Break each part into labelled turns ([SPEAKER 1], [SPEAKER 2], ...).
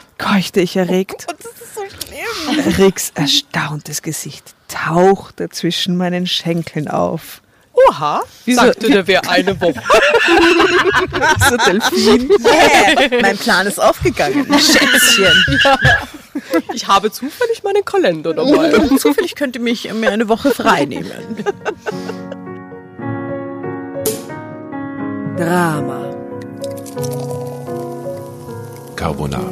[SPEAKER 1] keuchte ich erregt.
[SPEAKER 2] Oh Gott, das ist so schlimm.
[SPEAKER 1] Ricks erstauntes Gesicht tauchte zwischen meinen Schenkeln auf.
[SPEAKER 2] Oha, sagte der wer eine Woche.
[SPEAKER 1] so Delfin.
[SPEAKER 3] Yeah, mein Plan ist aufgegangen. Schätzchen.
[SPEAKER 2] Ich habe zufällig meinen Kalender dabei.
[SPEAKER 3] Zufällig könnte mich mir eine Woche frei nehmen.
[SPEAKER 1] Drama.
[SPEAKER 4] Carbonara.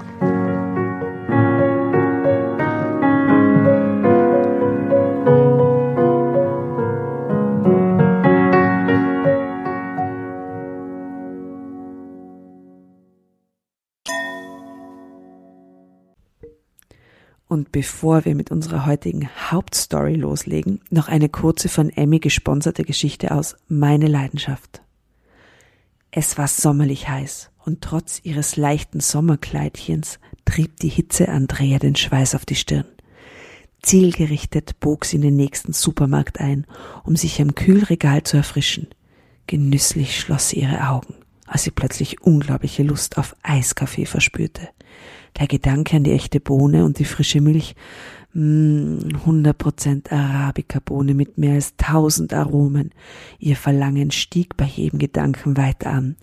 [SPEAKER 1] Und bevor wir mit unserer heutigen Hauptstory loslegen, noch eine kurze von Emmy gesponserte Geschichte aus Meine Leidenschaft. Es war sommerlich heiß und trotz ihres leichten Sommerkleidchens trieb die Hitze Andrea den Schweiß auf die Stirn. Zielgerichtet bog sie in den nächsten Supermarkt ein, um sich am Kühlregal zu erfrischen. Genüsslich schloss sie ihre Augen, als sie plötzlich unglaubliche Lust auf Eiskaffee verspürte. Der Gedanke an die echte Bohne und die frische Milch, mh, 100% Hm, Arabica-Bohne mit mehr als 1000 Aromen. Ihr Verlangen stieg bei jedem Gedanken weiter an.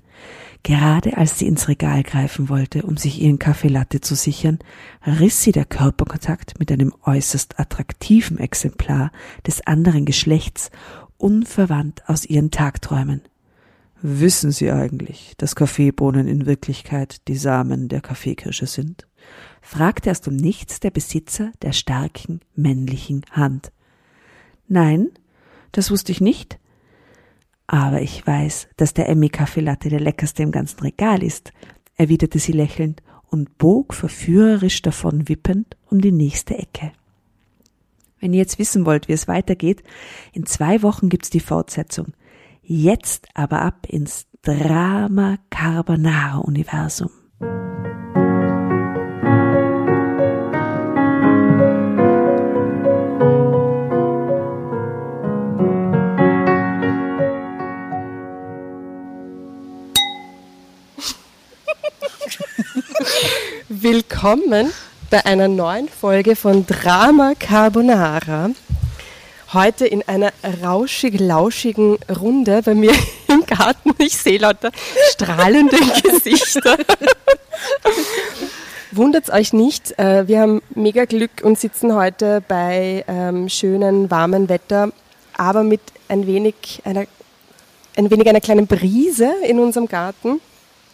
[SPEAKER 1] Gerade als sie ins Regal greifen wollte, um sich ihren Kaffeelatte zu sichern, riss sie der Körperkontakt mit einem äußerst attraktiven Exemplar des anderen Geschlechts unverwandt aus ihren Tagträumen. Wissen Sie eigentlich, dass Kaffeebohnen in Wirklichkeit die Samen der Kaffeekirsche sind? fragte erst um nichts der Besitzer der starken männlichen Hand. Nein, das wusste ich nicht. Aber ich weiß, dass der Emmy Kaffeelatte der leckerste im ganzen Regal ist, erwiderte sie lächelnd und bog verführerisch davon wippend um die nächste Ecke. Wenn ihr jetzt wissen wollt, wie es weitergeht, in zwei Wochen gibt's die Fortsetzung. Jetzt aber ab ins Drama Carbonara Universum.
[SPEAKER 5] Willkommen bei einer neuen Folge von Drama Carbonara heute in einer rauschig-lauschigen Runde bei mir im Garten. Ich sehe lauter strahlende Gesichter. Wundert euch nicht, äh, wir haben mega Glück und sitzen heute bei ähm, schönen, warmen Wetter, aber mit ein wenig einer, ein wenig einer kleinen Brise in unserem Garten.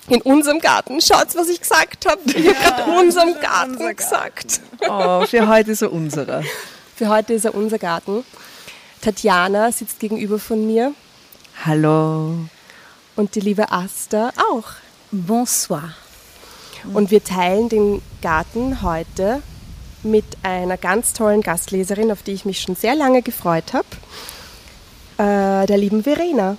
[SPEAKER 5] In unserem Garten. Schaut, was ich gesagt habe. Ich habe gerade unserem Garten gesagt.
[SPEAKER 3] Oh, für heute ist er unserer.
[SPEAKER 5] Für heute ist er unser Garten. Tatjana sitzt gegenüber von mir
[SPEAKER 1] Hallo.
[SPEAKER 5] und die liebe Asta auch.
[SPEAKER 6] Bonsoir.
[SPEAKER 5] Und wir teilen den Garten heute mit einer ganz tollen Gastleserin, auf die ich mich schon sehr lange gefreut habe, äh, der lieben Verena.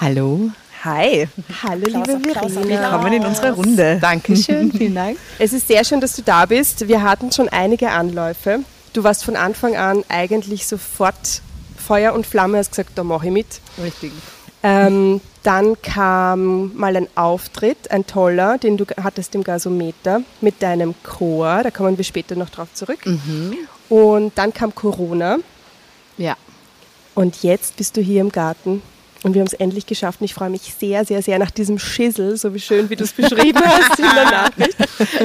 [SPEAKER 7] Hallo.
[SPEAKER 3] Hi,
[SPEAKER 5] Hallo, liebe Verena.
[SPEAKER 3] willkommen in unserer Runde.
[SPEAKER 7] Dankeschön, vielen Dank.
[SPEAKER 5] Es ist sehr schön, dass du da bist. Wir hatten schon einige Anläufe. Du warst von Anfang an eigentlich sofort Feuer und Flamme, hast gesagt, da mache ich mit.
[SPEAKER 7] Richtig.
[SPEAKER 5] Ähm, dann kam mal ein Auftritt, ein toller, den du ge- hattest im Gasometer mit deinem Chor. Da kommen wir später noch drauf zurück.
[SPEAKER 7] Mhm.
[SPEAKER 5] Und dann kam Corona.
[SPEAKER 7] Ja.
[SPEAKER 5] Und jetzt bist du hier im Garten. Und wir haben es endlich geschafft. Und ich freue mich sehr, sehr, sehr nach diesem Schissel, so wie schön, wie du es beschrieben hast in der Nachricht,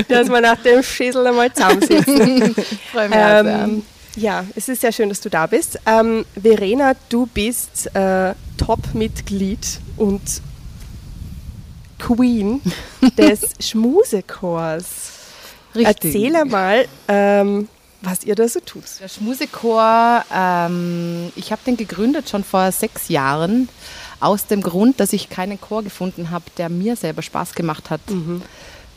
[SPEAKER 5] dass wir nach dem Schissel einmal zusammensitzen.
[SPEAKER 7] Freue mich auch sehr.
[SPEAKER 5] Ähm, ja, es ist sehr schön, dass du da bist. Ähm, Verena, du bist äh, Top-Mitglied und Queen des Schmusechors. Erzähl einmal, ähm, was ihr da so tut.
[SPEAKER 7] Der Schmusechor, ähm, ich habe den gegründet schon vor sechs Jahren, aus dem Grund, dass ich keinen Chor gefunden habe, der mir selber Spaß gemacht hat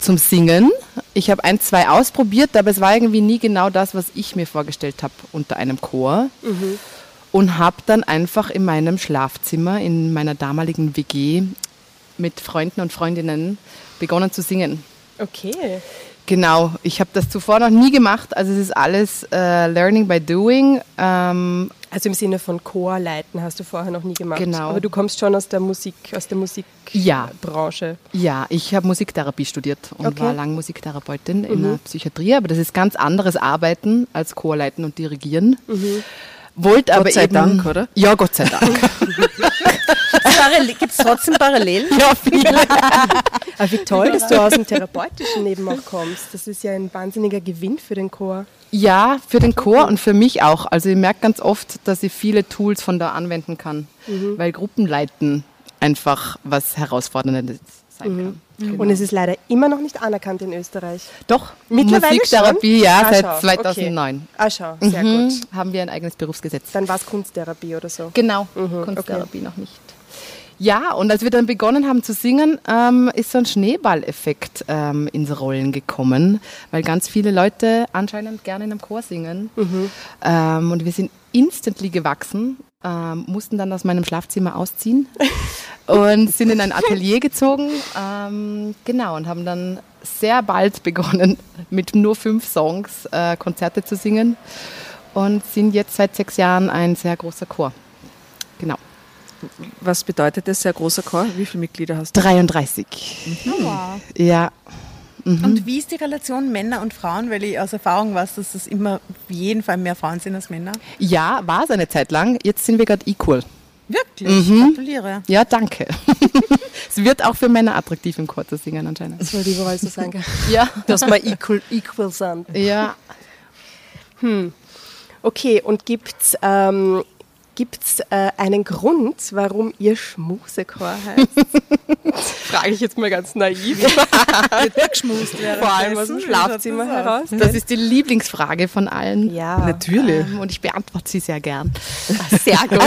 [SPEAKER 7] zum Singen. Ich habe ein, zwei ausprobiert, aber es war irgendwie nie genau das, was ich mir vorgestellt habe unter einem Chor. Und habe dann einfach in meinem Schlafzimmer, in meiner damaligen WG, mit Freunden und Freundinnen begonnen zu singen.
[SPEAKER 5] Okay.
[SPEAKER 7] Genau, ich habe das zuvor noch nie gemacht. Also es ist alles äh, Learning by Doing. Ähm,
[SPEAKER 5] Also im Sinne von Chor leiten hast du vorher noch nie gemacht.
[SPEAKER 7] Genau.
[SPEAKER 5] Aber du kommst schon aus der Musik, aus der Musikbranche.
[SPEAKER 7] Ja. ja, ich habe Musiktherapie studiert und
[SPEAKER 5] Okay.
[SPEAKER 7] war lang Musiktherapeutin in
[SPEAKER 3] Mhm.
[SPEAKER 7] der Psychiatrie, aber das ist ganz anderes Arbeiten als Chorleiten und Dirigieren. Wollt aber
[SPEAKER 3] Mhm. sei
[SPEAKER 7] eben,
[SPEAKER 3] Dank, oder?
[SPEAKER 7] Ja, Gott sei Dank.
[SPEAKER 3] Gibt es trotzdem Parallelen?
[SPEAKER 7] ja, viel.
[SPEAKER 5] Aber wie toll, dass du aus dem therapeutischen Leben auch kommst. Das ist ja ein wahnsinniger Gewinn für den Chor.
[SPEAKER 7] Ja, für den Chor und für mich auch. Also ich merke ganz oft, dass ich viele Tools von da anwenden kann,
[SPEAKER 5] Mhm.
[SPEAKER 7] weil Gruppenleiten einfach was Herausforderndes sein kann.
[SPEAKER 5] Mhm.
[SPEAKER 7] Genau.
[SPEAKER 5] Und es ist leider immer noch nicht anerkannt in Österreich.
[SPEAKER 7] Doch,
[SPEAKER 5] Mittlerweile
[SPEAKER 7] Musiktherapie,
[SPEAKER 5] schon?
[SPEAKER 7] ja,
[SPEAKER 5] Ah, schau,
[SPEAKER 7] seit Mhm. 2009.
[SPEAKER 5] Okay. Ah, schau, sehr gut.
[SPEAKER 7] Haben wir ein eigenes Berufsgesetz.
[SPEAKER 5] Dann war es Kunsttherapie oder so.
[SPEAKER 7] Genau, Kunsttherapie noch nicht. Ja, und als wir dann begonnen haben zu singen, ähm, ist so ein Schneeballeffekt ähm, ins Rollen gekommen, weil ganz viele Leute anscheinend gerne in einem Chor singen. Ähm, und wir sind instantly gewachsen, ähm, mussten dann aus meinem Schlafzimmer ausziehen und sind in ein Atelier gezogen. Ähm, genau, und haben dann sehr bald begonnen, mit nur fünf Songs äh, Konzerte zu singen und sind jetzt seit sechs Jahren ein sehr großer Chor. Genau.
[SPEAKER 3] Was bedeutet das, sehr großer Chor? Wie viele Mitglieder hast du?
[SPEAKER 7] 33. Mhm. Ja,
[SPEAKER 8] Und wie ist die Relation Männer und Frauen? Weil ich aus Erfahrung weiß, dass es immer auf jeden Fall mehr Frauen sind als Männer.
[SPEAKER 7] ja war es eine Zeit lang. Jetzt sind wir gerade equal.
[SPEAKER 8] Wirklich? Gratuliere.
[SPEAKER 7] Ja, danke. es wird auch für Männer attraktiv, im Chor zu singen anscheinend.
[SPEAKER 5] Das wollte ich überall so sagen.
[SPEAKER 7] Ja.
[SPEAKER 5] Dass wir equal, equal sind.
[SPEAKER 7] Ja.
[SPEAKER 5] Okay, und gibt's ähm, gibt's äh, einen Grund, warum ihr Schmusechor heißt? Frage ich jetzt mal ganz naiv.
[SPEAKER 8] Geschmust wäre.
[SPEAKER 5] Vor allem aus dem Schlafzimmer heraus.
[SPEAKER 7] Das ist die Lieblingsfrage von allen.
[SPEAKER 5] Ja.
[SPEAKER 1] Ah.
[SPEAKER 3] Natürlich.
[SPEAKER 7] Ähm, Und ich beantworte sie sehr gern. Ah, Sehr gut.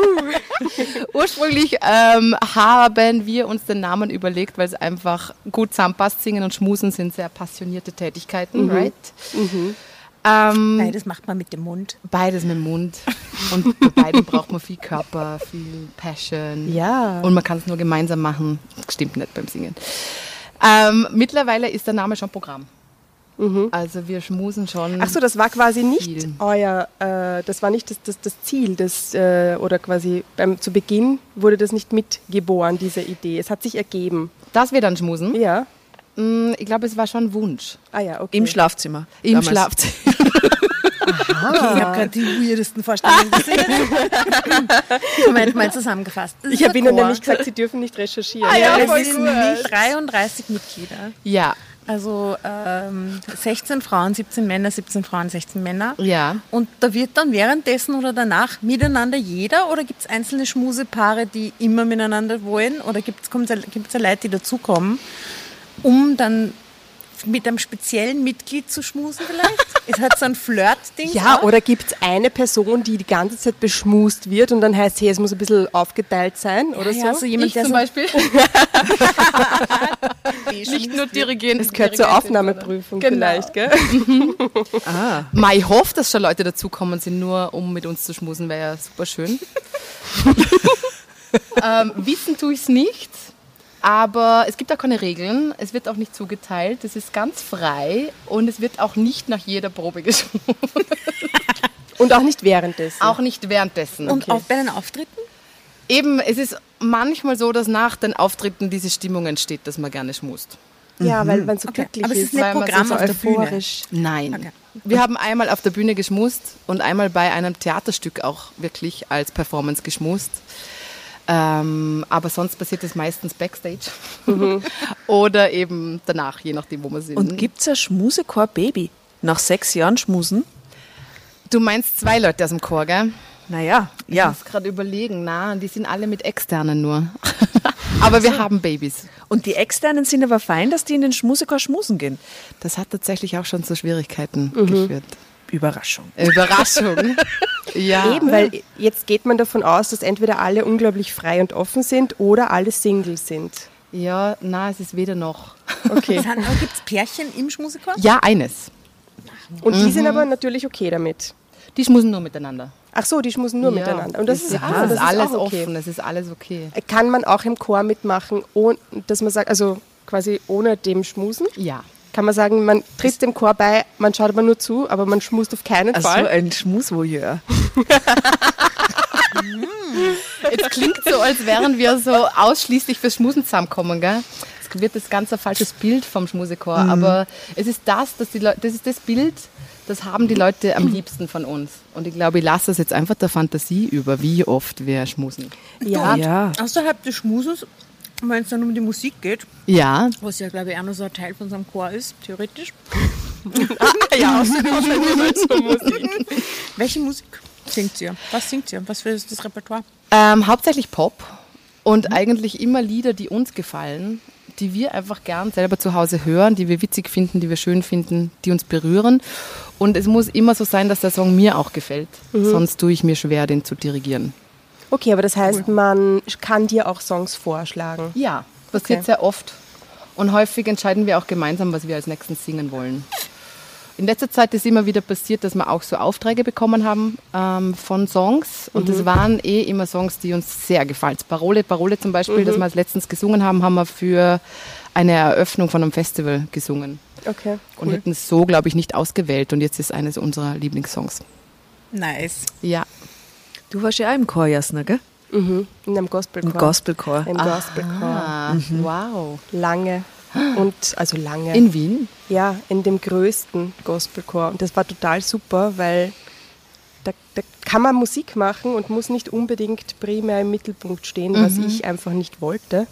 [SPEAKER 7] Ursprünglich ähm, haben wir uns den Namen überlegt, weil es einfach gut zusammenpasst. Singen und Schmusen sind sehr passionierte Tätigkeiten, right? Mhm. Ähm,
[SPEAKER 8] Beides macht man mit dem Mund.
[SPEAKER 7] Beides mit dem Mund. Und bei beiden braucht man viel Körper, viel Passion.
[SPEAKER 5] Ja.
[SPEAKER 7] Und man kann es nur gemeinsam machen. Stimmt nicht beim Singen. Ähm, mittlerweile ist der Name schon Programm. Also wir schmusen schon.
[SPEAKER 5] Mhm. Ach so, das war quasi nicht
[SPEAKER 7] Ziel.
[SPEAKER 5] euer, äh, das war nicht das, das, das Ziel, das, äh, oder quasi beim, zu Beginn wurde das nicht mitgeboren, diese Idee. Es hat sich ergeben.
[SPEAKER 7] dass wir dann schmusen.
[SPEAKER 5] Ja.
[SPEAKER 7] Mm, Ich glaube, es war schon ein Wunsch.
[SPEAKER 5] Ah ja, okay.
[SPEAKER 3] Im Schlafzimmer.
[SPEAKER 7] Im
[SPEAKER 3] damals.
[SPEAKER 7] Schlafzimmer.
[SPEAKER 8] Ich habe gerade die weirdesten Vorstellungen gesehen. Moment mal zusammengefasst. Es
[SPEAKER 5] ich
[SPEAKER 8] ist Ah
[SPEAKER 5] habe
[SPEAKER 8] ein
[SPEAKER 5] ihnen
[SPEAKER 8] Chor.
[SPEAKER 5] Ah nämlich gesagt, sie dürfen nicht recherchieren.
[SPEAKER 8] ja,
[SPEAKER 5] Ja.
[SPEAKER 8] es sind 33 Mitglieder.
[SPEAKER 7] Ja,
[SPEAKER 8] Also ähm, 16 Frauen, 17 Männer, 17 Frauen, 16 Männer.
[SPEAKER 7] Ja.
[SPEAKER 8] Und da wird dann währenddessen oder danach miteinander jeder oder gibt es einzelne Schmusepaare, die immer miteinander wollen oder gibt es ja Leute, die dazukommen, um dann mit einem speziellen Mitglied zu schmusen vielleicht? es hat so ein Flirt-Ding.
[SPEAKER 5] Ja,
[SPEAKER 8] auch.
[SPEAKER 5] oder gibt es eine Person, die die ganze Zeit beschmust wird und dann heißt, hey, es muss ein bisschen aufgeteilt sein oder
[SPEAKER 8] ja,
[SPEAKER 5] so?
[SPEAKER 8] also jemand,
[SPEAKER 7] ich
[SPEAKER 8] der
[SPEAKER 7] zum
[SPEAKER 8] so
[SPEAKER 7] Beispiel.
[SPEAKER 8] nicht
[SPEAKER 7] nur Dirigenten.
[SPEAKER 5] das gehört zur Aufnahmeprüfung vielleicht, gell?
[SPEAKER 7] Mai, ich hoffe, dass schon Leute dazukommen sind, nur um mit uns zu schmusen, wäre ja super schön. ähm, wissen tue ich es nicht, aber es gibt auch keine Regeln. Es wird auch nicht zugeteilt. Es ist ganz frei und es wird auch nicht nach jeder Probe geschmust.
[SPEAKER 5] Und auch nicht währenddessen.
[SPEAKER 7] Auch nicht währenddessen.
[SPEAKER 8] Und auch bei den Auftritten?
[SPEAKER 7] Eben, es ist manchmal so, dass nach den Auftritten diese Stimmung entsteht, dass man gerne schmust.
[SPEAKER 5] Ja, weil man so glücklich
[SPEAKER 8] Mhm. Aber es
[SPEAKER 5] ist.
[SPEAKER 8] ist nicht
[SPEAKER 7] weil man
[SPEAKER 8] Programm
[SPEAKER 7] so
[SPEAKER 8] auf der Bühne.
[SPEAKER 5] euphorisch.
[SPEAKER 7] Nein. Wir haben einmal auf der Bühne geschmust und einmal bei einem Theaterstück auch wirklich als Performance geschmust. Ähm, aber sonst passiert es meistens backstage Mhm. oder eben danach, je nachdem, wo wir sind.
[SPEAKER 1] Und gibt's ein Schmusechor Baby? Nach sechs Jahren schmusen?
[SPEAKER 7] du meinst zwei Leute aus dem Chor, gell?
[SPEAKER 1] Naja,
[SPEAKER 7] Ich
[SPEAKER 1] ja.
[SPEAKER 7] muss gerade überlegen, na, die sind alle mit externen nur. aber wir haben Babys.
[SPEAKER 1] Und die Externen sind aber fein, dass die in den Schmusechor schmusen gehen.
[SPEAKER 7] Das hat tatsächlich auch schon zu Schwierigkeiten geführt.
[SPEAKER 1] Überraschung.
[SPEAKER 7] Überraschung. ja.
[SPEAKER 5] Eben, weil jetzt geht man davon aus, dass entweder alle unglaublich frei und offen sind oder alle Single sind.
[SPEAKER 7] Ja, na, es ist weder noch.
[SPEAKER 5] Okay.
[SPEAKER 8] Gibt es Pärchen im Schmusechor?
[SPEAKER 7] Ja, eines.
[SPEAKER 5] Und die sind aber natürlich okay damit.
[SPEAKER 7] Die schmusen nur miteinander.
[SPEAKER 5] Ach so, die schmusen nur
[SPEAKER 7] Ja.
[SPEAKER 5] miteinander. Und das ist,
[SPEAKER 7] ja,
[SPEAKER 5] ah,
[SPEAKER 7] das
[SPEAKER 5] das
[SPEAKER 7] ist alles
[SPEAKER 5] auch okay.
[SPEAKER 7] offen, das ist alles okay.
[SPEAKER 5] Kann man auch im Chor mitmachen, ohne, dass man sagt, also quasi ohne dem Schmusen?
[SPEAKER 7] Ja.
[SPEAKER 5] Kann man sagen, man tritt dem Chor bei, man schaut aber nur zu, aber man schmust auf keinen
[SPEAKER 1] Also
[SPEAKER 5] Fall.
[SPEAKER 1] ein Schmusvoyeur.
[SPEAKER 7] Es klingt so, als wären wir so ausschließlich fürs Schmusen zusammenkommen, gell? Es wird das ganze falsches Bild vom Schmusechor,
[SPEAKER 5] Mhm.
[SPEAKER 7] aber es ist das, dass die Leute, das ist das Bild, das haben die Leute am liebsten von uns. Und ich glaube, ich lasse das jetzt einfach der Fantasie über, wie oft wir schmusen.
[SPEAKER 5] ja.
[SPEAKER 1] Ja.
[SPEAKER 8] Außerhalb des Schmusens, wenn es dann um die Musik geht,
[SPEAKER 7] Ja,
[SPEAKER 8] was ja, glaube ich, auch noch so ein Teil von unserem Chor ist, theoretisch. Ah,
[SPEAKER 5] ja,
[SPEAKER 8] Welche Musik singt ihr? Was singt ihr? Was für ist das Repertoire?
[SPEAKER 7] Ähm, hauptsächlich Pop und eigentlich immer Lieder, die uns gefallen, die wir einfach gern selber zu Hause hören, die wir witzig finden, die wir schön finden, die uns berühren. Und es muss immer so sein, dass der Song mir auch gefällt. Sonst tue ich mir schwer, den zu dirigieren.
[SPEAKER 5] Okay, aber das heißt, man kann dir auch Songs vorschlagen.
[SPEAKER 7] Ja, passiert sehr oft. Und häufig entscheiden wir auch gemeinsam, was wir als nächstes singen wollen. In letzter Zeit ist immer wieder passiert, dass wir auch so Aufträge bekommen haben ähm, von Songs. Und das waren eh immer Songs, die uns sehr gefallen. Parole, Parole zum Beispiel, das wir als letztens gesungen haben, haben wir für eine Eröffnung von einem Festival gesungen.
[SPEAKER 5] Okay.
[SPEAKER 7] Und hätten es so, glaube ich, nicht ausgewählt. Und jetzt ist eines unserer Lieblingssongs.
[SPEAKER 8] Nice.
[SPEAKER 7] Ja.
[SPEAKER 1] Du warst ja auch im Chor, Jasna, gell?
[SPEAKER 5] In einem Gospelchor.
[SPEAKER 1] Im Gospelchor.
[SPEAKER 5] Im Gospelchor.
[SPEAKER 7] Ah, Wow.
[SPEAKER 5] Lange. Und also lange.
[SPEAKER 7] In Wien?
[SPEAKER 5] ja, in dem größten Gospelchor. Und das war total super, weil da, da kann man Musik machen und muss nicht unbedingt primär im Mittelpunkt stehen, was ich einfach nicht wollte.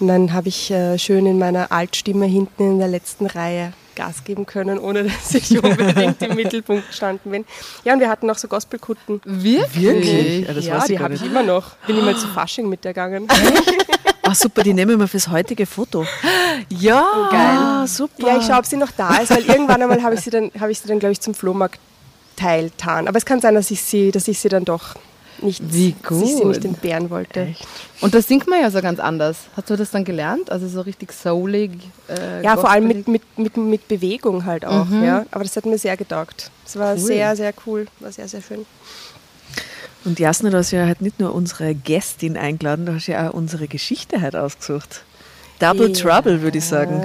[SPEAKER 5] Und dann habe ich äh, schön in meiner Altstimme hinten in der letzten Reihe Gas geben können, ohne dass ich unbedingt im Mittelpunkt gestanden bin. Ja, und wir hatten auch so Gospelkutten.
[SPEAKER 7] Wirklich?
[SPEAKER 1] Wirklich? Ja, das
[SPEAKER 5] Ja,
[SPEAKER 1] weiß ich
[SPEAKER 5] die
[SPEAKER 1] gar
[SPEAKER 5] habe ich
[SPEAKER 1] nicht.
[SPEAKER 5] immer noch. Bin immer zu Fasching mit der gegangen.
[SPEAKER 1] Ah, super, die nehmen wir fürs heutige Foto. Ja, geil. super.
[SPEAKER 5] Ja, ich schaue, ob sie noch da ist, weil irgendwann einmal habe ich sie dann, habe ich sie dann, glaube ich, zum Flohmarkt teiltan. Aber es kann sein, dass ich sie, dass ich sie dann doch nicht,
[SPEAKER 7] Wie
[SPEAKER 5] dass ich sie
[SPEAKER 7] gut.
[SPEAKER 5] nicht entbehren wollte.
[SPEAKER 7] Und das singt man ja so ganz anders. Hast du das dann gelernt? Also so richtig soulig? Äh,
[SPEAKER 5] Ja, vor allem mit,
[SPEAKER 7] gospelig?
[SPEAKER 5] mit, mit, mit Bewegung halt auch,
[SPEAKER 7] Mhm.
[SPEAKER 5] ja. Aber das hat mir sehr getaugt. Es war sehr, sehr cool, war sehr, sehr schön.
[SPEAKER 1] Und Jasna, du hast ja halt nicht nur unsere Gästin eingeladen, du hast ja auch unsere Geschichte halt ausgesucht. Double Trouble, würde ich sagen.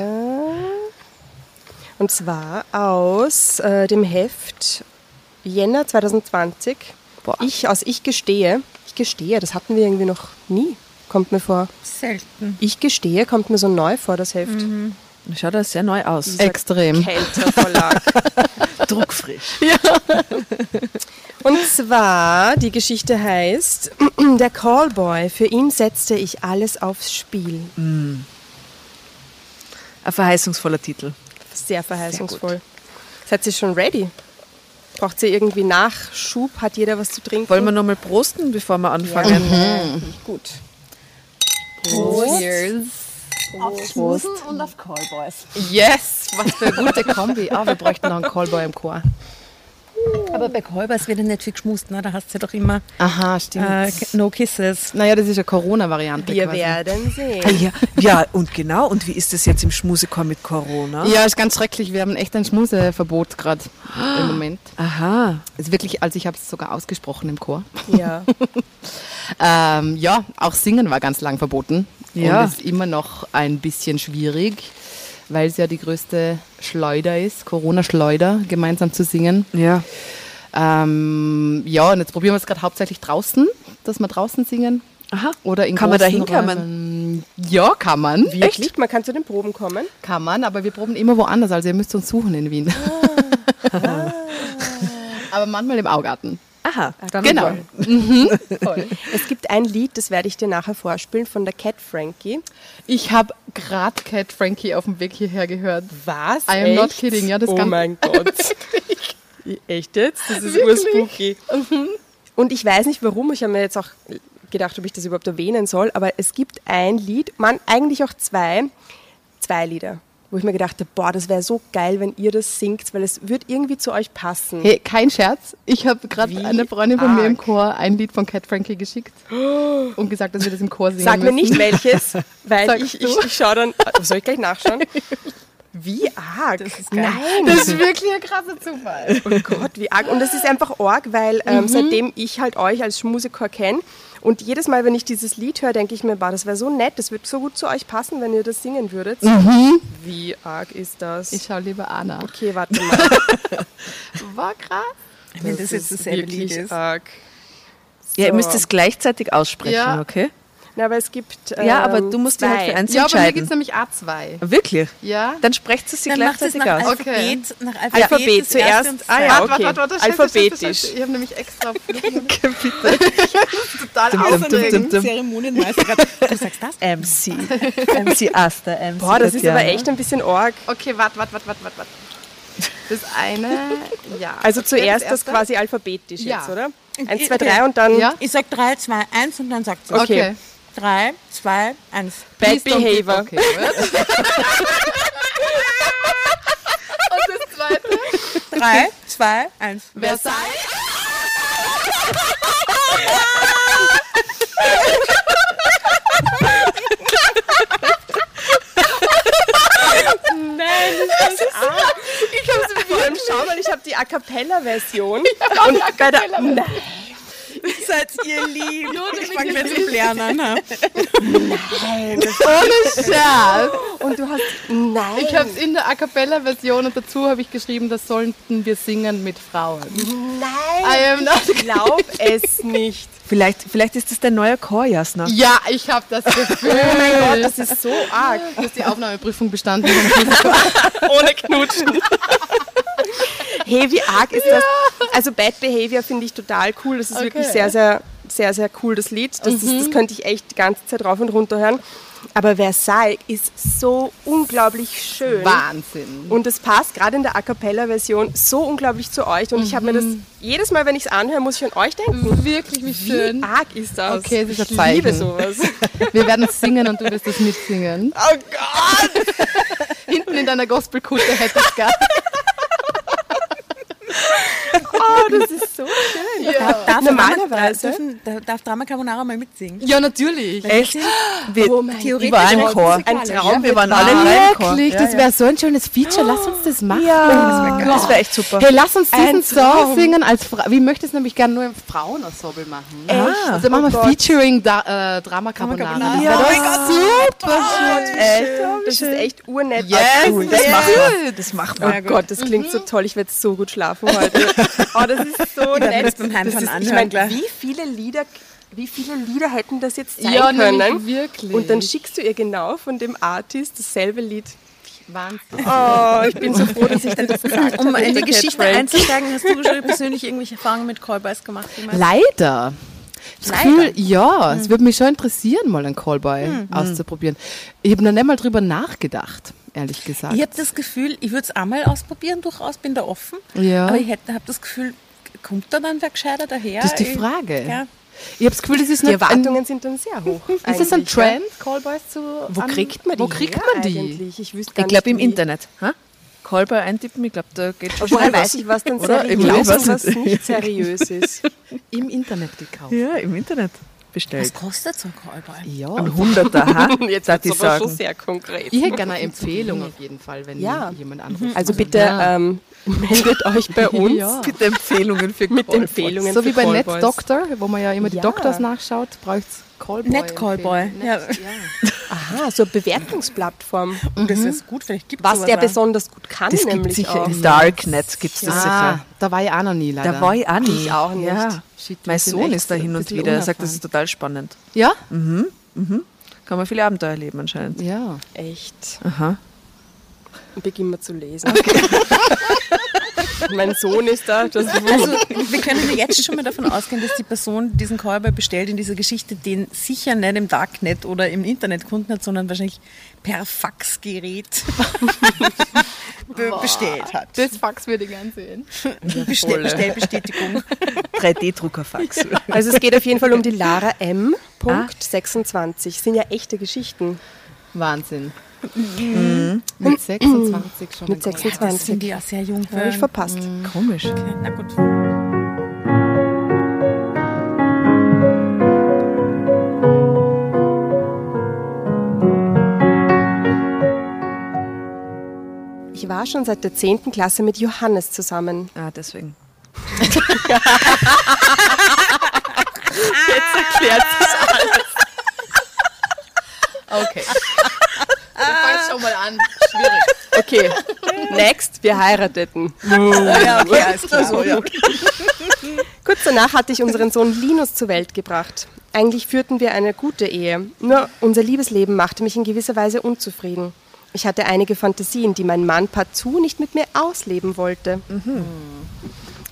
[SPEAKER 5] Und zwar aus äh, dem Heft Jänner 2020.
[SPEAKER 1] Boah.
[SPEAKER 5] Ich aus Ich gestehe. Ich gestehe, das hatten wir irgendwie noch nie, kommt mir vor.
[SPEAKER 8] Selten. Mhm.
[SPEAKER 5] Ich gestehe, kommt mir so neu vor, das Heft.
[SPEAKER 1] Schaut da sehr neu aus.
[SPEAKER 7] Extrem.
[SPEAKER 5] Kälter Verlag.
[SPEAKER 1] druckfrisch.
[SPEAKER 5] Und zwar, die Geschichte heißt, der Callboy, für ihn setzte ich alles aufs Spiel.
[SPEAKER 8] Ein verheißungsvoller Titel.
[SPEAKER 5] Sehr verheißungsvoll. Seid ihr schon ready? Braucht ihr irgendwie Nachschub? Hat jeder was zu trinken?
[SPEAKER 8] Wollen wir nochmal prosten, bevor wir anfangen?
[SPEAKER 5] Gut.
[SPEAKER 8] und auf Callboys.
[SPEAKER 7] Yes, was für eine gute Kombi. Ah, wir bräuchten noch einen Callboy im Chor.
[SPEAKER 8] Aber bei Callboys wird ja nicht viel geschmust, ne? da hast du ja doch immer
[SPEAKER 7] Aha, stimmt.
[SPEAKER 8] äh, No Kisses.
[SPEAKER 7] naja, das ist ja Corona-Variante.
[SPEAKER 5] Wir
[SPEAKER 7] quasi.
[SPEAKER 5] werden sehen.
[SPEAKER 1] Ja, ja, und genau. Und wie ist das jetzt im Schmusekor mit Corona?
[SPEAKER 7] Ja, ist ganz schrecklich. Wir haben echt ein Schmuseverbot gerade im Moment.
[SPEAKER 1] Aha.
[SPEAKER 7] Also wirklich, also ich habe es sogar ausgesprochen im Chor.
[SPEAKER 5] Ja.
[SPEAKER 7] Ähm, ja, auch Singen war ganz lang verboten.
[SPEAKER 1] Ja.
[SPEAKER 7] Und ist immer noch ein bisschen schwierig, weil es ja die größte Schleuder ist, Corona-Schleuder, gemeinsam zu singen.
[SPEAKER 1] Ja.
[SPEAKER 7] Ähm, ja, und jetzt probieren wir es gerade hauptsächlich draußen, dass wir draußen singen.
[SPEAKER 1] Aha.
[SPEAKER 7] Oder in
[SPEAKER 1] Kann man da
[SPEAKER 7] großen
[SPEAKER 1] hinkommen?
[SPEAKER 7] Räumen. Ja, kann man.
[SPEAKER 5] Wirklich? Man kann zu den Proben kommen.
[SPEAKER 7] Kann man, aber wir proben immer woanders. Also ihr müsst uns suchen in Wien.
[SPEAKER 1] Ah.
[SPEAKER 7] aber manchmal im Augarten.
[SPEAKER 1] Aha. Dann
[SPEAKER 7] Genau.
[SPEAKER 5] Es gibt ein Lied, das werde ich dir nachher vorspielen, von der Cat Frankie.
[SPEAKER 7] Ich habe gerade Cat Frankie auf dem Weg hierher gehört.
[SPEAKER 5] Was?
[SPEAKER 7] I am
[SPEAKER 5] Echt?
[SPEAKER 7] not kidding, ja, das
[SPEAKER 5] Oh
[SPEAKER 7] kann-
[SPEAKER 5] mein Gott. Echt jetzt? Das ist urspooky.
[SPEAKER 7] Mhm.
[SPEAKER 5] Und ich weiß nicht warum, ich habe mir jetzt auch gedacht, ob ich das überhaupt erwähnen soll, aber es gibt ein Lied, man eigentlich auch zwei, zwei Lieder, wo ich mir gedacht habe, boah, das wäre so geil, wenn ihr das singt, weil es wird irgendwie zu euch passen.
[SPEAKER 7] Hey, kein Scherz. Ich habe gerade einer Freundin von mir im Chor ein Lied von Cat Frankie geschickt und gesagt, dass wir das im Chor singen
[SPEAKER 5] Sag mir
[SPEAKER 7] müssen.
[SPEAKER 5] nicht welches, weil
[SPEAKER 7] Sagst
[SPEAKER 5] ich,
[SPEAKER 7] du?
[SPEAKER 5] ich, ich schaue dann, ah, soll ich gleich nachschauen? Wie arg. Nein.
[SPEAKER 7] Das ist wirklich ein krasser Zufall.
[SPEAKER 5] Oh Gott, wie arg. Und das ist einfach arg, weil ähm, seitdem ich halt euch als Musiker kenne und jedes Mal, wenn ich dieses Lied höre, denke ich mir, boah, das wäre so nett, das würde so gut zu euch passen, wenn ihr das singen würdet. Wie arg ist das?
[SPEAKER 7] Ich schaue lieber Anna.
[SPEAKER 5] okay, warte mal.
[SPEAKER 7] War krass.
[SPEAKER 8] Wenn das, jetzt dasselbe Lied ist. äh,
[SPEAKER 5] arg.
[SPEAKER 1] Ja, ihr
[SPEAKER 5] So.
[SPEAKER 1] müsst es gleichzeitig aussprechen,
[SPEAKER 7] Ja.
[SPEAKER 1] okay?
[SPEAKER 5] Na, aber es gibt. Ähm,
[SPEAKER 1] Ja, aber du musst dir halt für
[SPEAKER 5] ein
[SPEAKER 1] eins
[SPEAKER 7] Ja, aber mir gibt es
[SPEAKER 1] entscheiden.
[SPEAKER 7] nämlich A2.
[SPEAKER 1] Wirklich?
[SPEAKER 7] Ja?
[SPEAKER 1] Dann sprecht es sie
[SPEAKER 8] Dann macht es
[SPEAKER 1] gleichzeitig
[SPEAKER 8] nach
[SPEAKER 1] aus.
[SPEAKER 8] Alphabet, nach Alphabet,
[SPEAKER 5] Alphabet
[SPEAKER 8] das erste
[SPEAKER 5] zuerst.
[SPEAKER 8] und
[SPEAKER 5] Ah, ja,
[SPEAKER 8] zweite.
[SPEAKER 5] okay.
[SPEAKER 7] Warte, warte, warte, scheiße,
[SPEAKER 5] Alphabetisch.
[SPEAKER 7] Scheiße, scheiße. Ich habe nämlich extra. Bitte. total
[SPEAKER 1] dum, dum,
[SPEAKER 7] aufregend.
[SPEAKER 1] dum, dum.
[SPEAKER 8] Zeremonienmeister gerade. Du sagst das?
[SPEAKER 1] MC. MC Asta, MC
[SPEAKER 5] Boah, das ist
[SPEAKER 1] Tatjana.
[SPEAKER 5] aber echt ein bisschen arg.
[SPEAKER 7] Okay, warte, warte, warte, warte, warte. wart. Das eine, ja.
[SPEAKER 5] Also
[SPEAKER 7] Das wäre
[SPEAKER 5] zuerst das
[SPEAKER 7] erste?
[SPEAKER 5] quasi alphabetisch
[SPEAKER 7] Ja.
[SPEAKER 5] jetzt, oder?
[SPEAKER 8] Okay.
[SPEAKER 5] Eins, zwei, drei und dann
[SPEAKER 7] Ja.
[SPEAKER 8] Ich sag 3, 2, 1 und dann sagt sie
[SPEAKER 7] Okay.
[SPEAKER 8] 3, 2, 1.
[SPEAKER 5] Bad
[SPEAKER 7] Please don't give-
[SPEAKER 5] Behavior.
[SPEAKER 7] Okay, warte.
[SPEAKER 8] 3, 2, 1.
[SPEAKER 7] Wer sei?
[SPEAKER 5] Vor allem schau mal, ich habe die A Cappella-Version. und bei der, nein,
[SPEAKER 8] Seid ihr lieb. Ich fange wieder zum Lernen an.
[SPEAKER 7] Ohne Scherz.
[SPEAKER 5] und du hast, nein.
[SPEAKER 7] Ich habe es in der A Cappella-Version und dazu habe ich geschrieben, das sollten wir singen mit Frauen. I am not
[SPEAKER 5] Glaub es nicht.
[SPEAKER 1] Vielleicht, vielleicht ist das dein neuer Chor, Jasna.
[SPEAKER 7] Ja, ich habe das Gefühl. Oh mein Gott, das ist so arg. Du hast die Aufnahmeprüfung bestanden.
[SPEAKER 5] Ohne Knutschen. Hey, wie arg ist das? Also Bad Behavior finde ich total cool. Das ist wirklich sehr, sehr, sehr, sehr cool, das Lied. Das, ist,
[SPEAKER 7] Mhm.
[SPEAKER 5] das könnte ich echt die ganze Zeit rauf und runter hören. Aber Versailles ist so unglaublich schön.
[SPEAKER 7] Wahnsinn.
[SPEAKER 5] Und es passt gerade in der A Cappella-Version so unglaublich zu euch. Und ich habe mir das,
[SPEAKER 7] Mhm.
[SPEAKER 5] jedes Mal, wenn ich es anhöre, muss ich an euch denken.
[SPEAKER 7] Wirklich, wie
[SPEAKER 5] Wie
[SPEAKER 7] schön.
[SPEAKER 5] arg ist das?
[SPEAKER 7] Mhm. Okay, das ist
[SPEAKER 5] ich
[SPEAKER 7] ein Zeichen.
[SPEAKER 5] liebe sowas.
[SPEAKER 7] Wir werden es singen und du wirst es mitsingen.
[SPEAKER 5] Oh Gott!
[SPEAKER 7] Hinten in deiner Gospelkutte hätte ich gern.
[SPEAKER 5] Oh, das ist so schön.
[SPEAKER 8] Darf
[SPEAKER 5] Normalerweise-
[SPEAKER 8] Drama, äh, dürfen, da- darf Drama Carbonara mal mitsingen?
[SPEAKER 7] Ja, natürlich.
[SPEAKER 1] Echt? Wir,
[SPEAKER 8] Theoretisch
[SPEAKER 1] wir waren im
[SPEAKER 8] recht
[SPEAKER 1] Chor.
[SPEAKER 5] Ein Traum.
[SPEAKER 1] Wir waren alle drei im Chor.
[SPEAKER 7] Wirklich, das wäre so ein schönes Feature. Lass uns das machen.
[SPEAKER 1] Ja, das wäre echt super.
[SPEAKER 7] Hey, lass uns diesen
[SPEAKER 1] Ein Traum.
[SPEAKER 7] Song singen als Frau. Wir möchten es nämlich gerne nur im Frauenensemble machen.
[SPEAKER 1] Ah.
[SPEAKER 7] Also machen wir Featuring da, äh, Drama Carbonara. Das wär doch super schön.
[SPEAKER 5] Echt? Das ist echt urnett.
[SPEAKER 7] Yes,
[SPEAKER 5] Ah, cool. das machen wir.
[SPEAKER 1] Das macht
[SPEAKER 5] Oh Gott, das klingt so toll. Ich werde so gut schlafen heute. Oh, das ist so nett.
[SPEAKER 8] das beim Heimfahren
[SPEAKER 5] Das ist- ich
[SPEAKER 8] anhören
[SPEAKER 5] meine,
[SPEAKER 8] gleich.
[SPEAKER 5] wie viele Lieder, wie viele Lieder hätten das jetzt sein
[SPEAKER 7] Ja, nämlich
[SPEAKER 5] können?
[SPEAKER 7] wirklich.
[SPEAKER 5] Und dann schickst du ihr genau von dem Artist dasselbe Lied.
[SPEAKER 7] Wahnsinn.
[SPEAKER 5] Oh, ich bin so froh, dass ich dir das gesagt habe.
[SPEAKER 8] Um in die Geschichte
[SPEAKER 5] Frank.
[SPEAKER 8] einzusteigen, hast du schon persönlich irgendwelche Erfahrungen mit Callboys gemacht? jemals?
[SPEAKER 7] Leider. Das Gefühl, ja, es würde mich schon interessieren, mal einen Callboy auszuprobieren. Ich habe noch nicht mal drüber nachgedacht. ehrlich gesagt.
[SPEAKER 8] Ich habe das Gefühl, ich würde es einmal ausprobieren, durchaus bin da offen.
[SPEAKER 7] Ja.
[SPEAKER 8] Aber ich habe das Gefühl, kommt da dann wer gescheiter daher?
[SPEAKER 7] Das ist die
[SPEAKER 8] Ich-
[SPEAKER 7] Frage.
[SPEAKER 8] Ja.
[SPEAKER 7] Ich habe das Gefühl, das ist
[SPEAKER 5] Die
[SPEAKER 7] nicht ein,
[SPEAKER 5] Erwartungen sind dann sehr hoch.
[SPEAKER 7] ist das ein
[SPEAKER 5] eigentlich, ja.
[SPEAKER 7] Trend, Callboys zu.
[SPEAKER 5] Wo
[SPEAKER 7] an-
[SPEAKER 5] kriegt man die?
[SPEAKER 7] Wo kriegt
[SPEAKER 5] her
[SPEAKER 7] man die?
[SPEAKER 5] Eigentlich? Ich, wüsste gar
[SPEAKER 1] Ich glaube
[SPEAKER 5] nicht,
[SPEAKER 1] im
[SPEAKER 5] wie-
[SPEAKER 1] Internet. Ha? Callboy eintippen, ich glaube, da geht schon
[SPEAKER 5] Woher
[SPEAKER 1] schnell
[SPEAKER 5] weiß ich, was dann
[SPEAKER 1] Oder? Ich
[SPEAKER 5] seriös ist
[SPEAKER 1] glaub,
[SPEAKER 5] und was nicht seriös ist?
[SPEAKER 7] Im Internet gekauft.
[SPEAKER 1] Ja, im Internet bestellt.
[SPEAKER 8] Was kostet so ein Callboy?
[SPEAKER 7] Ja.
[SPEAKER 1] Ein Hunderter, ha?
[SPEAKER 2] Jetzt
[SPEAKER 1] Darf
[SPEAKER 2] wird es
[SPEAKER 1] ich
[SPEAKER 2] aber schon
[SPEAKER 1] sagen.
[SPEAKER 2] sehr konkret.
[SPEAKER 7] Ich hätte gerne eine Empfehlung auf jeden Fall, wenn
[SPEAKER 5] Ja.
[SPEAKER 7] jemand anruft.
[SPEAKER 5] Also bitte ähm, meldet euch bei uns
[SPEAKER 7] Ja.
[SPEAKER 1] Bitte Empfehlungen für
[SPEAKER 5] mit
[SPEAKER 1] Callboys.
[SPEAKER 5] Empfehlungen.
[SPEAKER 7] So wie
[SPEAKER 5] für
[SPEAKER 7] bei
[SPEAKER 5] Callboys.
[SPEAKER 7] Net Doctor, wo man ja immer die
[SPEAKER 5] Ja.
[SPEAKER 7] Doctors nachschaut, braucht es Callboy.
[SPEAKER 8] Net Callboy,
[SPEAKER 7] Empfehlung.
[SPEAKER 8] ja.
[SPEAKER 7] Net, ja.
[SPEAKER 5] Aha, so eine Bewertungsplattform.
[SPEAKER 8] Das ist gut, vielleicht gibt
[SPEAKER 5] Was der besonders gut kann,
[SPEAKER 1] Das gibt
[SPEAKER 5] nämlich
[SPEAKER 1] sicher
[SPEAKER 5] auch.
[SPEAKER 1] im Darknet, gibt es das
[SPEAKER 7] Ah,
[SPEAKER 1] sicher.
[SPEAKER 7] da war ich auch noch nie leider.
[SPEAKER 1] Da war ich auch nicht.
[SPEAKER 5] auch nicht.
[SPEAKER 1] Ja.
[SPEAKER 7] Shit, wir
[SPEAKER 1] Mein
[SPEAKER 7] sind
[SPEAKER 1] Sohn
[SPEAKER 7] echt
[SPEAKER 1] ist da
[SPEAKER 7] ein
[SPEAKER 1] hin und
[SPEAKER 7] bisschen
[SPEAKER 1] wieder. Er sagt, das
[SPEAKER 7] unerfahren.
[SPEAKER 1] ist total spannend.
[SPEAKER 7] Ja?
[SPEAKER 1] Kann man viele Abenteuer erleben anscheinend.
[SPEAKER 7] Ja.
[SPEAKER 5] Echt.
[SPEAKER 1] Aha.
[SPEAKER 5] Und beginnen wir zu lesen. mein Sohn ist da. Das
[SPEAKER 8] Also, wir können ja jetzt schon mal davon ausgehen, dass die Person, die diesen Callboy bestellt in dieser Geschichte, den sicher nicht im Darknet oder im Internet gefunden hat, sondern wahrscheinlich per Faxgerät be bestellt hat.
[SPEAKER 7] Das Fax würde ich gern sehen.
[SPEAKER 8] Bestell Bestellbestätigung.
[SPEAKER 1] 3D-Druckerfax.
[SPEAKER 5] also es geht auf jeden Fall um die Lara M. Punkt 26. Sind ja echte Geschichten.
[SPEAKER 7] Wahnsinn.
[SPEAKER 1] Mhm.
[SPEAKER 7] Mit 26 schon.
[SPEAKER 5] Mit
[SPEAKER 7] ein Callboy.
[SPEAKER 5] 26.
[SPEAKER 8] Das finde ich auch sehr jung.
[SPEAKER 5] Habe ich
[SPEAKER 8] für-
[SPEAKER 5] verpasst.
[SPEAKER 1] Komisch.
[SPEAKER 8] Na gut.
[SPEAKER 5] Ich war schon seit der 10. Klasse mit Johannes zusammen.
[SPEAKER 1] Ah, deswegen.
[SPEAKER 7] Okay. Dann fangst schon mal an. Schwierig.
[SPEAKER 5] Okay, next, wir heirateten.
[SPEAKER 8] Ja, okay, alles klar. So, ja.
[SPEAKER 5] Kurz danach hatte ich unseren Sohn Linus zur Welt gebracht. Eigentlich führten wir eine gute Ehe, nur unser Liebesleben machte mich in gewisser Weise unzufrieden. Ich hatte einige Fantasien, die mein Mann partout nicht mit mir ausleben wollte.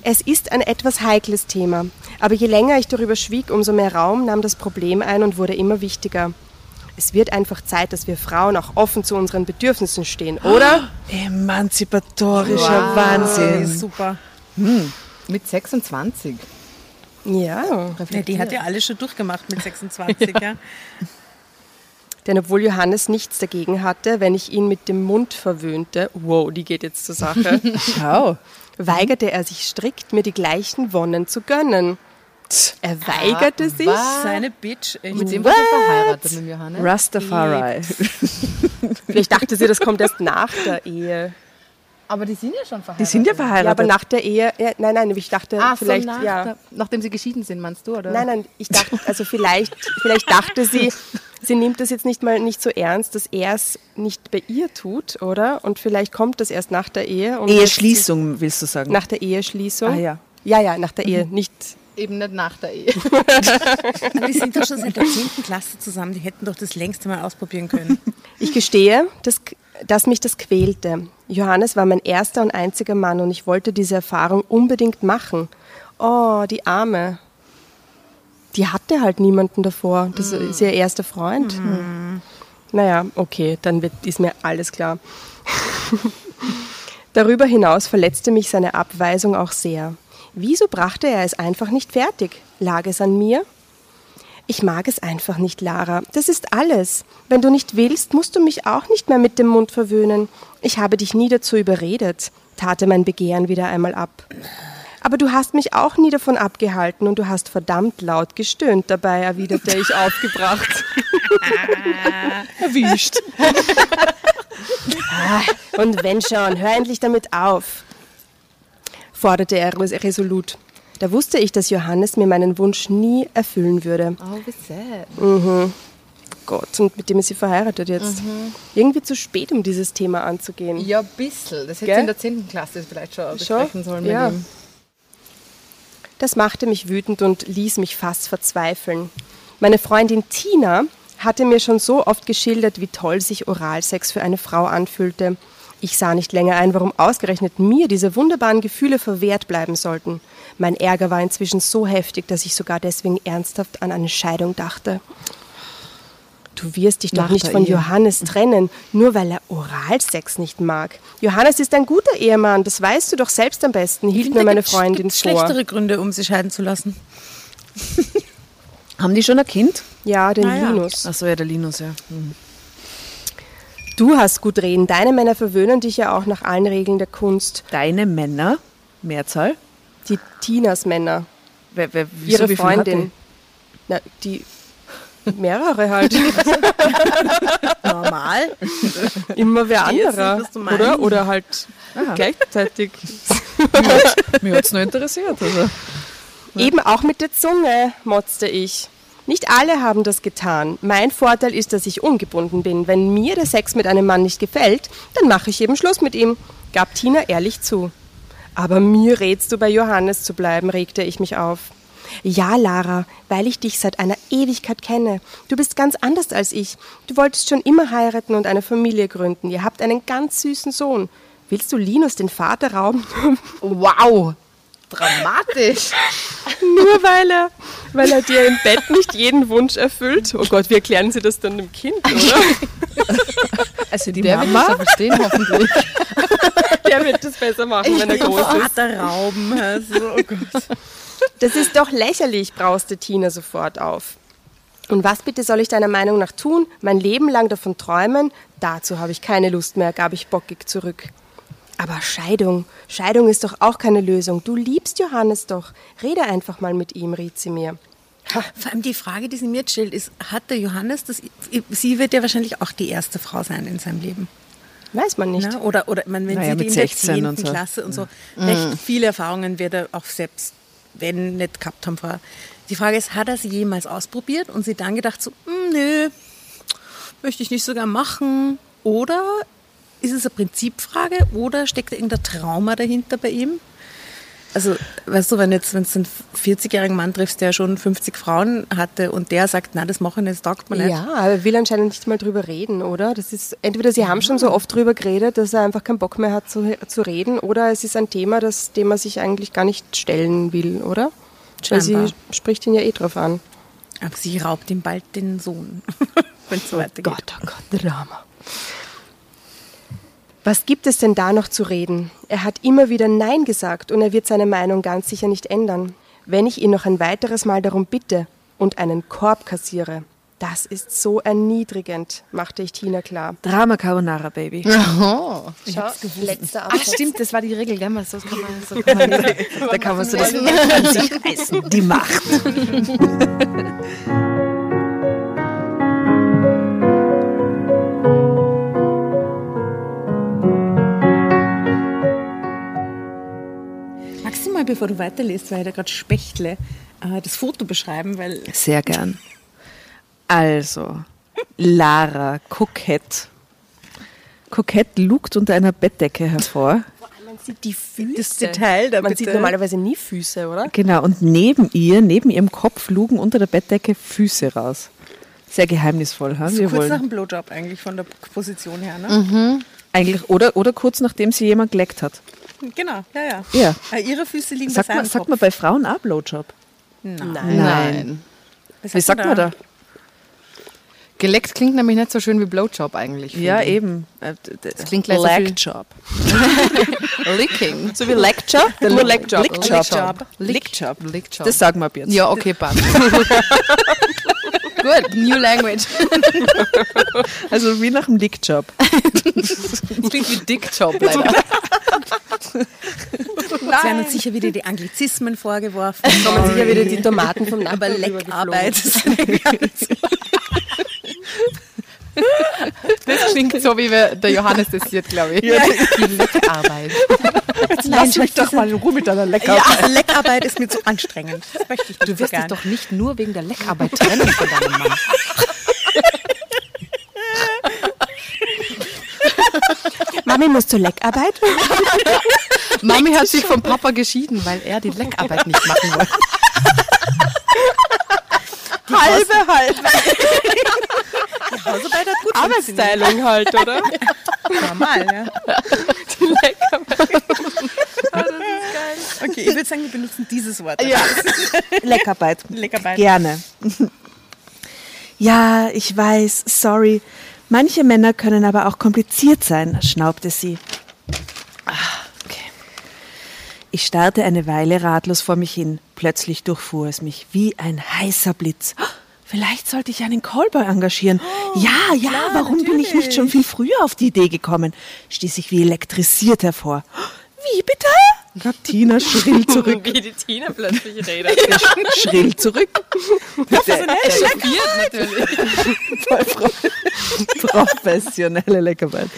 [SPEAKER 5] Es ist ein etwas heikles Thema, aber je länger ich darüber schwieg, umso mehr Raum nahm das Problem ein und wurde immer wichtiger. Es wird einfach Zeit, dass wir Frauen auch offen zu unseren Bedürfnissen stehen, oder?
[SPEAKER 1] Emanzipatorischer Wahnsinn.
[SPEAKER 8] Super.
[SPEAKER 7] Mit 26.
[SPEAKER 5] Ja.
[SPEAKER 8] Ja, die hat ja alle schon durchgemacht mit 26, ja.
[SPEAKER 5] Denn obwohl Johannes nichts dagegen hatte, wenn ich ihn mit dem Mund verwöhnte, wow, die geht jetzt zur Sache,
[SPEAKER 1] Schau.
[SPEAKER 5] weigerte er sich strikt, mir die gleichen Wonnen zu gönnen. Er weigerte
[SPEAKER 7] Ah,
[SPEAKER 5] sich.
[SPEAKER 8] Seine Bitch. echt.
[SPEAKER 7] Mit dem war ich verheiratet mit Johannes.
[SPEAKER 1] Rastafari.
[SPEAKER 5] Vielleicht dachte sie, das kommt erst nach der Ehe.
[SPEAKER 7] Aber die sind ja schon verheiratet.
[SPEAKER 1] Die sind ja
[SPEAKER 5] Ja, aber
[SPEAKER 1] verheiratet.
[SPEAKER 5] nach der Ehe, ja, nein, nein, ich dachte
[SPEAKER 7] Ah,
[SPEAKER 5] vielleicht,
[SPEAKER 7] so nach,
[SPEAKER 5] ja.
[SPEAKER 7] der- nachdem sie geschieden sind, meinst du, oder?
[SPEAKER 5] Nein, nein, ich dachte, also vielleicht, vielleicht dachte sie, sie nimmt das jetzt nicht mal nicht so ernst, dass er es nicht bei ihr tut, oder? Und vielleicht kommt das erst nach der Ehe. Und
[SPEAKER 1] Eheschließung, willst du sagen?
[SPEAKER 5] Nach der Eheschließung. Mhm.
[SPEAKER 1] Ah, ja.
[SPEAKER 5] Ja, ja, nach der Ehe, nicht
[SPEAKER 7] Eben nicht nach der Ehe.
[SPEAKER 8] Aber die sind doch schon seit der 10. Klasse zusammen. Die hätten doch das längste mal ausprobieren können.
[SPEAKER 5] Ich gestehe, dass, dass mich das quälte. Johannes war mein erster und einziger Mann und ich wollte diese Erfahrung unbedingt machen. Oh, die Arme. Die hatte halt niemanden davor. Das ist ihr erster Freund. Mhm. Naja, okay, dann wird, ist mir alles klar. Darüber hinaus verletzte mich seine Abweisung auch sehr. Wieso brachte er es einfach nicht fertig? Lag es an mir? Ich mag es einfach nicht, Lara. Das ist alles. Wenn du nicht willst, musst du mich auch nicht mehr mit dem Mund verwöhnen. Ich habe dich nie dazu überredet, tate mein Begehren wieder einmal ab. Aber du hast mich auch nie davon abgehalten und du hast verdammt laut gestöhnt dabei, erwiderte ich aufgebracht. Erwischt. ah, und wenn schon, hör endlich damit auf, forderte er res- resolut. Da wusste ich, dass Johannes mir meinen Wunsch nie erfüllen würde.
[SPEAKER 7] Oh, wie sad.
[SPEAKER 5] Gott, und mit dem ist sie verheiratet jetzt. Irgendwie zu spät, um dieses Thema anzugehen.
[SPEAKER 7] Ja, ein bisschen. Das hätte
[SPEAKER 5] Gell?
[SPEAKER 7] sie in der 10. Klasse vielleicht schon besprechen sollen mit
[SPEAKER 5] Ja.
[SPEAKER 7] ihm.
[SPEAKER 5] Das machte mich wütend und ließ mich fast verzweifeln. Meine Freundin Tina hatte mir schon so oft geschildert, wie toll sich Oralsex für eine Frau anfühlte. Ich sah nicht länger ein, warum ausgerechnet mir diese wunderbaren Gefühle verwehrt bleiben sollten. Mein Ärger war inzwischen so heftig, dass ich sogar deswegen ernsthaft an eine Scheidung dachte. du wirst dich doch
[SPEAKER 7] Nach
[SPEAKER 5] nicht
[SPEAKER 7] der
[SPEAKER 5] von
[SPEAKER 7] Ehe.
[SPEAKER 5] Johannes trennen, nur weil er Oralsex nicht mag. Johannes ist ein guter Ehemann, das weißt du doch selbst am besten, hielt mir
[SPEAKER 8] da
[SPEAKER 5] meine
[SPEAKER 8] gibt's-
[SPEAKER 5] Freundin
[SPEAKER 8] gibt's
[SPEAKER 5] vor.
[SPEAKER 8] schlechtere Gründe, um sie scheiden zu lassen.
[SPEAKER 7] Haben die schon ein Kind?
[SPEAKER 5] Ja, den
[SPEAKER 8] Naja.
[SPEAKER 5] Linus.
[SPEAKER 7] Achso, ja, der Linus, ja. Hm.
[SPEAKER 5] Du hast gut reden, deine Männer verwöhnen dich ja auch nach allen Regeln der Kunst.
[SPEAKER 7] Deine Männer, Mehrzahl,
[SPEAKER 5] Die Tinas Männer,
[SPEAKER 7] wer, wer,
[SPEAKER 5] ihre
[SPEAKER 7] wieso, wie viel hat
[SPEAKER 5] Freundin. Na, die mehrere halt.
[SPEAKER 8] Normal.
[SPEAKER 5] Immer wer
[SPEAKER 8] Verstehe jetzt
[SPEAKER 5] anderer.
[SPEAKER 8] nicht, was du meinst.
[SPEAKER 5] oder? Oder halt gleichzeitig.
[SPEAKER 7] die? Mich hat es nur interessiert. Also.
[SPEAKER 5] Eben auch mit der Zunge, motzte ich. Nicht alle haben das getan. Mein Vorteil ist, dass ich ungebunden bin. Wenn mir der Sex mit einem Mann nicht gefällt, dann mache ich eben Schluss mit ihm, gab Tina ehrlich zu. Aber mir rätst du bei Johannes zu bleiben, regte ich mich auf. Ja, Lara, weil ich dich seit einer Ewigkeit kenne. Du bist ganz anders als ich. Du wolltest schon immer heiraten und eine Familie gründen. Ihr habt einen ganz süßen Sohn. Willst du Linus den Vater rauben,
[SPEAKER 7] Wow, dramatisch.
[SPEAKER 5] Nur weil er, weil er dir im Bett nicht jeden Wunsch erfüllt. Oh Gott, wie erklären Sie das dann dem Kind, oder?
[SPEAKER 7] Also die der Mama? wird das ja verstehen, hoffentlich.
[SPEAKER 5] Der wird das besser machen, wenn er groß ist.
[SPEAKER 8] Vaterrauben. Also, oh Gott.
[SPEAKER 5] Das ist doch lächerlich, brauste Tina sofort auf. Und was bitte soll ich deiner Meinung nach tun? Mein Leben lang davon träumen? Dazu habe ich keine Lust mehr, gab ich bockig zurück. Aber Scheidung, Scheidung ist doch auch keine Lösung. Du liebst Johannes doch. Rede einfach mal mit ihm, riet sie mir.
[SPEAKER 8] Vor allem die Frage, die sie mir jetzt stellt, ist, hat der Johannes, das, sie wird ja wahrscheinlich auch die erste Frau sein in seinem Leben.
[SPEAKER 5] Weiß man nicht.
[SPEAKER 8] Ne? Oder, oder man, wenn
[SPEAKER 1] Naja,
[SPEAKER 8] sie
[SPEAKER 1] mit
[SPEAKER 8] in der
[SPEAKER 1] 16
[SPEAKER 8] 10.
[SPEAKER 1] und so.
[SPEAKER 8] Klasse und so,
[SPEAKER 5] Mhm.
[SPEAKER 8] recht viele Erfahrungen wird er auch selbst, wenn nicht gehabt haben vorher. Die Frage ist, hat er sie jemals ausprobiert und sie dann gedacht so, "Hm, nö, möchte ich nicht sogar machen? Oder ist es eine Prinzipfrage oder steckt da irgendein Trauma dahinter bei ihm? Also, weißt du, wenn jetzt, wenn du einen 40-jährigen Mann triffst, der schon 50 Frauen hatte und der sagt, na, das machen wir nicht, das taugt mir nicht.
[SPEAKER 5] Ja, aber er will anscheinend nicht mal drüber reden, oder? Das ist entweder sie haben schon so oft drüber geredet, dass er einfach keinen Bock mehr hat zu, zu reden, oder es ist ein Thema, das dem er sich eigentlich gar nicht stellen will, oder? Weil
[SPEAKER 8] Scheinbar.
[SPEAKER 5] sie spricht ihn ja eh drauf an.
[SPEAKER 8] Aber sie raubt ihm bald den Sohn, wenn es so weitergeht.
[SPEAKER 5] oh Gott, Drama. Was gibt es denn da noch zu reden? Er hat immer wieder Nein gesagt und er wird seine Meinung ganz sicher nicht ändern. Wenn ich ihn noch ein weiteres Mal darum bitte und einen Korb kassiere, das ist so erniedrigend, machte ich Tina klar.
[SPEAKER 1] Drama Carbonara, Baby.
[SPEAKER 5] Schau, letzter
[SPEAKER 7] Ach stimmt, das war die Regel, gell? So kann man, so kann man, da kann man so das an sich reißen. Die Macht.
[SPEAKER 8] Magst du mal, bevor du weiterliest, weil ich da gerade spechtle, äh, das Foto beschreiben, weil
[SPEAKER 1] Sehr gern. Also, Lara, kokett. Kokett lugt unter einer Bettdecke hervor.
[SPEAKER 5] Man sieht die Füße.
[SPEAKER 8] das Detail da
[SPEAKER 5] Man
[SPEAKER 8] bitte.
[SPEAKER 5] sieht normalerweise nie Füße, oder?
[SPEAKER 1] Genau, und neben ihr, neben ihrem Kopf lugen unter der Bettdecke Füße raus. Sehr geheimnisvoll, ha?
[SPEAKER 8] so
[SPEAKER 1] Wir
[SPEAKER 8] kurz nach
[SPEAKER 1] wollen. Mhm.
[SPEAKER 8] dem Blowjob eigentlich von der Position her, ne?
[SPEAKER 1] Eigentlich, oder, oder kurz nachdem sie jemand geleckt hat.
[SPEAKER 8] Genau, ja, ja.
[SPEAKER 1] Ja.
[SPEAKER 8] Äh, ihre Füße liegen
[SPEAKER 1] Sagt
[SPEAKER 8] bei
[SPEAKER 1] man,
[SPEAKER 8] seinem
[SPEAKER 1] sagt
[SPEAKER 8] Kopf.
[SPEAKER 1] man bei Frauen auch Blowjob?
[SPEAKER 7] Nein.
[SPEAKER 8] Was
[SPEAKER 1] Wie sagt man da?
[SPEAKER 7] Geleckt klingt nämlich nicht so schön wie Blowjob eigentlich. finde
[SPEAKER 1] Ja,
[SPEAKER 7] ich.
[SPEAKER 1] eben.
[SPEAKER 7] Das klingt gleich so viel-
[SPEAKER 1] Job.
[SPEAKER 7] Licking.
[SPEAKER 1] So wie Lecture? Der nur Lecture.
[SPEAKER 7] Lickjob.
[SPEAKER 1] Lickjob.
[SPEAKER 7] Lickjob.
[SPEAKER 1] Das sagen wir ab jetzt.
[SPEAKER 7] Ja, okay, passt. Gut, new language.
[SPEAKER 1] Also wie nach dem Lickjob.
[SPEAKER 7] Das klingt wie Dickjob leider.
[SPEAKER 8] Es werden uns sicher wieder die Anglizismen vorgeworfen.
[SPEAKER 5] Kommen sicher wieder die Tomaten vom
[SPEAKER 8] aber
[SPEAKER 5] Nachbarn
[SPEAKER 8] Leckarbeit.
[SPEAKER 7] Das klingt so, wie wir, der Johannes das jetzt, glaube ich. Die Leckarbeit.
[SPEAKER 8] Lass mich doch
[SPEAKER 1] mal in Ruhe mit deiner Lecker.
[SPEAKER 8] Ja, Leckarbeit ist mir zu anstrengend. Das möchte ich nicht
[SPEAKER 7] Du wirst
[SPEAKER 8] so
[SPEAKER 7] dich doch nicht nur wegen der Leckarbeit trennen von deinem Mann.
[SPEAKER 5] Mami muss zur Leckarbeit.
[SPEAKER 7] Mami hat sich vom Papa geschieden, weil er die Leckarbeit nicht machen wollte.
[SPEAKER 5] Halbe, halbe.
[SPEAKER 8] Hausarbeit hat gut funktioniert.
[SPEAKER 5] Arbeitsteilung halt, oder?
[SPEAKER 8] Normal, ja. Oh, Okay, ich würde sagen, wir benutzen dieses Wort.
[SPEAKER 7] Ja.
[SPEAKER 1] Leckarbeit.
[SPEAKER 8] Leckarbeit.
[SPEAKER 1] Gerne. Ja, ich weiß, sorry. Manche Männer können aber auch kompliziert sein, schnaubte sie. Ah, Ich starrte eine Weile ratlos vor mich hin. Plötzlich durchfuhr es mich wie ein heißer Blitz. Oh, Vielleicht sollte ich einen Callboy engagieren. ja, ja, warum bin ich nicht schon viel früher auf die Idee gekommen? stieß ich wie elektrisiert hervor. Oh, Wie bitte? gab Tina schrill zurück.
[SPEAKER 2] Wie die Tina plötzlich redet.
[SPEAKER 1] schrill zurück. Professionelle Leckerbein.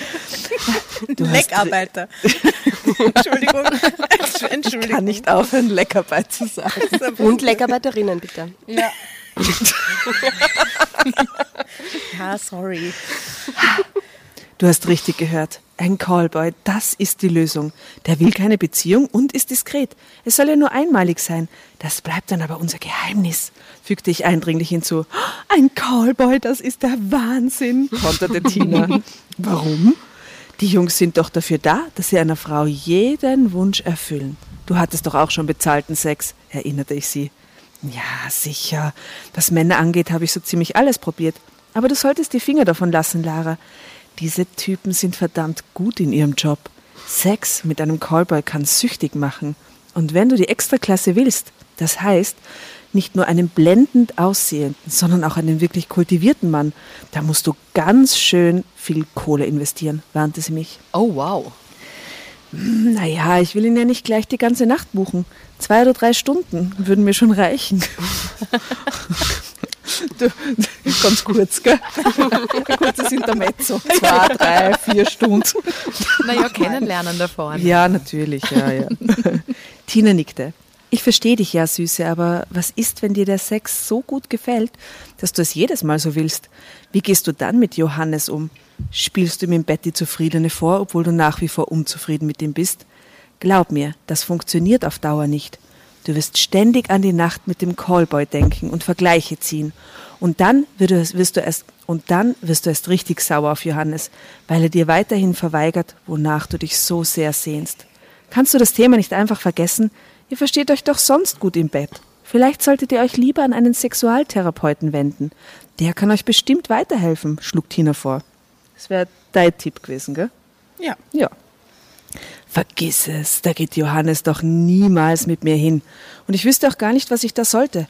[SPEAKER 8] Leckarbeiter. Entschuldigung. Entschuldigung.
[SPEAKER 1] Kann nicht aufhören, Leckerbein zu sagen.
[SPEAKER 5] Und Leckarbeiterinnen, bitte.
[SPEAKER 8] Ja, sorry.
[SPEAKER 1] Du hast richtig gehört. Ein Callboy, das ist die Lösung. Der will keine Beziehung und ist diskret. Es soll ja nur einmalig sein. Das bleibt dann aber unser Geheimnis, fügte ich eindringlich hinzu. Ein Callboy, das ist der Wahnsinn, konterte Tina. Warum? Die Jungs sind doch dafür da, dass sie einer Frau jeden Wunsch erfüllen. Du hattest doch auch schon bezahlten Sex, erinnerte ich sie. Ja, sicher. Was Männer angeht, habe ich so ziemlich alles probiert. Aber du solltest die Finger davon lassen, Lara. Diese Typen sind verdammt gut in ihrem Job. Sex mit einem Callboy kann süchtig machen. Und wenn du die Extraklasse willst, das heißt, nicht nur einen blendend aussehenden, sondern auch einen wirklich kultivierten Mann, da musst du ganz schön viel Kohle investieren, warnte sie mich.
[SPEAKER 7] Oh, wow.
[SPEAKER 1] Naja, ich will ihn ja nicht gleich die ganze Nacht buchen. Zwei oder drei Stunden würden mir schon reichen. Du, ganz kurz, gell? Kurzes Intermezzo. Zwei, drei, vier Stunden.
[SPEAKER 7] Naja, kennenlernen davon.
[SPEAKER 1] Ja, natürlich, ja, ja. Tina nickte. Ich verstehe dich ja, Süße, aber was ist, wenn dir der Sex so gut gefällt, dass du es jedes Mal so willst? Wie gehst du dann mit Johannes um? Spielst du ihm im Bett die Zufriedene vor, obwohl du nach wie vor unzufrieden mit ihm bist? Glaub mir, das funktioniert auf Dauer nicht. Du wirst ständig an die Nacht mit dem Callboy denken und Vergleiche ziehen. Und dann wird es- wirst du erst, und dann wirst du erst richtig sauer auf Johannes, weil er dir weiterhin verweigert, wonach du dich so sehr sehnst. Kannst du das Thema nicht einfach vergessen? Ihr versteht euch doch sonst gut im Bett. Vielleicht solltet ihr euch lieber an einen Sexualtherapeuten wenden. Der kann euch bestimmt weiterhelfen, schlug Tina vor. Das wäre dein Tipp gewesen, gell?
[SPEAKER 8] Ja.
[SPEAKER 1] Ja. Vergiss es, da geht Johannes doch niemals mit mir hin. Und ich wüsste auch gar nicht, was ich da sollte.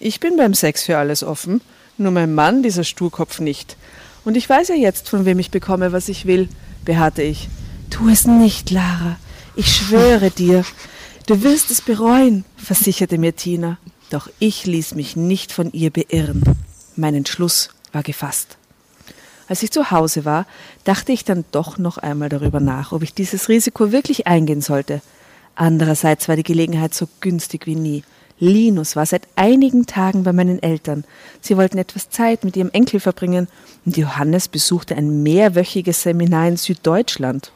[SPEAKER 1] Ich bin beim Sex für alles offen, nur mein Mann, dieser Sturkopf, nicht. Und ich weiß ja jetzt, von wem ich bekomme, was ich will, beharrte ich. Tu es nicht, Lara. Ich schwöre dir. Du wirst es bereuen, versicherte mir Tina. Doch ich ließ mich nicht von ihr beirren. Mein Entschluss war gefasst. Als ich zu Hause war, dachte ich dann doch noch einmal darüber nach, ob ich dieses Risiko wirklich eingehen sollte. Andererseits war die Gelegenheit so günstig wie nie. Linus war seit einigen Tagen bei meinen Eltern. Sie wollten etwas Zeit mit ihrem Enkel verbringen und Johannes besuchte ein mehrwöchiges Seminar in Süddeutschland.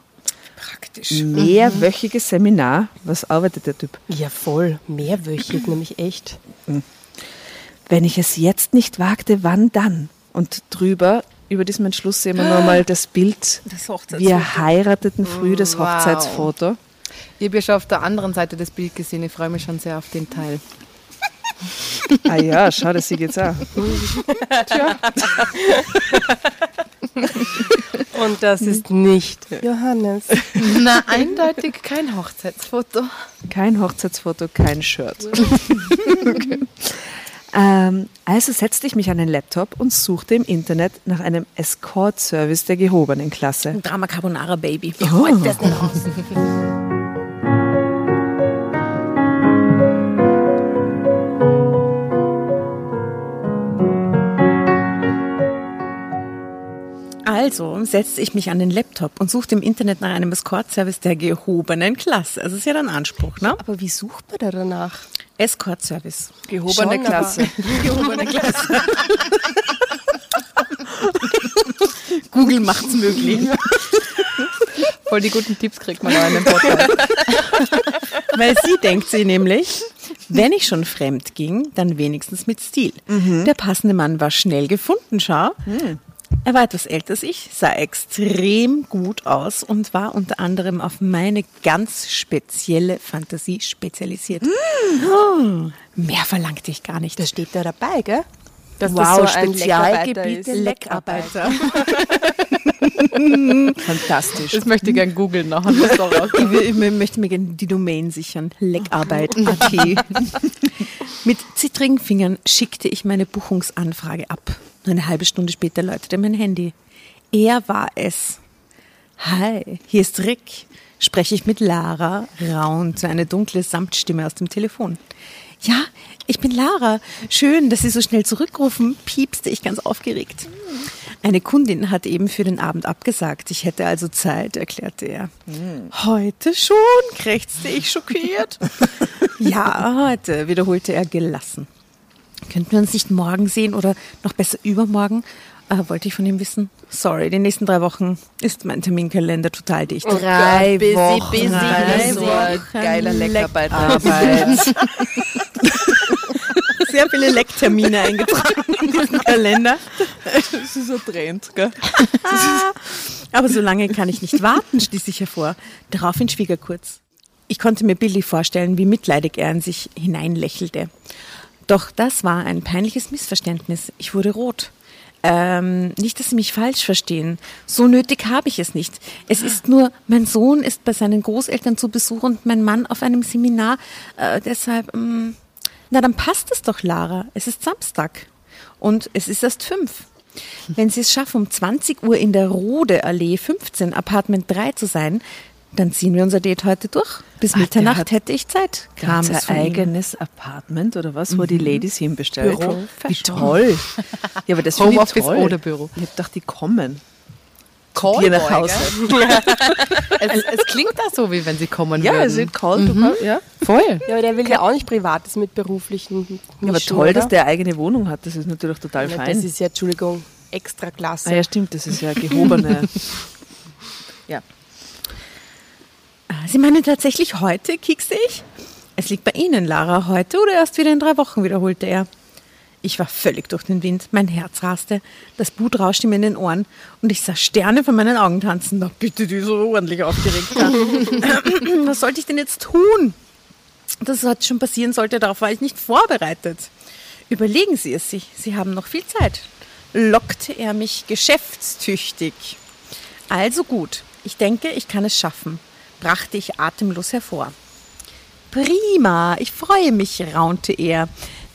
[SPEAKER 8] Praktisch.
[SPEAKER 1] Mehrwöchiges Seminar? Was arbeitet der Typ?
[SPEAKER 5] Ja, voll. Mehrwöchig, nämlich echt.
[SPEAKER 1] Wenn ich es jetzt nicht wagte, wann dann? Und drüber, über diesem Entschluss sehen wir nochmal das Bild.
[SPEAKER 8] Das Hochzeitsfoto.
[SPEAKER 1] Wir heirateten früh das
[SPEAKER 7] Wow.
[SPEAKER 1] Hochzeitsfoto.
[SPEAKER 7] Ich habe ja schon auf der anderen Seite das Bild gesehen. Ich freue mich schon sehr auf den Teil.
[SPEAKER 1] Ah ja, schau, das sieht jetzt auch.
[SPEAKER 5] Und das ist nicht Mhm. Johannes.
[SPEAKER 7] Na, eindeutig kein Hochzeitsfoto.
[SPEAKER 1] Kein Hochzeitsfoto, kein Shirt. Okay. ähm, also setzte ich mich an den Laptop und suchte im Internet nach einem Escort-Service der gehobenen Klasse.
[SPEAKER 8] Drama Carbonara Baby. Ich wollte das nicht aus. Also setzte ich mich an den Laptop und suchte im Internet nach einem Escort-Service der gehobenen Klasse. Das ist ja dann Anspruch, ne?
[SPEAKER 5] Aber wie sucht man da danach?
[SPEAKER 8] Escort-Service.
[SPEAKER 1] Gehobene Klasse.
[SPEAKER 8] Gehobene Klasse. Google macht's möglich.
[SPEAKER 7] Voll die guten Tipps kriegt man da in dem Podcast.
[SPEAKER 8] Weil sie denkt sie nämlich, wenn ich schon fremd ging, dann wenigstens mit Stil. Der passende Mann war schnell gefunden, schau. Er war etwas älter als ich, sah extrem gut aus und war unter anderem auf meine ganz spezielle Fantasie spezialisiert. Mehr verlangte ich gar nicht.
[SPEAKER 5] Steht da dabei, gell? Dass
[SPEAKER 8] wow,
[SPEAKER 5] das so ein
[SPEAKER 8] Spezialgebiet
[SPEAKER 5] Leckarbeiter
[SPEAKER 8] der
[SPEAKER 5] ist.
[SPEAKER 8] Leckarbeiter. Fantastisch.
[SPEAKER 7] Das möchte ich gern googeln nachher. was da rauskommt.
[SPEAKER 6] Ich, will, ich möchte mir gerne die Domain sichern. Leckarbeit.at. Mit zittrigen Fingern schickte ich meine Buchungsanfrage ab. Nur eine halbe Stunde später läutete mein Handy. Er war es. Hi, hier ist Rick. Spreche ich mit Lara Raun zu einer dunkle Samtstimme aus dem Telefon. Ja, ich bin Lara. Schön, dass Sie so schnell zurückrufen, piepste ich ganz aufgeregt. Eine Kundin hat eben für den Abend abgesagt. Ich hätte also Zeit, erklärte er. Heute schon, krächzte ich schockiert. ja, heute, wiederholte er gelassen. Könnten wir uns nicht morgen sehen oder noch besser übermorgen? Äh, wollte ich von ihm wissen. Sorry, die nächsten drei Wochen ist mein Terminkalender total dicht.
[SPEAKER 8] Drei
[SPEAKER 3] busy,
[SPEAKER 8] Wochen.
[SPEAKER 3] busy,
[SPEAKER 8] drei
[SPEAKER 5] ne?
[SPEAKER 3] busy.
[SPEAKER 8] Wochen.
[SPEAKER 3] Geiler Leckarbeiter.
[SPEAKER 6] Sehr viele Lecktermine eingetragen in diesen Kalender.
[SPEAKER 7] Das ist so drehend, gell?
[SPEAKER 6] Aber so lange kann ich nicht warten, stieß ich hervor. Daraufhin schwieg er kurz. Ich konnte mir Billy vorstellen, wie mitleidig er in sich hineinlächelte. Doch das war ein peinliches Missverständnis. Ich wurde rot. Ähm, nicht, dass Sie mich falsch verstehen. So nötig habe ich es nicht. Es ist nur, mein Sohn ist bei seinen Großeltern zu Besuch und mein Mann auf einem Seminar. Äh, deshalb, mh, na dann passt es doch, Lara. Es ist Samstag und es ist erst fünf. Wenn Sie es schaffen, um 20 Uhr in der Rode Allee 15, Apartment 3 zu sein, dann ziehen wir unser Date heute durch. Bis
[SPEAKER 1] Ah, der
[SPEAKER 6] Mitternacht
[SPEAKER 1] hat
[SPEAKER 6] hätte ich Zeit. Kam es
[SPEAKER 1] Ganz
[SPEAKER 6] von
[SPEAKER 1] ein
[SPEAKER 6] ihm.
[SPEAKER 1] eigenes Apartment oder was, wo die Ladies hinbestellt
[SPEAKER 6] Büro.
[SPEAKER 1] haben. Wie toll. Ja, aber das finde ich
[SPEAKER 7] Homeoffice
[SPEAKER 1] toll.
[SPEAKER 7] oder Büro?
[SPEAKER 1] Ich hab gedacht, die kommen.
[SPEAKER 7] Call
[SPEAKER 1] Hier nach Hause.
[SPEAKER 7] Es, es klingt da so, wie wenn sie kommen
[SPEAKER 1] Ja,
[SPEAKER 7] würden.
[SPEAKER 1] es sind Call to Call, ja.
[SPEAKER 7] voll.
[SPEAKER 5] Ja, aber der will ja auch nicht Privates mit beruflichen.
[SPEAKER 1] Ja, aber toll, dass der eigene Wohnung hat. Das ist natürlich total
[SPEAKER 5] Ja,
[SPEAKER 1] fein.
[SPEAKER 5] das ist ja, Entschuldigung, extra klasse.
[SPEAKER 1] ah ja, stimmt, das ist ja gehobene. ja.
[SPEAKER 6] Ah, Sie meinen tatsächlich heute, kiekste ich? Es liegt bei Ihnen, Lara, heute oder erst wieder in drei Wochen, wiederholte er. Ich war völlig durch den Wind, mein Herz raste, das Blut rauschte mir in den Ohren und ich sah Sterne vor meinen Augen tanzen. Na bitte, die ist so ordentlich aufgeregt. war. Was sollte ich denn jetzt tun? Das hat schon passieren sollte, darauf war ich nicht vorbereitet. Überlegen Sie es sich, Sie haben noch viel Zeit. Lockte er mich geschäftstüchtig. Also gut, ich denke, ich kann es schaffen, brachte ich atemlos hervor. Prima, ich freue mich, raunte er.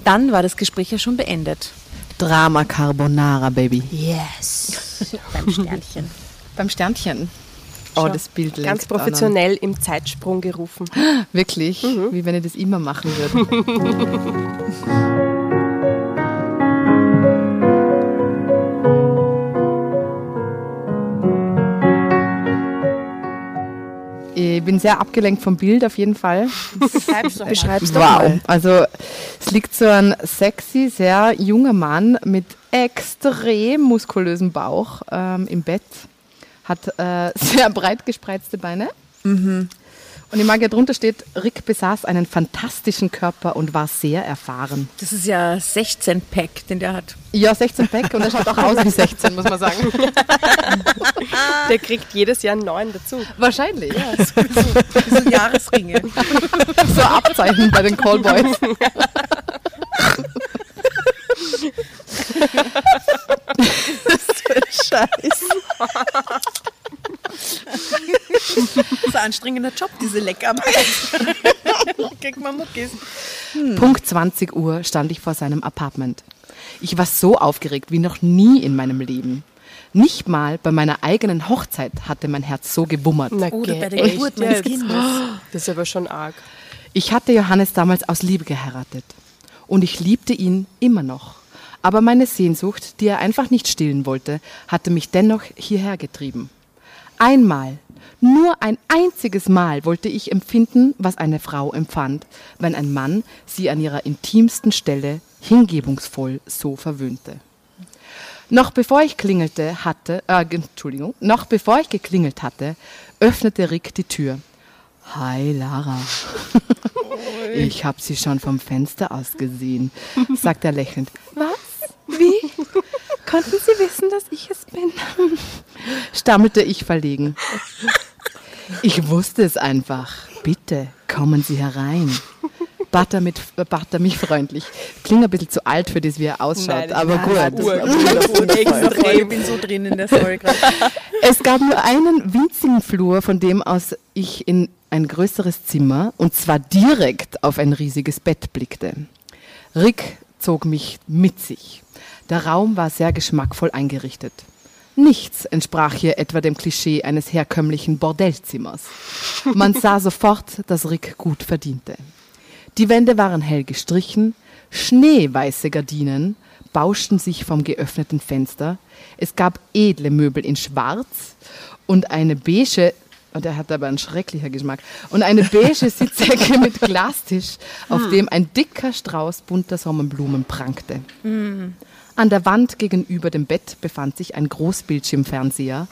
[SPEAKER 6] Dann war das Gespräch ja schon beendet.
[SPEAKER 7] Drama Carbonara, Baby.
[SPEAKER 8] Yes. Beim Sternchen.
[SPEAKER 7] Beim Sternchen. Oh, das Bild
[SPEAKER 5] Ganz
[SPEAKER 7] lenkt an.
[SPEAKER 5] professionell im Zeitsprung gerufen.
[SPEAKER 7] Wirklich, wie wenn ich das immer machen würde. Ich bin sehr abgelenkt vom Bild auf jeden Fall.
[SPEAKER 5] Beschreibst du
[SPEAKER 7] Wow. Also es liegt so ein sexy, sehr junger Mann mit extrem muskulösem Bauch ähm, im Bett. Hat äh, sehr breit gespreizte Beine. Und im Magier drunter steht, Rick besaß einen fantastischen Körper und war sehr erfahren.
[SPEAKER 6] Das ist ja 16 Pack, den der hat.
[SPEAKER 7] Ja, 16 Pack und er schaut auch aus wie 16, muss man sagen.
[SPEAKER 5] Der kriegt jedes Jahr einen neuen dazu.
[SPEAKER 7] Wahrscheinlich. Ja.
[SPEAKER 8] So Jahresringe.
[SPEAKER 7] So Abzeichen bei den Callboys.
[SPEAKER 8] Das ist ein anstrengender Job, diese Leckarbeit. Kriegt man Muckis.
[SPEAKER 7] Punkt 20 Uhr stand ich vor seinem Apartment. Ich war so aufgeregt wie noch nie in meinem Leben. Nicht mal bei meiner eigenen Hochzeit hatte mein Herz so gewummert.
[SPEAKER 8] Oder bei der
[SPEAKER 5] echt
[SPEAKER 8] Geburt meines
[SPEAKER 5] jetzt?
[SPEAKER 8] Kindes.
[SPEAKER 5] Das ist aber schon arg.
[SPEAKER 7] Ich hatte Johannes damals aus Liebe geheiratet. Und ich liebte ihn immer noch. Aber meine Sehnsucht, die er einfach nicht stillen wollte, hatte mich dennoch hierher getrieben. Einmal, nur ein einziges Mal wollte ich empfinden, was eine Frau empfand, wenn ein Mann sie an ihrer intimsten Stelle hingebungsvoll so verwöhnte. Noch bevor ich klingelte hatte, äh, Entschuldigung, noch bevor ich geklingelt hatte, öffnete Rick die Tür. Hi Lara. Ich habe sie schon vom Fenster aus gesehen, sagt er lächelnd. Was? Wie? Konnten Sie wissen, dass ich es bin? Stammelte ich verlegen. Ich wusste es einfach. Bitte kommen Sie herein. Butter mit äh, Butter mich freundlich. Klingt ein bisschen zu alt für das, wie er ausschaut, aber gut.
[SPEAKER 8] Ich bin so drin in der Story gerade.
[SPEAKER 7] Es gab nur einen winzigen Flur, von dem aus ich in ein größeres Zimmer und zwar direkt auf ein riesiges Bett blickte. Rick zog mich mit sich. Der Raum war sehr geschmackvoll eingerichtet. Nichts entsprach hier etwa dem Klischee eines herkömmlichen Bordellzimmers. Man sah sofort, dass Rick gut verdiente. Die Wände waren hell gestrichen, schneeweiße Gardinen bauschten sich vom geöffneten Fenster. Es gab edle Möbel in Schwarz und eine beige, und er hatte aber einen schrecklicher Geschmack, und eine beige Sitzecke mit Glastisch, auf dem ein dicker Strauß bunter Sommerblumen prangte. An der Wand gegenüber dem Bett befand sich ein Großbildschirmfernseher.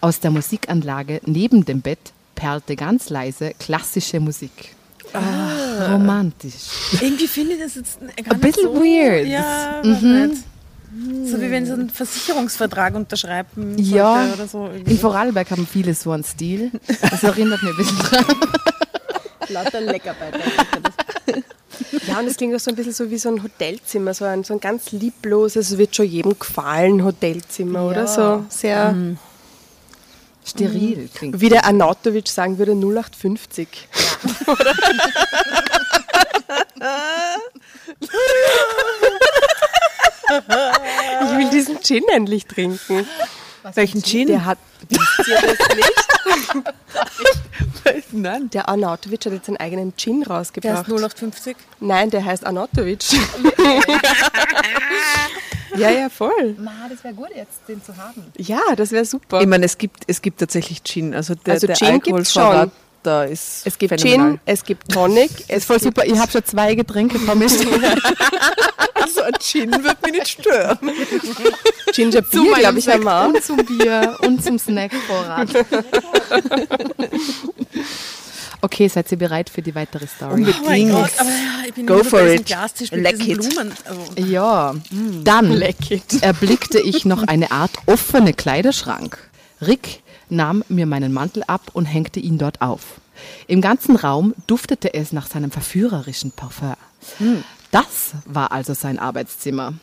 [SPEAKER 7] Aus der Musikanlage neben dem Bett perlte ganz leise klassische Musik. Ach, romantisch.
[SPEAKER 8] Irgendwie finde ich das jetzt gar nicht
[SPEAKER 7] Ein bisschen
[SPEAKER 8] so,
[SPEAKER 7] weird.
[SPEAKER 8] Ja, weiß nicht. So wie wenn sie einen Versicherungsvertrag unterschreiben sollte
[SPEAKER 7] Ja.
[SPEAKER 8] oder so. irgendwie.
[SPEAKER 7] In Vorarlberg haben viele so einen Stil. Das erinnert mich ein bisschen dran.
[SPEAKER 3] Lauter Leckerbeiter.
[SPEAKER 5] Ja, und es klingt auch so ein bisschen so wie so ein Hotelzimmer, so ein, so ein ganz liebloses, wird schon jedem gefallen Hotelzimmer, oder? So sehr,
[SPEAKER 7] Steril klingt.
[SPEAKER 5] wie der Arnautovic sagen würde, 0850. ich will diesen Gin endlich trinken.
[SPEAKER 1] Welchen Gin?
[SPEAKER 5] Der hat. Wisst ihr das nicht? Nein. Der Arnautovic hat jetzt seinen eigenen Gin
[SPEAKER 8] Der ist
[SPEAKER 5] rausgebracht.
[SPEAKER 8] 0850.
[SPEAKER 5] Nein, der heißt Arnautovic. ja, ja, voll.
[SPEAKER 7] Ma, das wäre gut jetzt, den zu haben.
[SPEAKER 5] Ja, das wäre super.
[SPEAKER 1] Ich meine, es gibt, es gibt tatsächlich Gin. Also der,
[SPEAKER 5] Also
[SPEAKER 1] der
[SPEAKER 5] Gin gibt's
[SPEAKER 1] Alkoholvorrat
[SPEAKER 5] schon.
[SPEAKER 1] da ist
[SPEAKER 5] es gibt
[SPEAKER 1] phänomenal.
[SPEAKER 5] Gin, es gibt Tonic,
[SPEAKER 7] Das
[SPEAKER 5] es
[SPEAKER 7] ist voll
[SPEAKER 5] gibt
[SPEAKER 7] super. Ich habe schon zwei Getränke vermischt.
[SPEAKER 1] Also ein Gin wird mich nicht stören.
[SPEAKER 5] Ginger Beer, glaube ich, einmal.
[SPEAKER 7] und zum Bier und zum Snackvorrat. Okay, seid ihr bereit für die weitere Story?
[SPEAKER 8] Oh mein Gott, aber ja, ich bin
[SPEAKER 1] Go
[SPEAKER 8] nur
[SPEAKER 1] for
[SPEAKER 8] bei diesem
[SPEAKER 1] it.
[SPEAKER 8] Glastisch mit
[SPEAKER 1] Leck
[SPEAKER 8] diesen
[SPEAKER 1] it.
[SPEAKER 8] Blumen. Also,
[SPEAKER 7] Ja, dann erblickte ich noch eine Art offene Kleiderschrank. Rick nahm mir meinen Mantel ab und hängte ihn dort auf. Im ganzen Raum duftete es nach seinem verführerischen Parfum.
[SPEAKER 8] Hm.
[SPEAKER 7] Das war also sein Arbeitszimmer.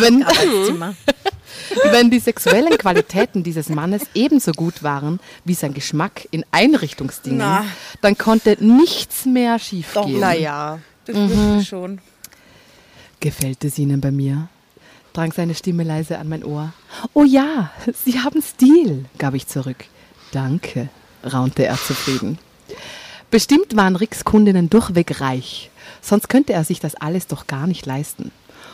[SPEAKER 7] Wenn,
[SPEAKER 8] Arbeitszimmer.
[SPEAKER 7] wenn die sexuellen Qualitäten dieses Mannes ebenso gut waren wie sein Geschmack in Einrichtungsdingen,
[SPEAKER 8] Na.
[SPEAKER 7] dann konnte nichts mehr schiefgehen.
[SPEAKER 5] Naja.
[SPEAKER 8] Das mhm. schon.
[SPEAKER 7] Gefällt es Ihnen bei mir? drang seine Stimme leise an mein Ohr. Oh ja, Sie haben Stil, gab ich zurück. Danke, raunte er zufrieden. Bestimmt waren Ricks Kundinnen durchweg reich, sonst könnte er sich das alles doch gar nicht leisten.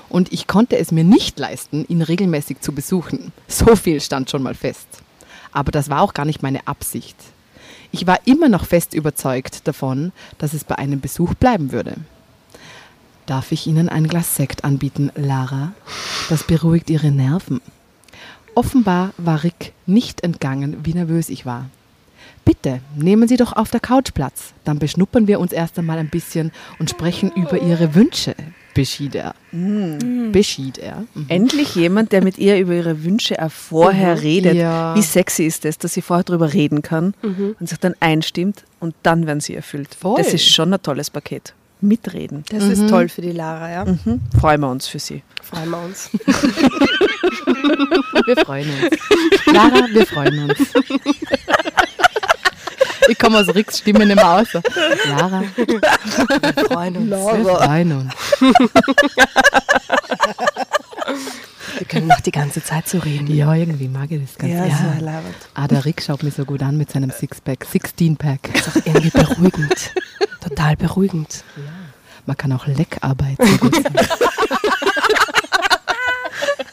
[SPEAKER 7] Und ich konnte es mir nicht leisten, ihn regelmäßig zu besuchen. So viel stand schon mal fest. Aber das war auch gar nicht meine Absicht. Ich war immer noch fest überzeugt davon, dass es bei einem Besuch bleiben würde. Darf ich Ihnen ein Glas Sekt anbieten, Lara? Das beruhigt Ihre Nerven. Offenbar war Rick nicht entgangen, wie nervös ich war. Bitte, nehmen Sie doch auf der Couch Platz. Dann beschnuppern wir uns erst einmal ein bisschen und sprechen über Ihre Wünsche, beschied er. Beschied er. Mhm.
[SPEAKER 1] Endlich jemand, der mit ihr über ihre Wünsche auch vorher redet.
[SPEAKER 7] Ja.
[SPEAKER 1] Wie sexy ist das, dass sie vorher drüber reden kann und sich dann einstimmt und dann werden sie erfüllt.
[SPEAKER 7] Voll.
[SPEAKER 1] Das ist schon ein tolles Paket. Mitreden. Hm?
[SPEAKER 5] Das ist toll für die Lara, ja.
[SPEAKER 1] Freuen wir uns für sie.
[SPEAKER 5] Freuen Mhm. wir uns.
[SPEAKER 7] Wir freuen uns. Lara, wir freuen uns. Ich komme aus Ricks Stimme nicht mehr raus. Lara,
[SPEAKER 5] Wir freuen uns.
[SPEAKER 7] wir freuen uns.
[SPEAKER 5] Wir können noch die ganze Zeit so reden.
[SPEAKER 7] Ja, irgendwie mag ich das ganz ja. Ah, der Rick schaut mich so gut an mit seinem Sixpack, Sixteen-Pack.
[SPEAKER 5] Irgendwie beruhigend. Total beruhigend.
[SPEAKER 7] Man kann auch Leckarbeit so gut sagen.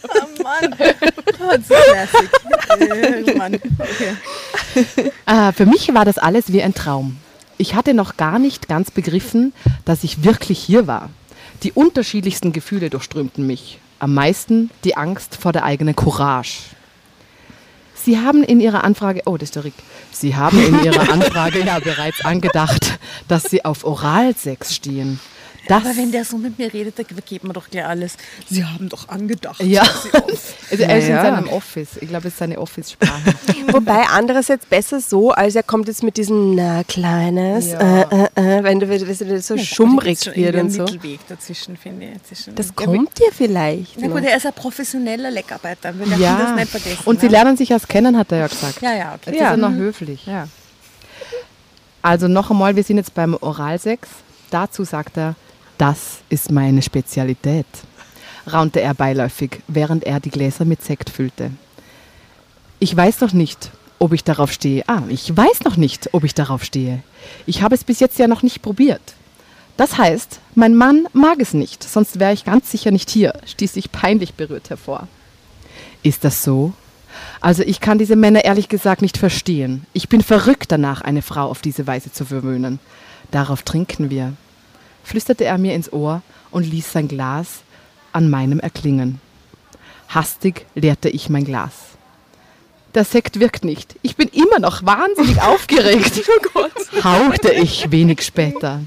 [SPEAKER 8] Oh Mann. Oh, das ist classic. Äh, Mann. Okay.
[SPEAKER 7] Ah, für mich war das alles wie ein Traum. Ich hatte noch gar nicht ganz begriffen, dass ich wirklich hier war. Die unterschiedlichsten Gefühle durchströmten mich. Am meisten die Angst vor der eigenen Courage. Sie haben in Ihrer Anfrage, oh, das ist der Rick. Sie haben in Ihrer Anfrage ja bereits angedacht, dass Sie auf Oralsex stehen. Das
[SPEAKER 8] Aber wenn der so mit mir redet, da vergeht man doch gleich alles. Sie haben doch angedacht.
[SPEAKER 7] ja, also er ist in Naja. seinem Office. Ich glaube, es ist seine Office-Sprache.
[SPEAKER 5] Wobei andererseits besser so, als er kommt jetzt mit diesem na kleines,
[SPEAKER 7] Ja.
[SPEAKER 5] äh, äh, äh, wenn du, weißt du so schummrig wird und so.
[SPEAKER 8] Mittelweg dazwischen, finde ich. Zwischen-
[SPEAKER 5] Das kommt dir vielleicht.
[SPEAKER 8] Na gut,
[SPEAKER 5] noch.
[SPEAKER 8] er ist ein professioneller Leckarbeiter. Wir dürfen das
[SPEAKER 7] ja.
[SPEAKER 8] nicht vergessen.
[SPEAKER 7] Und sie
[SPEAKER 8] ne?
[SPEAKER 7] lernen sich erst kennen, hat er ja gesagt.
[SPEAKER 8] Ja, ja, okay.
[SPEAKER 7] Jetzt ist er noch höflich. Ja. Also noch einmal, wir sind jetzt beim Oralsex. Dazu sagt er, das ist meine Spezialität, raunte er beiläufig, während er die Gläser mit Sekt füllte. Ich weiß noch nicht, ob ich darauf stehe. Ah, ich weiß noch nicht, ob ich darauf stehe. Ich habe es bis jetzt ja noch nicht probiert. Das heißt, mein Mann mag es nicht, sonst wäre ich ganz sicher nicht hier, stieß ich peinlich berührt hervor. Ist das so? Also ich kann diese Männer ehrlich gesagt nicht verstehen. Ich bin verrückt danach, eine Frau auf diese Weise zu verwöhnen. Darauf trinken wir, flüsterte er mir ins Ohr und ließ sein Glas an meinem erklingen. Hastig leerte ich mein Glas. Der Sekt wirkt nicht. Ich bin immer noch wahnsinnig aufgeregt. Hauchte ich wenig später.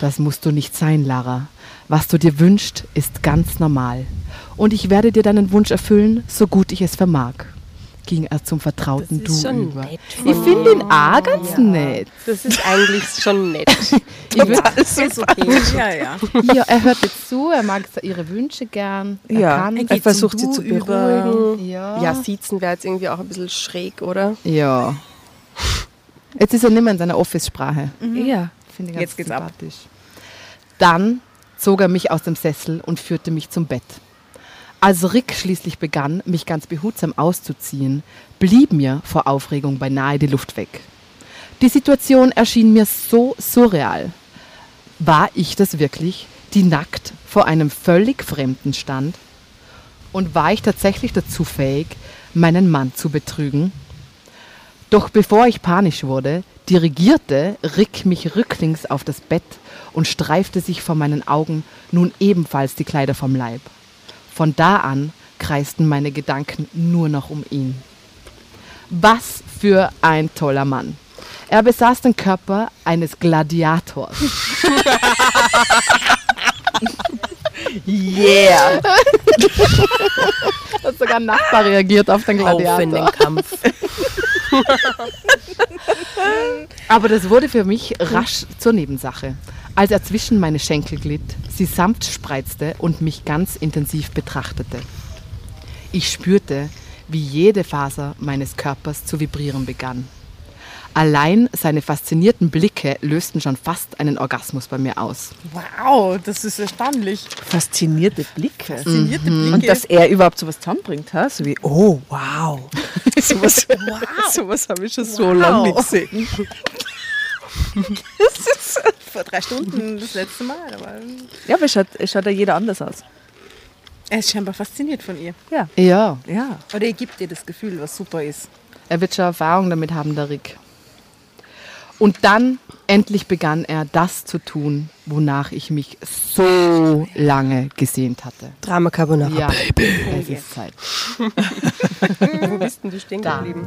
[SPEAKER 7] Das musst du nicht sein, Lara. Was du dir wünschst, ist ganz normal. Und ich werde dir deinen Wunsch erfüllen, so gut ich es vermag. Ging er zum vertrauten Du über. Ich finde ihn auch ganz nett.
[SPEAKER 5] Das ist eigentlich schon nett.
[SPEAKER 7] Ich würd-
[SPEAKER 8] Das ist okay. Ja, Ah, ja.
[SPEAKER 7] ja, er hört jetzt zu, er mag ihre Wünsche gern. Er
[SPEAKER 1] Ja.
[SPEAKER 7] kann.
[SPEAKER 8] geht
[SPEAKER 5] Er versucht sie
[SPEAKER 8] zum
[SPEAKER 5] zu
[SPEAKER 8] Du über.
[SPEAKER 5] beruhigen.
[SPEAKER 7] Ja.
[SPEAKER 5] Ja, siezen wäre jetzt irgendwie auch ein bisschen schräg, oder?
[SPEAKER 7] Ja. Jetzt ist er nicht mehr in seiner Office-Sprache. Ja. Finde ich ganz
[SPEAKER 8] Mhm. Jetzt geht's ab.
[SPEAKER 7] sympathisch. Dann zog er mich aus dem Sessel und führte mich zum Bett. Als Rick schließlich begann, mich ganz behutsam auszuziehen, blieb mir vor Aufregung beinahe die Luft weg. Die Situation erschien mir so surreal. War ich das wirklich, die nackt vor einem völlig Fremden stand? Und war ich tatsächlich dazu fähig, meinen Mann zu betrügen? Doch bevor ich panisch wurde, dirigierte Rick mich rücklings auf das Bett und streifte sich vor meinen Augen nun ebenfalls die Kleider vom Leib. Von da an kreisten meine Gedanken nur noch um ihn. Was für ein toller Mann. Er besaß den Körper eines Gladiators. yeah! Hat sogar ein Nachbar reagiert auf den
[SPEAKER 9] Auf in den
[SPEAKER 7] Gladiator.
[SPEAKER 9] Kampf.
[SPEAKER 7] Aber das wurde für mich rasch zur Nebensache. Als er zwischen meine Schenkel glitt, sie sanft spreizte und mich ganz intensiv betrachtete. Ich spürte, wie jede Faser meines Körpers zu vibrieren begann. Allein seine faszinierten Blicke lösten schon fast einen Orgasmus bei mir aus.
[SPEAKER 8] Wow, das ist erstaunlich.
[SPEAKER 3] Faszinierte Blicke. Mhm.
[SPEAKER 8] Trainierte Blicke.
[SPEAKER 3] Und dass er überhaupt sowas zusammenbringt, ha? so wie, oh, wow. sowas sowas habe ich schon so lange nicht gesehen.
[SPEAKER 8] das ist vor drei Stunden das letzte Mal. Aber
[SPEAKER 3] Ja, aber es schaut, es schaut ja jeder anders aus.
[SPEAKER 8] er ist scheinbar fasziniert von ihr.
[SPEAKER 7] Ja,
[SPEAKER 3] Ja.
[SPEAKER 8] Oder er gibt ihr das Gefühl, was super ist.
[SPEAKER 7] er wird schon Erfahrung damit haben, der Rick. Und dann endlich begann er das zu tun, wonach ich mich so lange gesehnt hatte.
[SPEAKER 5] Drama Carbonara.
[SPEAKER 7] Ja, es ist Zeit.
[SPEAKER 5] Wo bist denn du stehen
[SPEAKER 7] Da.
[SPEAKER 5] geblieben?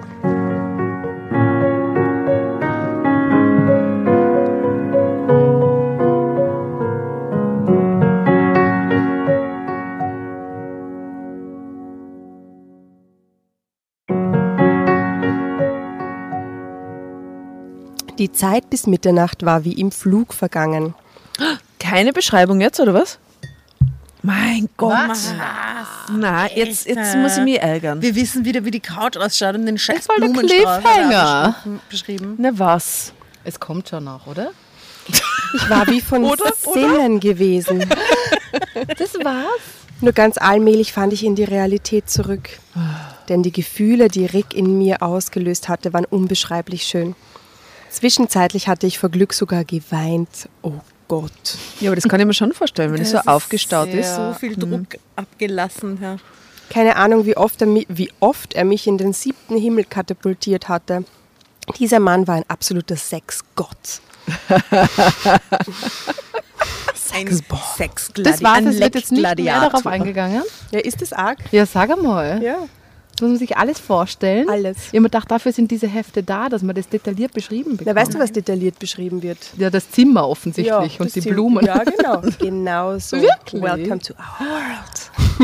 [SPEAKER 5] Die Zeit bis Mitternacht war wie im Flug vergangen.
[SPEAKER 3] Keine Beschreibung jetzt, oder was?
[SPEAKER 1] Mein Gott.
[SPEAKER 8] Was?
[SPEAKER 3] Na, jetzt, jetzt muss ich mich ärgern.
[SPEAKER 8] Wir wissen wieder, wie die Couch ausschaut und den scheiß
[SPEAKER 7] Das war der
[SPEAKER 8] Blumenstrauß hat er
[SPEAKER 7] Cliffhanger.
[SPEAKER 8] beschrieben- beschrieben.
[SPEAKER 3] Na was?
[SPEAKER 7] Es kommt schon noch, oder?
[SPEAKER 5] Ich war wie von Sinnen gewesen.
[SPEAKER 7] Das war's.
[SPEAKER 5] Nur ganz allmählich fand ich in die Realität zurück. Denn die Gefühle, die Rick in mir ausgelöst hatte, waren unbeschreiblich schön. Zwischenzeitlich hatte ich vor Glück sogar geweint. Oh Gott.
[SPEAKER 3] Ja, aber das kann ich mir schon vorstellen, wenn es so
[SPEAKER 8] Das ist
[SPEAKER 3] aufgestaut ist.
[SPEAKER 8] So viel Druck abgelassen, Herr.
[SPEAKER 5] Keine Ahnung, wie oft, er mi- wie oft er mich in den siebten Himmel katapultiert hatte. Dieser Mann war ein absoluter Sexgott.
[SPEAKER 8] Ein
[SPEAKER 7] Das war's.
[SPEAKER 8] Sexgladiator.
[SPEAKER 7] Es wird jetzt nicht mehr darauf eingegangen.
[SPEAKER 5] Ja, ist das arg?
[SPEAKER 7] Ja, sag einmal.
[SPEAKER 5] Ja.
[SPEAKER 7] Das muss man sich alles vorstellen.
[SPEAKER 5] Alles.
[SPEAKER 7] Ich habe gedacht, dafür sind diese Hefte da, dass man das detailliert beschrieben bekommt.
[SPEAKER 5] Na, weißt du, was detailliert beschrieben wird?
[SPEAKER 7] ja, das Zimmer offensichtlich und
[SPEAKER 5] das
[SPEAKER 7] die
[SPEAKER 5] Zimmer.
[SPEAKER 7] Blumen.
[SPEAKER 5] Ja, genau. Genau so.
[SPEAKER 7] Wirklich?
[SPEAKER 5] Welcome to our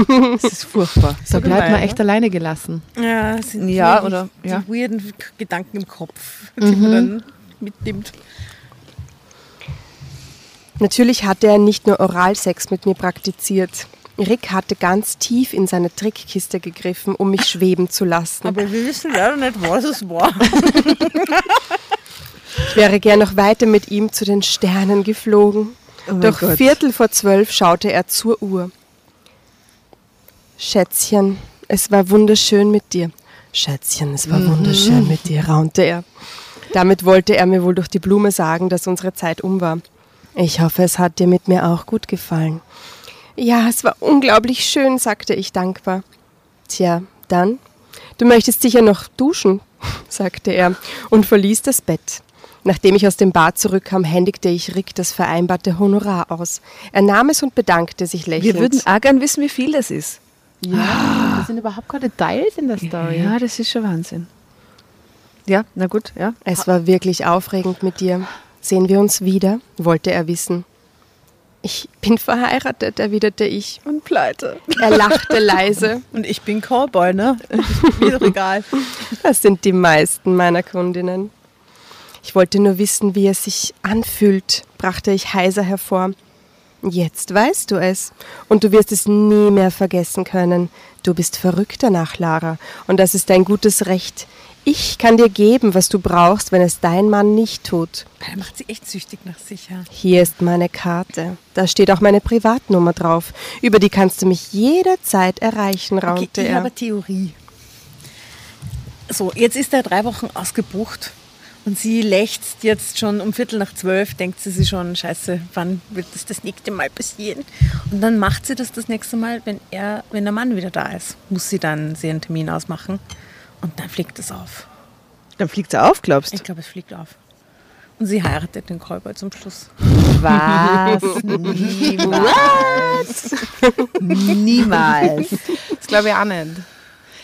[SPEAKER 5] world.
[SPEAKER 3] Das ist furchtbar.
[SPEAKER 7] Da bleibt man
[SPEAKER 5] ne?
[SPEAKER 7] echt alleine gelassen.
[SPEAKER 8] Ja, sind
[SPEAKER 3] Ja,
[SPEAKER 8] die-
[SPEAKER 3] oder-
[SPEAKER 8] Die
[SPEAKER 3] ja. Mhm.
[SPEAKER 8] weirden Gedanken im Kopf, die man dann mitnimmt.
[SPEAKER 5] Natürlich hatte er nicht nur Oralsex mit mir praktiziert. Rick hatte ganz tief in seine Trickkiste gegriffen, um mich schweben zu lassen.
[SPEAKER 8] Aber wir wissen leider nicht, was es war.
[SPEAKER 5] Ich wäre gern noch weiter mit ihm zu den Sternen geflogen.
[SPEAKER 8] Oh
[SPEAKER 5] Doch
[SPEAKER 3] Gott.
[SPEAKER 5] Viertel vor zwölf schaute er zur Uhr. Schätzchen, es war wunderschön mit dir. Schätzchen, es war
[SPEAKER 3] Mhm.
[SPEAKER 5] wunderschön mit dir, raunte er. Damit wollte er mir wohl durch die Blume sagen, dass unsere Zeit um war. Ich hoffe, es hat dir mit mir auch gut gefallen. Ja, es war unglaublich schön, sagte ich dankbar. Tja, dann? Du möchtest sicher noch duschen, sagte er und verließ das Bett. Nachdem ich aus dem Bad zurückkam, händigte ich Rick das vereinbarte Honorar aus. Er nahm es und bedankte sich lächelnd.
[SPEAKER 3] Wir würden auch gern wissen, wie viel das ist.
[SPEAKER 7] Ja, das sind überhaupt keine Details in der Story.
[SPEAKER 3] Ja, das ist schon Wahnsinn. Ja, na gut, ja.
[SPEAKER 5] Es war wirklich aufregend mit dir. Sehen wir uns wieder? wollte er wissen. Ich bin verheiratet, erwiderte ich.
[SPEAKER 3] Und pleite.
[SPEAKER 5] Er lachte leise.
[SPEAKER 8] Und ich bin Cowboy, ne? Mir doch egal.
[SPEAKER 5] Das sind die meisten meiner Kundinnen. Ich wollte nur wissen, wie es sich anfühlt, brachte ich heiser hervor. Jetzt weißt du es. Und du wirst es nie mehr vergessen können. Du bist verrückt danach, Lara. Und das ist dein gutes Recht. Ich kann dir geben, was du brauchst, wenn es dein Mann nicht tut.
[SPEAKER 8] Da macht sie echt süchtig nach sich, ja.
[SPEAKER 5] Hier ist meine Karte. Da steht auch meine Privatnummer drauf. Über die kannst du mich jederzeit erreichen,
[SPEAKER 8] Okay,
[SPEAKER 5] raunte
[SPEAKER 8] ich
[SPEAKER 5] er.
[SPEAKER 8] habe eine Theorie. So, jetzt ist er drei Wochen ausgebucht und sie lächzt jetzt schon um Viertel nach zwölf, denkt sie sich schon, scheiße, wann wird das das nächste Mal passieren? Und dann macht sie das das nächste Mal, wenn er, wenn der Mann wieder da ist, muss sie dann sie einen Termin ausmachen und dann fliegt es auf.
[SPEAKER 3] Dann fliegt er auf, glaubst du?
[SPEAKER 8] Ich glaube, es fliegt auf. Und sie heiratet den Cowboy zum Schluss.
[SPEAKER 3] Was? Niemals. Niemals.
[SPEAKER 7] Das glaube ich auch nicht.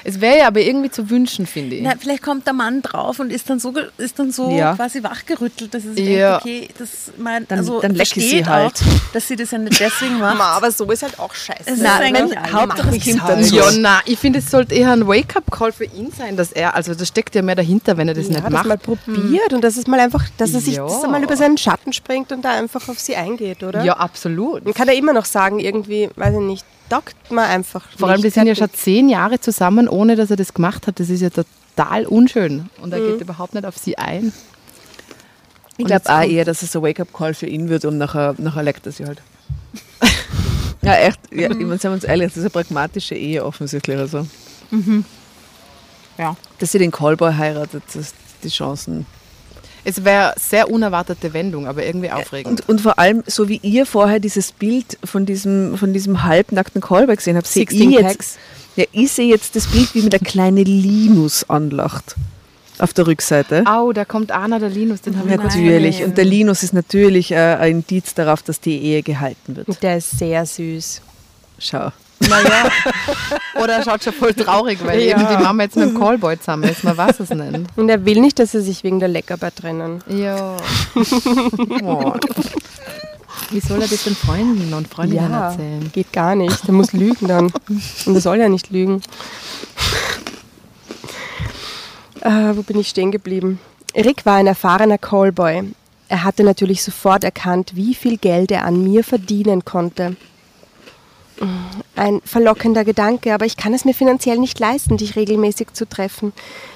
[SPEAKER 7] Es wäre ja aber irgendwie zu wünschen, finde ich.
[SPEAKER 8] Na, vielleicht kommt der Mann drauf und ist dann so, ge- ist dann so
[SPEAKER 3] Ja.
[SPEAKER 8] quasi wachgerüttelt, dass er sich
[SPEAKER 7] Ja.
[SPEAKER 8] denkt, okay, das mein,
[SPEAKER 3] Dann-
[SPEAKER 8] also
[SPEAKER 3] dann leck ich
[SPEAKER 8] versteht
[SPEAKER 3] sie halt.
[SPEAKER 8] auch, dass sie das ja nicht deswegen macht.
[SPEAKER 5] aber so ist halt auch scheiße.
[SPEAKER 8] Es ist
[SPEAKER 3] Na,
[SPEAKER 8] eigentlich
[SPEAKER 3] wenn-
[SPEAKER 8] alles.
[SPEAKER 3] Hauptsache es kommt
[SPEAKER 8] Mach ich's
[SPEAKER 3] dazu.
[SPEAKER 7] ja, na, ich finde, es sollte eher ein Wake-up-Call für ihn sein, dass er, also das steckt ja mehr dahinter, wenn er das
[SPEAKER 5] ja,
[SPEAKER 7] nicht
[SPEAKER 5] dass
[SPEAKER 7] macht.
[SPEAKER 5] mal probiert und dass es mal einfach, dass er sich
[SPEAKER 7] Ja.
[SPEAKER 5] dass er mal über seinen Schatten springt und da einfach auf sie eingeht, oder?
[SPEAKER 7] Ja, absolut.
[SPEAKER 5] Dann kann er immer noch sagen, irgendwie, weiß ich nicht, dockt man einfach.
[SPEAKER 7] Vor allem, die
[SPEAKER 5] nicht,
[SPEAKER 7] sind ja schon
[SPEAKER 5] fertig.
[SPEAKER 7] zehn Jahre zusammen, ohne dass er das gemacht hat. Das ist ja total unschön. Und
[SPEAKER 5] Mhm.
[SPEAKER 7] er geht überhaupt nicht auf sie ein.
[SPEAKER 3] Ich glaube auch eher, dass es ein Wake-up-Call für ihn wird und nachher, nachher leckt er sie halt. ja, echt. Ja, ich meine, seien wir uns ehrlich, das ist eine pragmatische Ehe offensichtlich. Also.
[SPEAKER 8] Ja.
[SPEAKER 3] Dass sie den Callboy heiratet, das, die Chancen.
[SPEAKER 7] Es wäre sehr unerwartete Wendung, aber irgendwie aufregend.
[SPEAKER 3] Und, und vor allem, so wie ihr vorher dieses Bild von diesem, von diesem halbnackten Callboy gesehen habt, sehe ich
[SPEAKER 5] 16
[SPEAKER 3] jetzt,
[SPEAKER 5] Packs.
[SPEAKER 3] ja, ich sehe jetzt das Bild, wie mir der kleine Linus anlacht. Auf der Rückseite.
[SPEAKER 7] Au, da kommt Anna, der Linus, den haben wir kurz
[SPEAKER 3] Natürlich. Und der Linus ist natürlich äh, ein Indiz darauf, dass die Ehe gehalten wird.
[SPEAKER 5] Und Der ist sehr süß.
[SPEAKER 3] Schau.
[SPEAKER 7] Naja. Oder er schaut schon voll traurig, weil eben die Mama jetzt mit dem Callboy zusammen ist. Man weiß es nicht.
[SPEAKER 5] Und er will nicht, dass sie sich wegen der Leckerbar trennen.
[SPEAKER 7] Ja. Wie soll er das den Freunden und Freundinnen erzählen?
[SPEAKER 5] geht gar nicht. Der muss lügen dann. Und er soll ja nicht lügen. Äh, wo bin ich stehen geblieben? Rick war ein erfahrener Callboy. Er hatte natürlich sofort erkannt, wie viel Geld er an mir verdienen konnte. Ein verlockender Gedanke, aber ich kann es mir finanziell nicht leisten, dich regelmäßig zu treffen.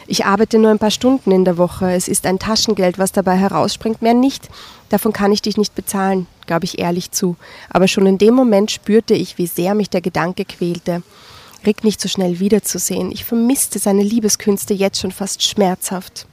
[SPEAKER 5] Ich arbeite nur ein paar Stunden in der Woche. Es ist ein Taschengeld, was dabei herausspringt, mehr nicht. Davon kann ich dich nicht bezahlen, gab ich ehrlich zu. Aber schon in dem Moment spürte ich, wie sehr mich der Gedanke quälte. Rick nicht so schnell wiederzusehen. Ich vermisste seine Liebeskünste jetzt schon fast schmerzhaft.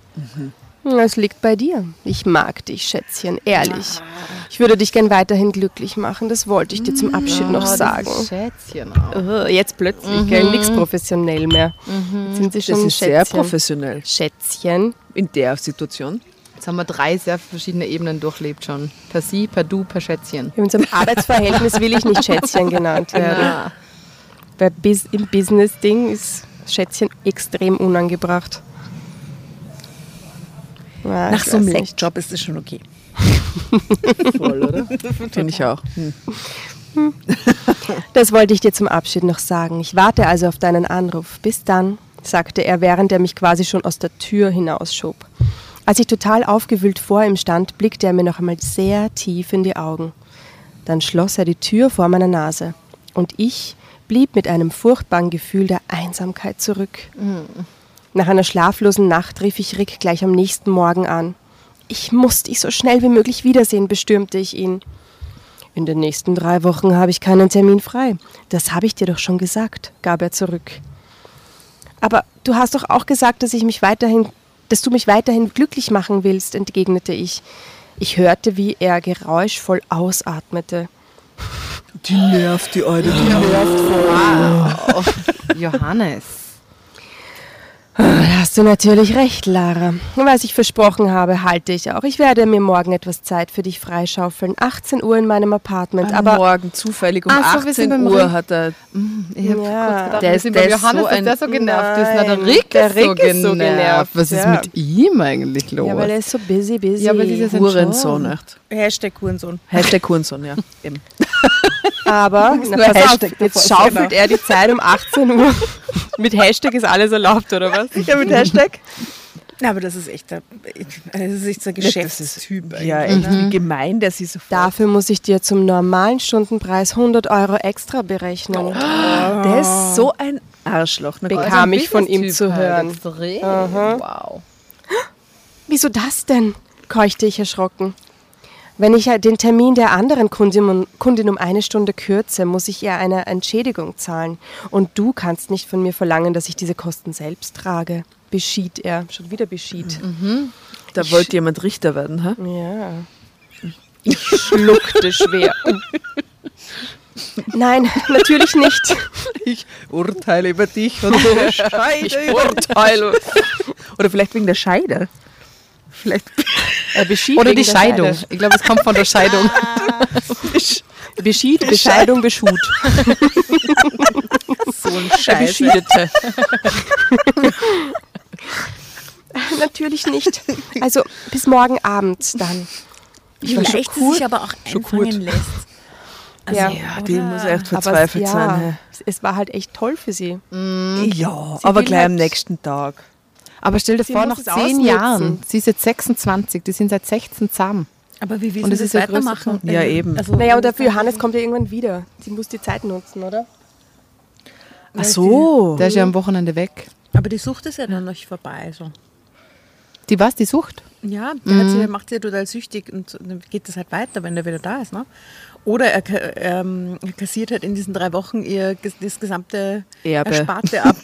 [SPEAKER 5] Es liegt bei dir. Ich mag dich, Schätzchen, ehrlich. Ich würde dich gern weiterhin glücklich machen. Das wollte ich dir zum Abschied noch sagen.
[SPEAKER 7] Ah, Schätzchen auch.
[SPEAKER 5] Ugh, Jetzt plötzlich, gell? Nix professionell mehr. Jetzt sind sie schon
[SPEAKER 1] Mhm. Das ist sehr
[SPEAKER 5] Schätzchen.
[SPEAKER 1] professionell
[SPEAKER 5] Schätzchen.
[SPEAKER 1] in der Situation.
[SPEAKER 7] Jetzt haben wir drei sehr verschiedene Ebenen durchlebt schon. Per Sie, per Du, per Schätzchen.
[SPEAKER 5] In unserem Arbeitsverhältnis will ich nicht Schätzchen genannt werden. Weil bis, im Business-Ding ist Schätzchen extrem unangebracht. Na,
[SPEAKER 8] Nach
[SPEAKER 5] ich
[SPEAKER 8] so einem
[SPEAKER 5] weiß nicht.
[SPEAKER 8] Lenkjob ist das schon okay.
[SPEAKER 1] Voll, oder? Finde ich auch.
[SPEAKER 8] Hm.
[SPEAKER 5] Hm. Das wollte ich dir zum Abschied noch sagen. Ich warte also auf deinen Anruf. Bis dann, sagte er, während er mich quasi schon aus der Tür hinausschob. Als ich total aufgewühlt vor ihm stand, blickte er mir noch einmal sehr tief in die Augen. Dann schloss er die Tür vor meiner Nase. Und ich blieb mit einem furchtbaren Gefühl der Einsamkeit zurück. Nach einer schlaflosen Nacht rief ich Rick gleich am nächsten Morgen an. Ich muss dich so schnell wie möglich wiedersehen, bestürmte ich ihn. In den nächsten drei Wochen habe ich keinen Termin frei. Das habe ich dir doch schon gesagt, gab er zurück. Aber du hast doch auch gesagt, dass ich mich weiterhin, dass du mich weiterhin glücklich machen willst, entgegnete ich. Ich hörte, wie er geräuschvoll ausatmete.
[SPEAKER 1] Die nervt, die alte. Die
[SPEAKER 7] Oh. Johannes.
[SPEAKER 5] Da hast du natürlich recht, Lara. Was ich versprochen habe, halte ich auch. Ich werde mir morgen etwas Zeit für dich freischaufeln. 18 Uhr in meinem Apartment.
[SPEAKER 1] Aber
[SPEAKER 5] aber
[SPEAKER 1] morgen zufällig um
[SPEAKER 7] Ach so, wir sind
[SPEAKER 1] 18
[SPEAKER 7] beim
[SPEAKER 1] Uhr
[SPEAKER 7] Ring.
[SPEAKER 1] hat er
[SPEAKER 7] Mm, Ich hab
[SPEAKER 5] Ja.
[SPEAKER 7] kurz gedacht,
[SPEAKER 1] Der
[SPEAKER 7] wir
[SPEAKER 1] ist-
[SPEAKER 7] sind
[SPEAKER 1] der
[SPEAKER 7] beim
[SPEAKER 1] ist
[SPEAKER 7] Johannes,
[SPEAKER 1] so
[SPEAKER 7] dass der
[SPEAKER 1] ein-
[SPEAKER 7] so genervt ist. Na, der
[SPEAKER 5] Nein,
[SPEAKER 7] Rick,
[SPEAKER 5] der
[SPEAKER 7] ist, so
[SPEAKER 5] Rick ist so genervt,
[SPEAKER 7] genervt. Was ist
[SPEAKER 5] ja.
[SPEAKER 7] mit ihm eigentlich los?
[SPEAKER 5] ja, weil er ist so busy, busy.
[SPEAKER 7] Ja, aber dieses- Sind
[SPEAKER 1] Hurensohn.
[SPEAKER 7] schon.
[SPEAKER 1] echt.
[SPEAKER 8] Hashtag Hurensohn.
[SPEAKER 1] Hashtag Hurensohn, ja. Eben.
[SPEAKER 5] Aber na,
[SPEAKER 8] nur ein
[SPEAKER 5] pass auf,
[SPEAKER 8] Hashtag
[SPEAKER 5] jetzt
[SPEAKER 8] davor,
[SPEAKER 5] schaufelt er die Zeit um 18 Uhr. Mit Hashtag ist alles erlaubt, oder was? Ja, mit Hashtag.
[SPEAKER 8] Na, aber das ist echt der, das ist echt der Geschäftstyp.
[SPEAKER 1] Ja,
[SPEAKER 8] eigentlich.
[SPEAKER 1] echt,
[SPEAKER 5] Mhm.
[SPEAKER 1] wie gemein, der sie so
[SPEAKER 5] Dafür muss ich dir zum normalen Stundenpreis 100 Euro extra berechnen.
[SPEAKER 1] Der ist so ein Arschloch. Na
[SPEAKER 7] Also
[SPEAKER 5] Big-
[SPEAKER 1] Gott.
[SPEAKER 5] kam ich von ihm zu hören.
[SPEAKER 7] halt. Wow.
[SPEAKER 5] Wieso das denn? keuchte ich erschrocken. Wenn ich äh, den Termin der anderen Kundin um, Kundin um eine Stunde kürze, muss ich ihr eine Entschädigung zahlen. Und du kannst nicht von mir verlangen, dass ich diese Kosten selbst trage. Beschied er. Schon wieder beschied.
[SPEAKER 1] Da wollte jemand Richter werden, ha?
[SPEAKER 5] Mhm. Ja. Ich schluckte schwer. Nein, natürlich nicht.
[SPEAKER 1] Ich urteile über dich und du scheide ich urteile. Oder vielleicht wegen der Scheide. Vielleicht
[SPEAKER 5] Äh,
[SPEAKER 7] Oder die Scheidung. Ich glaube, es kommt von der Scheidung.
[SPEAKER 5] Ah. Beschied, Bescheidung, Beschut.
[SPEAKER 1] so ein Scheiße.
[SPEAKER 5] Natürlich nicht. Also bis morgen Abend dann.
[SPEAKER 8] Wie leicht es sich aber auch einfangen lässt.
[SPEAKER 5] Ja.
[SPEAKER 1] Also, Ja, die muss echt
[SPEAKER 5] Aber es,
[SPEAKER 1] verzweifelt sein.
[SPEAKER 5] ja, Mhm.
[SPEAKER 1] hä?
[SPEAKER 5] es- es war halt echt toll für sie.
[SPEAKER 1] Ja, aber
[SPEAKER 8] will
[SPEAKER 1] gleich am
[SPEAKER 8] halt-
[SPEAKER 1] nächsten Tag.
[SPEAKER 7] Aber stell dir vor,
[SPEAKER 5] muss
[SPEAKER 7] nach
[SPEAKER 5] es
[SPEAKER 7] zehn
[SPEAKER 5] ausnutzen.
[SPEAKER 7] Jahren. Sie ist jetzt 26, die sind seit 16 zusammen.
[SPEAKER 8] Aber wie will
[SPEAKER 7] Und
[SPEAKER 8] sie
[SPEAKER 7] es
[SPEAKER 8] das
[SPEAKER 7] ist der größte
[SPEAKER 8] weitermachen?
[SPEAKER 1] Punkt. Ja,
[SPEAKER 3] eh.
[SPEAKER 5] Äh,
[SPEAKER 1] eben.
[SPEAKER 8] Also,
[SPEAKER 5] Naja, und dafür Johannes kommt ja irgendwann wieder. Sie muss die Zeit nutzen, oder?
[SPEAKER 1] Ach so.
[SPEAKER 7] Der ist ja am Wochenende weg.
[SPEAKER 8] aber die Sucht ist ja dann noch vorbei. Also.
[SPEAKER 7] Die was? Die Sucht?
[SPEAKER 8] Ja, der
[SPEAKER 1] Mhm.
[SPEAKER 8] hat sie, der macht sie ja total süchtig und dann geht das halt weiter, wenn der wieder da ist. Ne? Oder er ka- ähm, er kassiert halt in diesen drei Wochen ihr ges- das gesamte
[SPEAKER 1] Erbe.
[SPEAKER 8] Ersparte ab.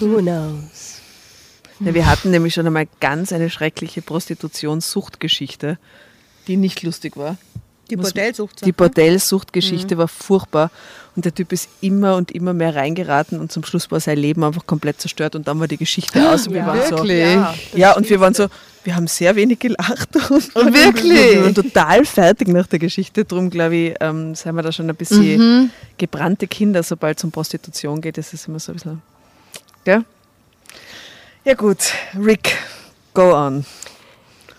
[SPEAKER 5] Who knows?
[SPEAKER 1] Ja, wir hatten nämlich schon einmal ganz eine schreckliche Prostitutionssuchtgeschichte, die nicht lustig war.
[SPEAKER 8] Die
[SPEAKER 1] Muss-
[SPEAKER 8] Bordellsucht.
[SPEAKER 1] Die
[SPEAKER 5] Mhm.
[SPEAKER 1] Bordellsuchtgeschichte war furchtbar und der Typ ist immer und immer mehr reingeraten und zum Schluss war sein Leben einfach komplett zerstört und dann war die Geschichte aus und wir waren so Ja, und wir waren so, wir haben sehr wenig gelacht und,
[SPEAKER 7] Oh, Wirklich?
[SPEAKER 1] wir waren total fertig nach der Geschichte drum, glaube ich, ähm, sind wir da schon ein bisschen
[SPEAKER 7] Mhm.
[SPEAKER 1] gebrannte Kinder, sobald es um Prostitution geht, das ist immer so ein bisschen Gell? Ja gut, Rick, go on.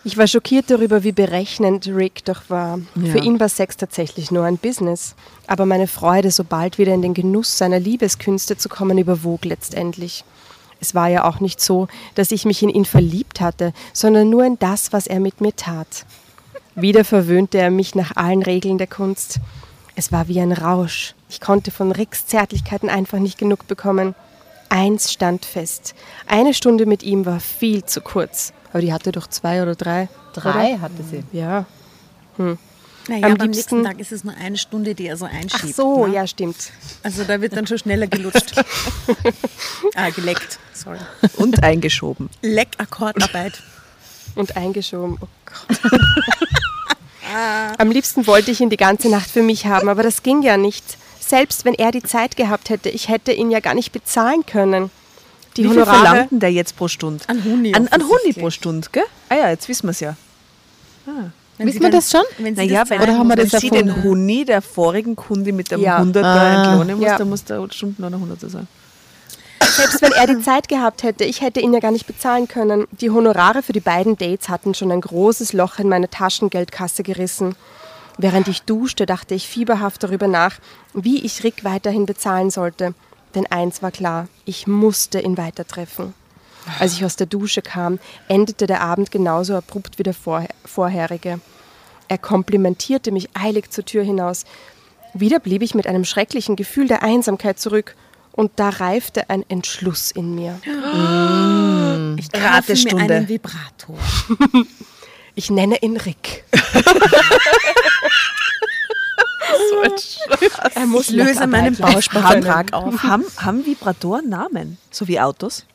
[SPEAKER 5] Ich war schockiert darüber, wie berechnend Rick doch war.
[SPEAKER 1] Ja.
[SPEAKER 5] Für ihn war Sex tatsächlich nur ein Business. Aber meine Freude, so bald wieder in den Genuss seiner Liebeskünste zu kommen, überwog letztendlich. Es war ja auch nicht so, dass ich mich in ihn verliebt hatte, sondern nur in das, was er mit mir tat. Wieder verwöhnte er mich nach allen Regeln der Kunst. Es war wie ein Rausch. Ich konnte von Ricks Zärtlichkeiten einfach nicht genug bekommen. Eins stand fest. Eine Stunde mit ihm war viel zu kurz. Aber die hatte doch zwei oder drei.
[SPEAKER 7] Drei hatte sie.
[SPEAKER 5] Oder? Ja.
[SPEAKER 8] Naja,
[SPEAKER 5] Am
[SPEAKER 8] aber am
[SPEAKER 5] liebsten-
[SPEAKER 8] nächsten Tag ist es nur eine Stunde, die er so
[SPEAKER 5] Ach
[SPEAKER 8] einschiebt.
[SPEAKER 5] so,
[SPEAKER 8] ne?
[SPEAKER 5] ja, stimmt.
[SPEAKER 8] Also da wird dann schon schneller gelutscht. ah, geleckt. Sorry.
[SPEAKER 1] Und eingeschoben.
[SPEAKER 8] Leck-Akkordarbeit.
[SPEAKER 5] Und eingeschoben. Oh Gott. Am liebsten wollte ich ihn die ganze Nacht für mich haben, aber das ging ja nicht. Selbst wenn er die Zeit gehabt hätte, ich hätte ihn ja gar nicht bezahlen können. Die
[SPEAKER 1] Wie viel
[SPEAKER 5] Honorare.
[SPEAKER 1] verlangt denn der jetzt pro Stunde?
[SPEAKER 8] An Huni.
[SPEAKER 1] An, an Huni
[SPEAKER 8] offensichtlich.
[SPEAKER 1] pro Stunde, gell? Ah ja, jetzt wissen wir es ja.
[SPEAKER 8] Wenn
[SPEAKER 7] Wissen
[SPEAKER 8] sie
[SPEAKER 7] wir
[SPEAKER 8] dann-
[SPEAKER 7] das schon?
[SPEAKER 8] Wenn sie
[SPEAKER 1] Naja,
[SPEAKER 8] das
[SPEAKER 1] wenn,
[SPEAKER 8] zahlen,
[SPEAKER 7] Oder haben wir
[SPEAKER 1] wenn
[SPEAKER 7] das
[SPEAKER 1] sie
[SPEAKER 7] erfunden? Ah.
[SPEAKER 1] den Huni der vorigen Kunde mit einem
[SPEAKER 5] Ja.
[SPEAKER 1] 100er entlohnen muss,
[SPEAKER 5] Ja.
[SPEAKER 1] dann muss der Stundenlohn ein 100er sein.
[SPEAKER 5] Selbst wenn er die Zeit gehabt hätte, ich hätte ihn ja gar nicht bezahlen können. Die Honorare für die beiden Dates hatten schon ein großes Loch in meine Taschengeldkasse gerissen. Während ich duschte, dachte ich fieberhaft darüber nach, wie ich Rick weiterhin bezahlen sollte. Denn eins war klar, ich musste ihn weitertreffen. Als ich aus der Dusche kam, endete der Abend genauso abrupt wie der vorher vorherige. Er komplimentierte mich eilig zur Tür hinaus. Wieder blieb ich mit einem schrecklichen Gefühl der Einsamkeit zurück. Und da reifte ein Entschluss in mir.
[SPEAKER 8] Ich kaufe mir
[SPEAKER 1] Ratestunde.
[SPEAKER 8] einen Vibrator.
[SPEAKER 5] Ich nenne ihn Rick.
[SPEAKER 8] Er muss ich löse meinen Bausparvertrag auf.
[SPEAKER 1] Haben, haben Vibratoren Namen? So wie Autos?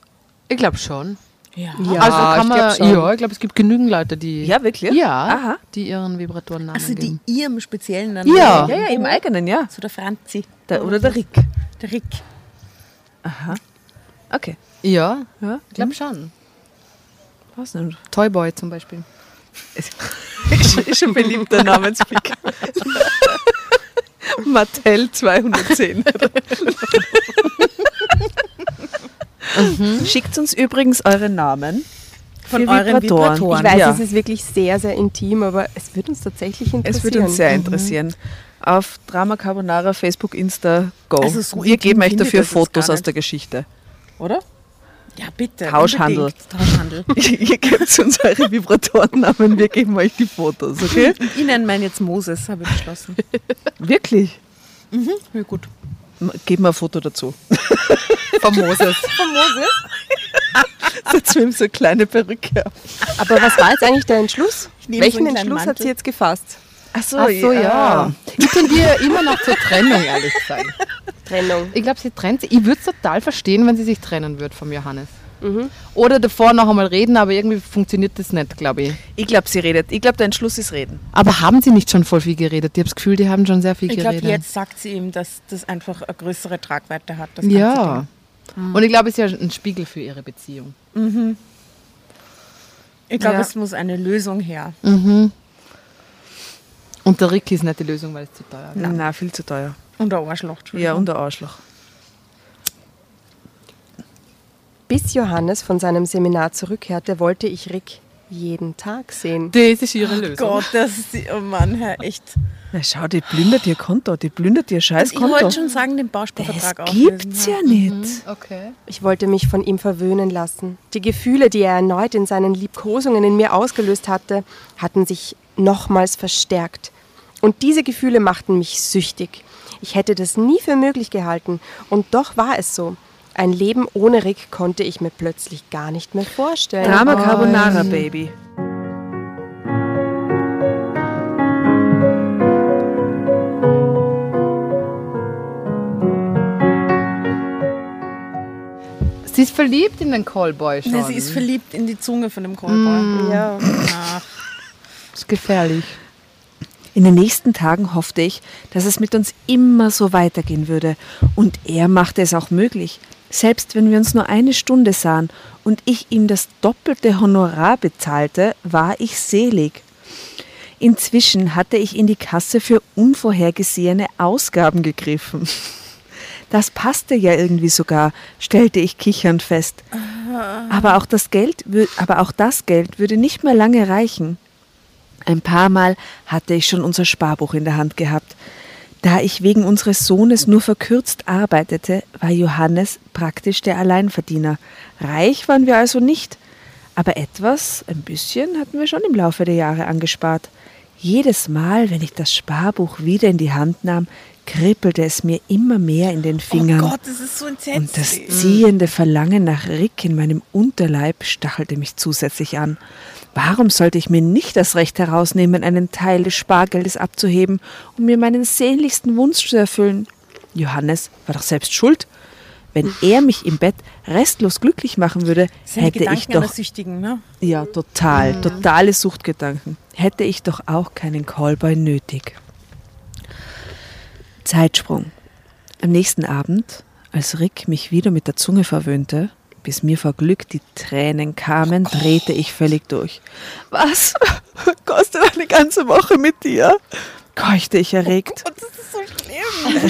[SPEAKER 7] Ich glaube schon.
[SPEAKER 8] Ja.
[SPEAKER 5] Ja,
[SPEAKER 7] also kann
[SPEAKER 5] ich
[SPEAKER 7] man,
[SPEAKER 5] glaub schon.
[SPEAKER 7] ja, ich glaube, es gibt genügend Leute, die.
[SPEAKER 1] Ja, wirklich?
[SPEAKER 7] Ja,
[SPEAKER 1] Aha.
[SPEAKER 7] die ihren Vibratoren Namen
[SPEAKER 8] Also die
[SPEAKER 7] geben.
[SPEAKER 8] ihrem speziellen dann.
[SPEAKER 7] Ja.
[SPEAKER 1] Ja, ja, im eigenen, ja.
[SPEAKER 8] So der Franzi.
[SPEAKER 1] Der, oder der Rick.
[SPEAKER 8] Der Rick.
[SPEAKER 1] Okay.
[SPEAKER 7] Ja,
[SPEAKER 1] Ja,
[SPEAKER 7] ich glaube schon.
[SPEAKER 1] weiß nicht.
[SPEAKER 7] Toyboy zum Beispiel.
[SPEAKER 1] Ist schon beliebter Namensblick. Mattel 210. Mhm. Schickt uns übrigens eure Namen
[SPEAKER 8] Von
[SPEAKER 1] für
[SPEAKER 8] euren Vibratoren.
[SPEAKER 5] Ich weiß,
[SPEAKER 1] ja.
[SPEAKER 5] es ist wirklich sehr, sehr intim, aber es würde uns tatsächlich interessieren.
[SPEAKER 1] Es würde uns sehr interessieren. Auf Drama Carbonara, Facebook, Insta, Go.
[SPEAKER 8] Also so
[SPEAKER 1] Wir
[SPEAKER 8] intim
[SPEAKER 1] geben euch
[SPEAKER 8] finde ich
[SPEAKER 1] dafür
[SPEAKER 8] das jetzt gar
[SPEAKER 1] Fotos aus
[SPEAKER 8] nicht.
[SPEAKER 1] der Geschichte. Oder?
[SPEAKER 8] Ja, bitte.
[SPEAKER 1] Tauschhandel.
[SPEAKER 8] unbedingt. Tauschhandel.
[SPEAKER 1] Ihr gebt uns eure Vibratorennamen, wir geben euch die Fotos, okay?
[SPEAKER 8] Und Ihnen mein jetzt Moses, habe ich beschlossen.
[SPEAKER 1] Wirklich?
[SPEAKER 8] Ja, gut.
[SPEAKER 1] M- Geben wir ein Foto dazu.
[SPEAKER 7] Von Moses.
[SPEAKER 1] Setzen wir ihm so eine kleine Perücke auf.
[SPEAKER 5] Aber was war jetzt eigentlich der Entschluss?
[SPEAKER 8] nehme so
[SPEAKER 5] Welchen
[SPEAKER 8] einen kleinen
[SPEAKER 5] Entschluss hat
[SPEAKER 8] Mantel.
[SPEAKER 5] sie jetzt gefasst?
[SPEAKER 1] Ach so,
[SPEAKER 7] ja. Ich tendiere immer noch zur Trennung, ehrlich gesagt.
[SPEAKER 5] Trennung.
[SPEAKER 7] Ich glaube, sie trennt sich. Ich würde es total verstehen, wenn sie sich trennen würde vom Johannes. Oder davor noch einmal reden, aber irgendwie funktioniert das nicht, glaube ich.
[SPEAKER 1] Ich glaube, sie redet. Ich glaube, dein Schluss ist reden.
[SPEAKER 7] Aber haben sie nicht schon voll viel geredet? Ich habe das Gefühl, die haben schon sehr viel
[SPEAKER 8] Ich glaube,
[SPEAKER 7] geredet.
[SPEAKER 8] jetzt sagt sie ihm, dass das einfach eine größere Tragweite hat. Das ganze
[SPEAKER 7] ja.
[SPEAKER 8] Ding. Ah.
[SPEAKER 7] Und ich glaube, es ist ja ein Spiegel für ihre Beziehung.
[SPEAKER 8] Ich glaube,
[SPEAKER 1] Ja.
[SPEAKER 8] es muss eine Lösung her.
[SPEAKER 7] Und der Rick ist nicht die Lösung, weil es zu teuer ist.
[SPEAKER 1] Nein, viel zu teuer.
[SPEAKER 8] Und der Arschloch,
[SPEAKER 1] Ja,
[SPEAKER 8] Entschuldigung.
[SPEAKER 1] und der Arschloch.
[SPEAKER 5] Bis Johannes von seinem Seminar zurückkehrte, wollte ich Rick jeden Tag sehen.
[SPEAKER 7] Das ist ihre Lösung.
[SPEAKER 8] Gott, das ist, die- oh Mann, Herr, echt.
[SPEAKER 1] Na schau, die plündert ihr Konto. Die plündert ihr scheiß
[SPEAKER 8] Also Ich wollte
[SPEAKER 1] Konto.
[SPEAKER 8] schon sagen, den Bausparvertrag
[SPEAKER 1] Das
[SPEAKER 8] auflösen. Mhm.
[SPEAKER 1] gibt's ja nicht.
[SPEAKER 7] Okay.
[SPEAKER 5] Ich wollte mich von ihm verwöhnen lassen. Die Gefühle, die er erneut in seinen Liebkosungen in mir ausgelöst hatte, hatten sich nochmals verstärkt. Und diese Gefühle machten mich süchtig. Ich hätte das nie für möglich gehalten. Und doch war es so. Ein Leben ohne Rick konnte ich mir plötzlich gar nicht mehr vorstellen.
[SPEAKER 1] Drama Carbonara, Baby.
[SPEAKER 7] Sie ist verliebt in den Callboy schon.
[SPEAKER 8] Na, sie ist verliebt in die Zunge von dem Oh Callboy.
[SPEAKER 1] Mm.
[SPEAKER 5] Ja.
[SPEAKER 7] Das ist gefährlich.
[SPEAKER 1] In den nächsten Tagen hoffte ich, dass es mit uns immer so weitergehen würde. Und er machte es auch möglich. Selbst wenn wir uns nur eine Stunde sahen und ich ihm das doppelte Honorar bezahlte, war ich selig. Inzwischen hatte ich in die Kasse für unvorhergesehene Ausgaben gegriffen. Das passte ja irgendwie sogar, stellte ich kichernd fest. Aber auch das Geld, wür- aber auch das Geld würde nicht mehr lange reichen. Ein paar Mal hatte ich schon unser Sparbuch in der Hand gehabt. Da ich wegen unseres Sohnes nur verkürzt arbeitete, war Johannes praktisch der Alleinverdiener. Reich waren wir also nicht, aber etwas, ein bisschen, hatten wir schon im Laufe der Jahre angespart. Jedes Mal, wenn ich das Sparbuch wieder in die Hand nahm, kribbelte es mir immer mehr in den Fingern.
[SPEAKER 8] Oh Gott, das ist so
[SPEAKER 1] Und das
[SPEAKER 8] entsetzlich.
[SPEAKER 1] ziehende Verlangen nach Rick in meinem Unterleib stachelte mich zusätzlich an. Warum sollte ich mir nicht das Recht herausnehmen, einen Teil des Spargeldes abzuheben, um mir meinen sehnlichsten Wunsch zu erfüllen? Johannes war doch selbst schuld. Wenn er mich im Bett restlos glücklich machen würde,
[SPEAKER 8] Seine
[SPEAKER 1] hätte
[SPEAKER 8] Gedanken
[SPEAKER 1] ich
[SPEAKER 8] an
[SPEAKER 1] doch
[SPEAKER 8] der Süchtigen, ne? Mhm.
[SPEAKER 1] ja, total. Totale Suchtgedanken. Hätte ich doch auch keinen Callboy nötig. Zeitsprung. Am nächsten Abend, als Rick mich wieder mit der Zunge verwöhnte, bis mir vor Glück die Tränen kamen, drehte ich völlig durch. Was? Kostet eine ganze Woche mit dir? keuchte ich erregt.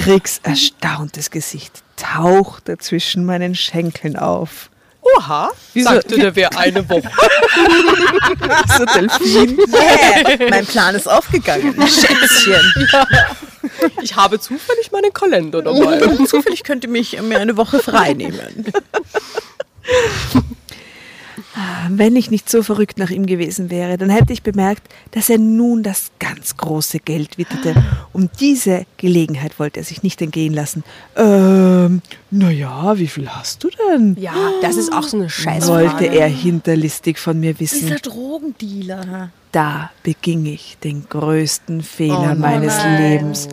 [SPEAKER 1] Ricks erstauntes Gesicht tauchte zwischen meinen Schenkeln auf.
[SPEAKER 2] Oha, sagte der wer eine Woche.
[SPEAKER 1] So Delfin.
[SPEAKER 8] Yeah. Mein Plan ist aufgegangen. Schätzchen.
[SPEAKER 2] Ich habe zufällig meinen Kalender dabei.
[SPEAKER 8] Zufällig könnte mich mir eine Woche frei nehmen.
[SPEAKER 1] Wenn ich nicht so verrückt nach ihm gewesen wäre, dann hätte ich bemerkt, dass er nun das ganz große Geld witterte. Um diese Gelegenheit wollte er sich nicht entgehen lassen. Ähm, naja, wie viel hast du denn?
[SPEAKER 9] Ja, das ist auch so eine Scheiße.
[SPEAKER 1] wollte er hinterlistig von mir wissen.
[SPEAKER 8] Dieser Drogendealer.
[SPEAKER 1] Da beging ich den größten Fehler meines
[SPEAKER 8] nein.
[SPEAKER 1] Lebens.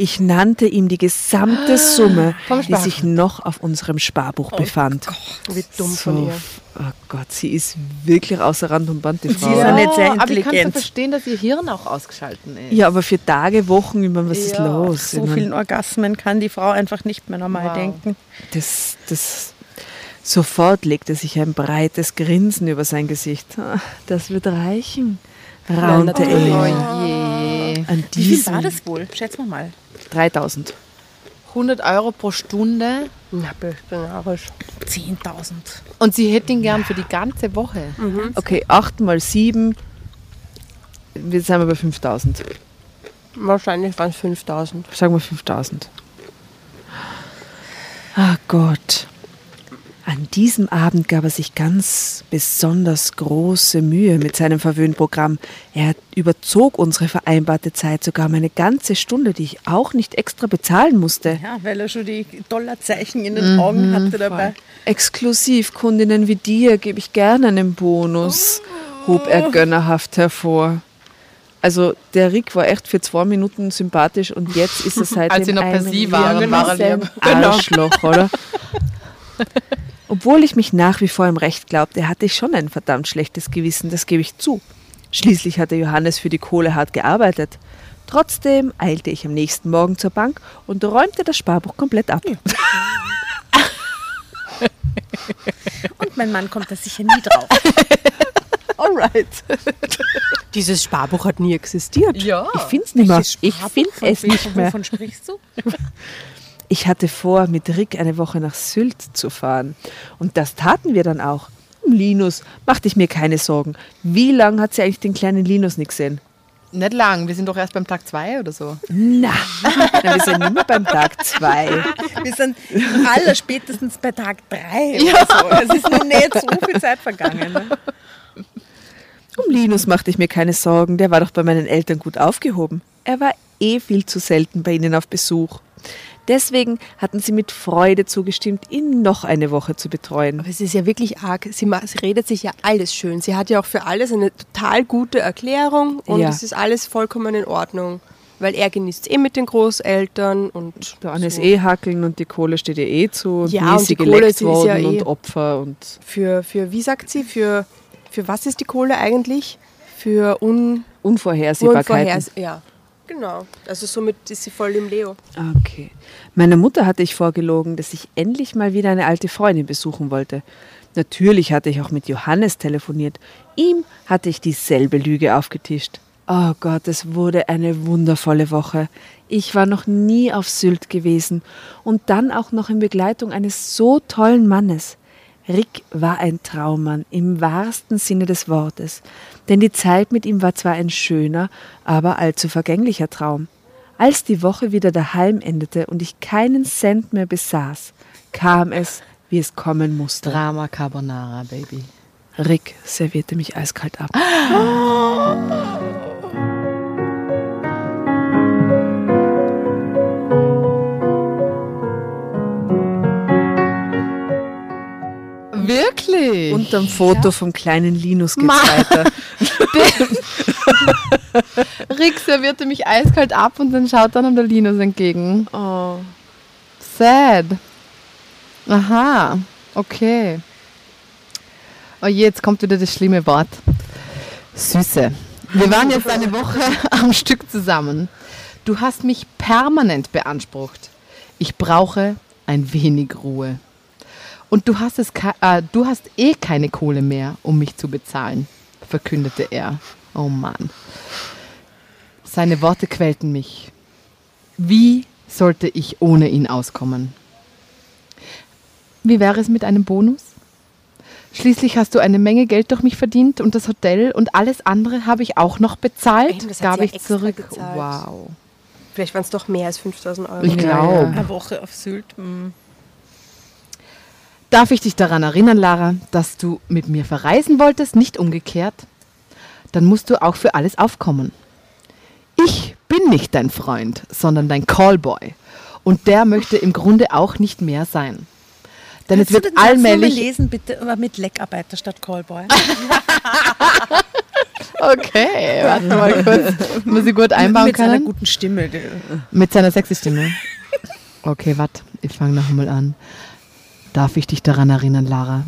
[SPEAKER 1] Ich nannte ihm die gesamte Summe, die sich noch auf unserem Sparbuch befand.
[SPEAKER 5] Wie dumm
[SPEAKER 1] so,
[SPEAKER 5] von ihr.
[SPEAKER 1] Oh Gott, sie ist wirklich außer Rand und Band, die Frau.
[SPEAKER 8] Sie ist ja nicht
[SPEAKER 7] aber
[SPEAKER 8] sehr
[SPEAKER 7] ich kann schon
[SPEAKER 8] intelligent.
[SPEAKER 7] verstehen, dass ihr Hirn auch ausgeschalten ist.
[SPEAKER 1] Ja, aber für Tage, Wochen, ich meine, was ist los?
[SPEAKER 8] So
[SPEAKER 1] ich meine,
[SPEAKER 8] vielen Orgasmen kann die Frau einfach nicht mehr normal
[SPEAKER 7] Wow.
[SPEAKER 8] denken.
[SPEAKER 1] das, das sofort legte sich ein breites Grinsen über sein Gesicht. Ah, Das wird reichen, raunte er.
[SPEAKER 7] Oh je.
[SPEAKER 1] An
[SPEAKER 8] Wie viel
[SPEAKER 1] diesem
[SPEAKER 8] war das wohl? Schätzen wir mal.
[SPEAKER 1] 3000.
[SPEAKER 7] 100 Euro pro Stunde
[SPEAKER 5] Nappelspinarisch.
[SPEAKER 8] 10.000.
[SPEAKER 7] und sie hätte ihn gern für die ganze Woche.
[SPEAKER 8] Mhm.
[SPEAKER 1] Okay, 8 mal 7, jetzt sind wir bei 5000.
[SPEAKER 5] Wahrscheinlich waren es 5000.
[SPEAKER 1] Sagen wir 5000. Ah Gott. An diesem Abend gab er sich ganz besonders große Mühe mit seinem Verwöhnprogramm. Er überzog unsere vereinbarte Zeit sogar um eine ganze Stunde, die ich auch nicht extra bezahlen musste.
[SPEAKER 8] Ja, weil er schon die Dollarzeichen in
[SPEAKER 1] Mhm.
[SPEAKER 8] den Augen hatte dabei.
[SPEAKER 1] Exklusivkundinnen wie dir gebe ich gerne einen Bonus, hob er gönnerhaft hervor. Also der Rick war echt für zwei Minuten sympathisch und jetzt ist halt er seitdem
[SPEAKER 7] Als sie noch per
[SPEAKER 1] ein
[SPEAKER 7] sie waren, Genau. war er lieber.
[SPEAKER 1] Arschloch, oder? Obwohl ich mich nach wie vor im Recht glaubte, hatte ich schon ein verdammt schlechtes Gewissen, das gebe ich zu. Schließlich hatte Johannes für die Kohle hart gearbeitet. Trotzdem eilte ich am nächsten Morgen zur Bank und räumte das Sparbuch komplett ab.
[SPEAKER 8] Und mein Mann kommt da sicher nie drauf.
[SPEAKER 1] Alright.
[SPEAKER 9] Dieses Sparbuch hat nie existiert.
[SPEAKER 7] Ja.
[SPEAKER 1] Ich find's nicht mehr. Ich find es nicht mehr.
[SPEAKER 8] Wovon sprichst du?
[SPEAKER 1] Ich hatte vor, mit Rick eine Woche nach Sylt zu fahren. Und das taten wir dann auch. Linus, mach dich mir keine Sorgen. Wie lange hat sie eigentlich den kleinen Linus nicht gesehen?
[SPEAKER 7] Nicht lang, wir sind doch erst beim Tag 2 oder so.
[SPEAKER 1] Na, na wir sind immer beim Tag zwei.
[SPEAKER 8] Wir sind aller spätestens bei Tag 3 oder so. Es ist noch nicht so viel Zeit vergangen. Ne?
[SPEAKER 1] Um Linus machte ich mir keine Sorgen, der war doch bei meinen Eltern gut aufgehoben. Er war eh viel zu selten bei ihnen auf Besuch. Deswegen hatten sie mit Freude zugestimmt, ihn noch eine Woche zu betreuen.
[SPEAKER 5] Aber es ist ja wirklich arg. Sie, ma- sie redet sich ja alles schön. Sie hat ja auch für alles eine total gute Erklärung und
[SPEAKER 1] Ja.
[SPEAKER 5] es ist alles vollkommen in Ordnung. Weil er genießt eh mit den Großeltern und.
[SPEAKER 1] Der eine ist eh hackeln und die Kohle steht ihr eh zu. Und
[SPEAKER 5] Ja,
[SPEAKER 1] nie
[SPEAKER 5] und
[SPEAKER 1] ist sie
[SPEAKER 5] die Kohle
[SPEAKER 1] geleckt
[SPEAKER 5] ist- ist
[SPEAKER 1] worden
[SPEAKER 5] ja eh-
[SPEAKER 1] und Opfer und
[SPEAKER 5] Für, für, wie sagt sie, für, für was ist die Kohle eigentlich? Für un,
[SPEAKER 1] Unvorhersehbarkeiten.
[SPEAKER 5] unvorhersehbar. Ja, genau. Also somit ist sie voll im Leo.
[SPEAKER 1] Okay. Meiner Mutter hatte ich vorgelogen, dass ich endlich mal wieder eine alte Freundin besuchen wollte. Natürlich hatte ich auch mit Johannes telefoniert. Ihm hatte ich dieselbe Lüge aufgetischt. Oh Gott, es wurde eine wundervolle Woche. Ich war noch nie auf Sylt gewesen und dann auch noch in Begleitung eines so tollen Mannes. Rick war ein Traummann im wahrsten Sinne des Wortes, denn die Zeit mit ihm war zwar ein schöner, aber allzu vergänglicher Traum. Als die Woche wieder daheim endete und ich keinen Cent mehr besaß, kam es, wie es kommen musste.
[SPEAKER 7] Drama Carbonara, Baby.
[SPEAKER 1] Rick servierte mich eiskalt ab.
[SPEAKER 7] Wirklich?
[SPEAKER 1] Unterm Foto vom kleinen Linus geht's weiter.
[SPEAKER 7] Rick servierte mich eiskalt ab und dann schaut dann am der Linus entgegen. Oh. Sad. Aha, okay. Oh je, jetzt kommt wieder das schlimme Wort. Süße. Wir waren jetzt eine Woche am Stück zusammen. Du hast mich permanent beansprucht. Ich brauche ein wenig Ruhe. Und du hast, es, ke- äh, du hast eh keine Kohle mehr, um mich zu bezahlen, verkündete er. Oh Mann. Seine Worte quälten mich. Wie sollte ich ohne ihn auskommen? Wie wäre es mit einem Bonus? Schließlich hast du eine Menge Geld durch mich verdient und das Hotel und alles andere habe ich auch noch bezahlt.
[SPEAKER 5] Eben, das hat
[SPEAKER 7] gab
[SPEAKER 5] sie ja
[SPEAKER 7] ich
[SPEAKER 5] extra
[SPEAKER 7] zurück.
[SPEAKER 5] gezahlt.
[SPEAKER 7] Wow.
[SPEAKER 5] Vielleicht waren es doch mehr als 5000 Euro.
[SPEAKER 7] Ich glaube.
[SPEAKER 8] Eine Woche auf Sylt. mm.
[SPEAKER 7] Darf ich dich daran erinnern, Lara, dass du mit mir verreisen wolltest, nicht umgekehrt? Dann musst du auch für alles aufkommen. Ich bin nicht dein Freund, sondern dein Callboy. Und der möchte im Grunde auch nicht mehr sein. Denn
[SPEAKER 8] Kannst
[SPEAKER 7] es
[SPEAKER 8] du
[SPEAKER 7] wird
[SPEAKER 8] den Satz noch mal
[SPEAKER 7] allmählich.
[SPEAKER 8] lesen bitte, aber mit Leckarbeiter statt Callboy.
[SPEAKER 7] Okay, warte mal kurz. Muss ich gut einbauen
[SPEAKER 8] mit
[SPEAKER 7] können?
[SPEAKER 8] seiner guten Stimme. die-
[SPEAKER 7] Mit seiner sexy Stimme. Okay, warte, ich fange noch einmal an. Darf ich dich daran erinnern, Lara,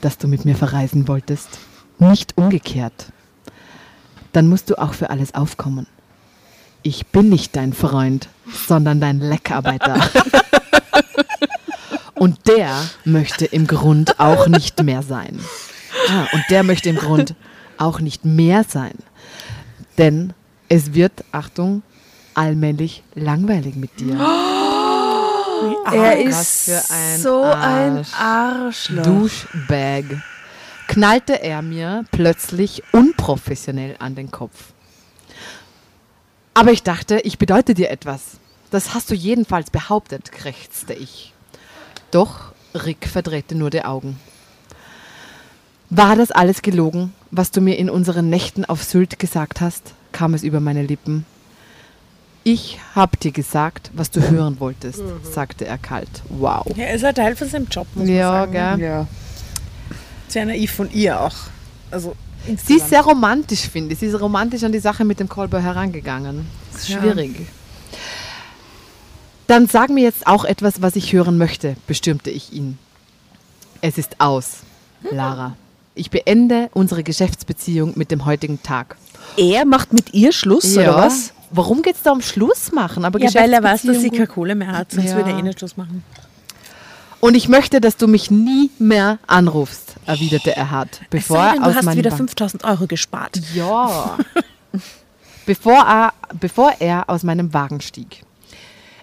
[SPEAKER 7] dass du mit mir verreisen wolltest? Nicht umgekehrt. Dann musst du auch für alles aufkommen. Ich bin nicht dein Freund, sondern dein Leckarbeiter. Und der möchte im Grund auch nicht mehr sein. Ah, und der möchte im Grund auch nicht mehr sein. Denn es wird, Achtung, allmählich langweilig mit dir.
[SPEAKER 1] er
[SPEAKER 7] Oh, was für ein
[SPEAKER 1] so ein
[SPEAKER 7] Arsch.
[SPEAKER 1] Arschloch.
[SPEAKER 7] Duschbag. Knallte er mir plötzlich unprofessionell an den Kopf. Aber ich dachte, ich bedeute dir etwas. Das hast du jedenfalls behauptet, krächzte ich. Doch Rick verdrehte nur die Augen. War das alles gelogen, was du mir in unseren Nächten auf Sylt gesagt hast? kam es über meine Lippen. Ich hab dir gesagt, was du hören wolltest, sagte er kalt. Wow.
[SPEAKER 8] Ja, ist ein Teil von seinem Job, muss
[SPEAKER 7] Ja,
[SPEAKER 8] man sagen.
[SPEAKER 7] gell.
[SPEAKER 1] Ja.
[SPEAKER 8] Sehr naiv von ihr auch. Also
[SPEAKER 7] Sie ist sehr romantisch, finde ich. Sie ist romantisch an die Sache mit dem Callboy herangegangen. Das ist schwierig. Dann sag mir jetzt auch etwas, was ich hören möchte, bestürmte ich ihn. Es ist aus, Lara. Ich beende unsere Geschäftsbeziehung mit dem heutigen Tag.
[SPEAKER 1] Er macht mit ihr Schluss, oder was?
[SPEAKER 7] Warum geht es da um Schluss machen? Aber
[SPEAKER 8] ja, weil er weiß, dass sie
[SPEAKER 7] Geschäftsbeziehung-
[SPEAKER 8] keine Kohle mehr hat, sonst
[SPEAKER 7] Ja.
[SPEAKER 8] würde er eh nicht Schluss machen.
[SPEAKER 7] Und ich möchte, dass du mich nie mehr anrufst, erwiderte er hart, bevor
[SPEAKER 8] Sei
[SPEAKER 7] er
[SPEAKER 8] denn,
[SPEAKER 7] aus
[SPEAKER 8] du hast
[SPEAKER 7] meinem
[SPEAKER 8] wieder
[SPEAKER 7] Bann-
[SPEAKER 8] 5000 Euro gespart.
[SPEAKER 7] Ja. bevor, er, bevor er aus meinem Wagen stieg.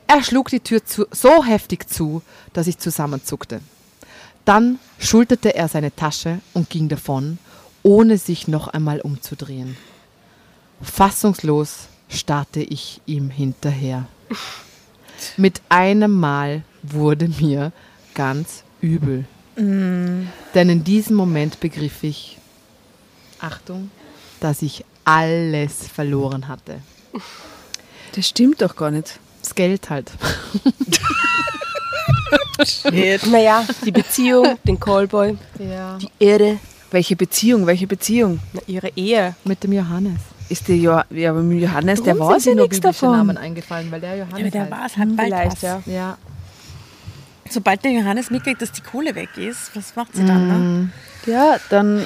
[SPEAKER 7] Er schlug die Tür zu, so heftig zu, dass ich zusammenzuckte. Dann schulterte er seine Tasche und ging davon, ohne sich noch einmal umzudrehen. Fassungslos starrte ich ihm hinterher. Mit einem Mal wurde mir ganz übel. Denn in diesem Moment begriff ich, Achtung, dass ich alles verloren hatte.
[SPEAKER 1] Das stimmt doch gar nicht.
[SPEAKER 7] Das Geld halt.
[SPEAKER 5] Naja, die Beziehung, den Callboy, die Erde,
[SPEAKER 1] Welche Beziehung, welche Beziehung?
[SPEAKER 5] na, ihre Ehe.
[SPEAKER 7] Mit dem Johannes.
[SPEAKER 1] Ist der jo ja, aber mit dem Johannes, der
[SPEAKER 7] Warum
[SPEAKER 1] weiß
[SPEAKER 7] sind
[SPEAKER 1] ja
[SPEAKER 7] dir nur
[SPEAKER 1] nichts
[SPEAKER 7] biblische Namen
[SPEAKER 1] davon.
[SPEAKER 7] eingefallen, weil der
[SPEAKER 8] Ja, aber
[SPEAKER 7] Johannes
[SPEAKER 8] der
[SPEAKER 7] heißt.
[SPEAKER 8] war es halt bald
[SPEAKER 5] Vielleicht,
[SPEAKER 8] was.
[SPEAKER 5] ja.
[SPEAKER 7] Ja,
[SPEAKER 8] Sobald der Johannes mitkriegt, dass die Kohle weg ist, was macht sie dann? Ne?
[SPEAKER 1] Ja, dann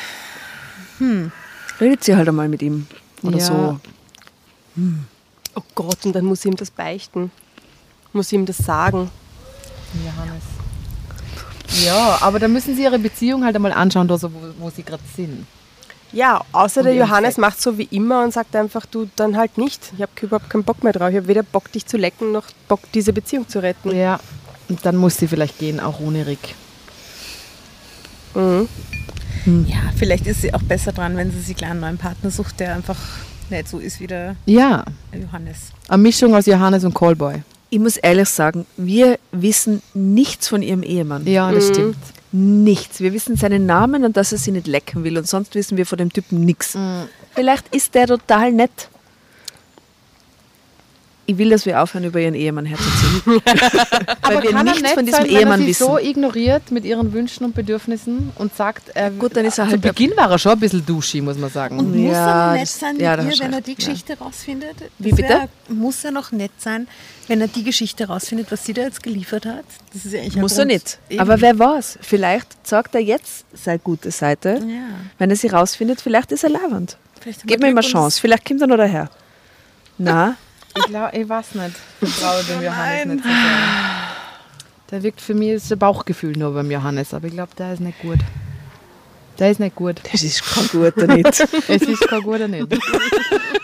[SPEAKER 1] hm, redet sie halt einmal mit ihm. Oder
[SPEAKER 7] Ja.
[SPEAKER 1] so.
[SPEAKER 5] Oh Gott, und dann muss sie ihm das beichten. Muss sie ihm das sagen.
[SPEAKER 7] Johannes. Ja, aber da müssen sie ihre Beziehung halt einmal anschauen, also wo, wo sie gerade sind.
[SPEAKER 5] Ja, außer
[SPEAKER 7] Und
[SPEAKER 5] der
[SPEAKER 7] ihren
[SPEAKER 5] Johannes
[SPEAKER 7] Sex.
[SPEAKER 5] macht so wie immer und sagt einfach, du dann halt nicht. Ich habe überhaupt keinen Bock mehr drauf. Ich habe weder Bock, dich zu lecken, noch Bock, diese Beziehung zu retten.
[SPEAKER 7] Ja. Und dann muss sie vielleicht gehen, auch ohne Rick.
[SPEAKER 8] Ja, vielleicht ist sie auch besser dran, wenn sie sich gleich einen neuen Partner sucht, der einfach nicht so ist wie der
[SPEAKER 7] Ja,
[SPEAKER 8] Johannes.
[SPEAKER 7] eine Mischung aus Johannes und Callboy.
[SPEAKER 1] Ich muss ehrlich sagen, wir wissen nichts von ihrem Ehemann.
[SPEAKER 7] Ja,
[SPEAKER 8] Mhm.
[SPEAKER 7] das stimmt.
[SPEAKER 1] Nichts. Wir wissen seinen Namen und dass er sie nicht lecken will und sonst wissen wir von dem Typen nichts.
[SPEAKER 8] Mm.
[SPEAKER 1] Vielleicht ist der total nett. Ich will, dass wir aufhören, über ihren Ehemann herzuziehen. weil wir
[SPEAKER 7] kann er
[SPEAKER 1] nichts
[SPEAKER 7] nett
[SPEAKER 1] von diesem
[SPEAKER 7] sein, wenn
[SPEAKER 1] Ehemann
[SPEAKER 7] er sie
[SPEAKER 1] wissen.
[SPEAKER 7] so ignoriert mit ihren Wünschen und Bedürfnissen und sagt, er
[SPEAKER 1] gut, dann ist er
[SPEAKER 7] Zu
[SPEAKER 1] halt-
[SPEAKER 7] Beginn war er schon ein bisschen duschi, muss man sagen.
[SPEAKER 8] Und muss er
[SPEAKER 1] Ja,
[SPEAKER 8] noch nett
[SPEAKER 1] das-
[SPEAKER 8] sein mit
[SPEAKER 1] ja, da
[SPEAKER 8] ihr,
[SPEAKER 1] hast du
[SPEAKER 8] wenn er
[SPEAKER 1] recht,
[SPEAKER 8] die Geschichte rausfindet? Das
[SPEAKER 1] Wie bitte?
[SPEAKER 8] wär- Muss er noch nett sein, wenn er die Geschichte rausfindet, was sie da jetzt geliefert hat? Das ist ja eigentlich ein
[SPEAKER 1] Muss er
[SPEAKER 8] Grund.
[SPEAKER 1] nicht.
[SPEAKER 8] Eben.
[SPEAKER 1] Aber wer weiß, vielleicht sagt er jetzt seine gute Seite.
[SPEAKER 8] Ja.
[SPEAKER 1] Wenn er sie rausfindet, vielleicht ist er lauernd.
[SPEAKER 8] Vielleicht haben
[SPEAKER 1] Gebt
[SPEAKER 8] wir
[SPEAKER 1] mir mal
[SPEAKER 8] Glück und
[SPEAKER 1] Chance, vielleicht kommt er noch daher. Na,
[SPEAKER 7] Ich glaube, ich weiß nicht. Ich traue dem um Johannes nicht so sehr. Oh Der wirkt für mich, ist ein Bauchgefühl nur beim Johannes, aber ich glaube, der ist nicht gut. Der ist nicht gut.
[SPEAKER 1] das ist kein guter nicht.
[SPEAKER 7] Es ist kein guter nicht.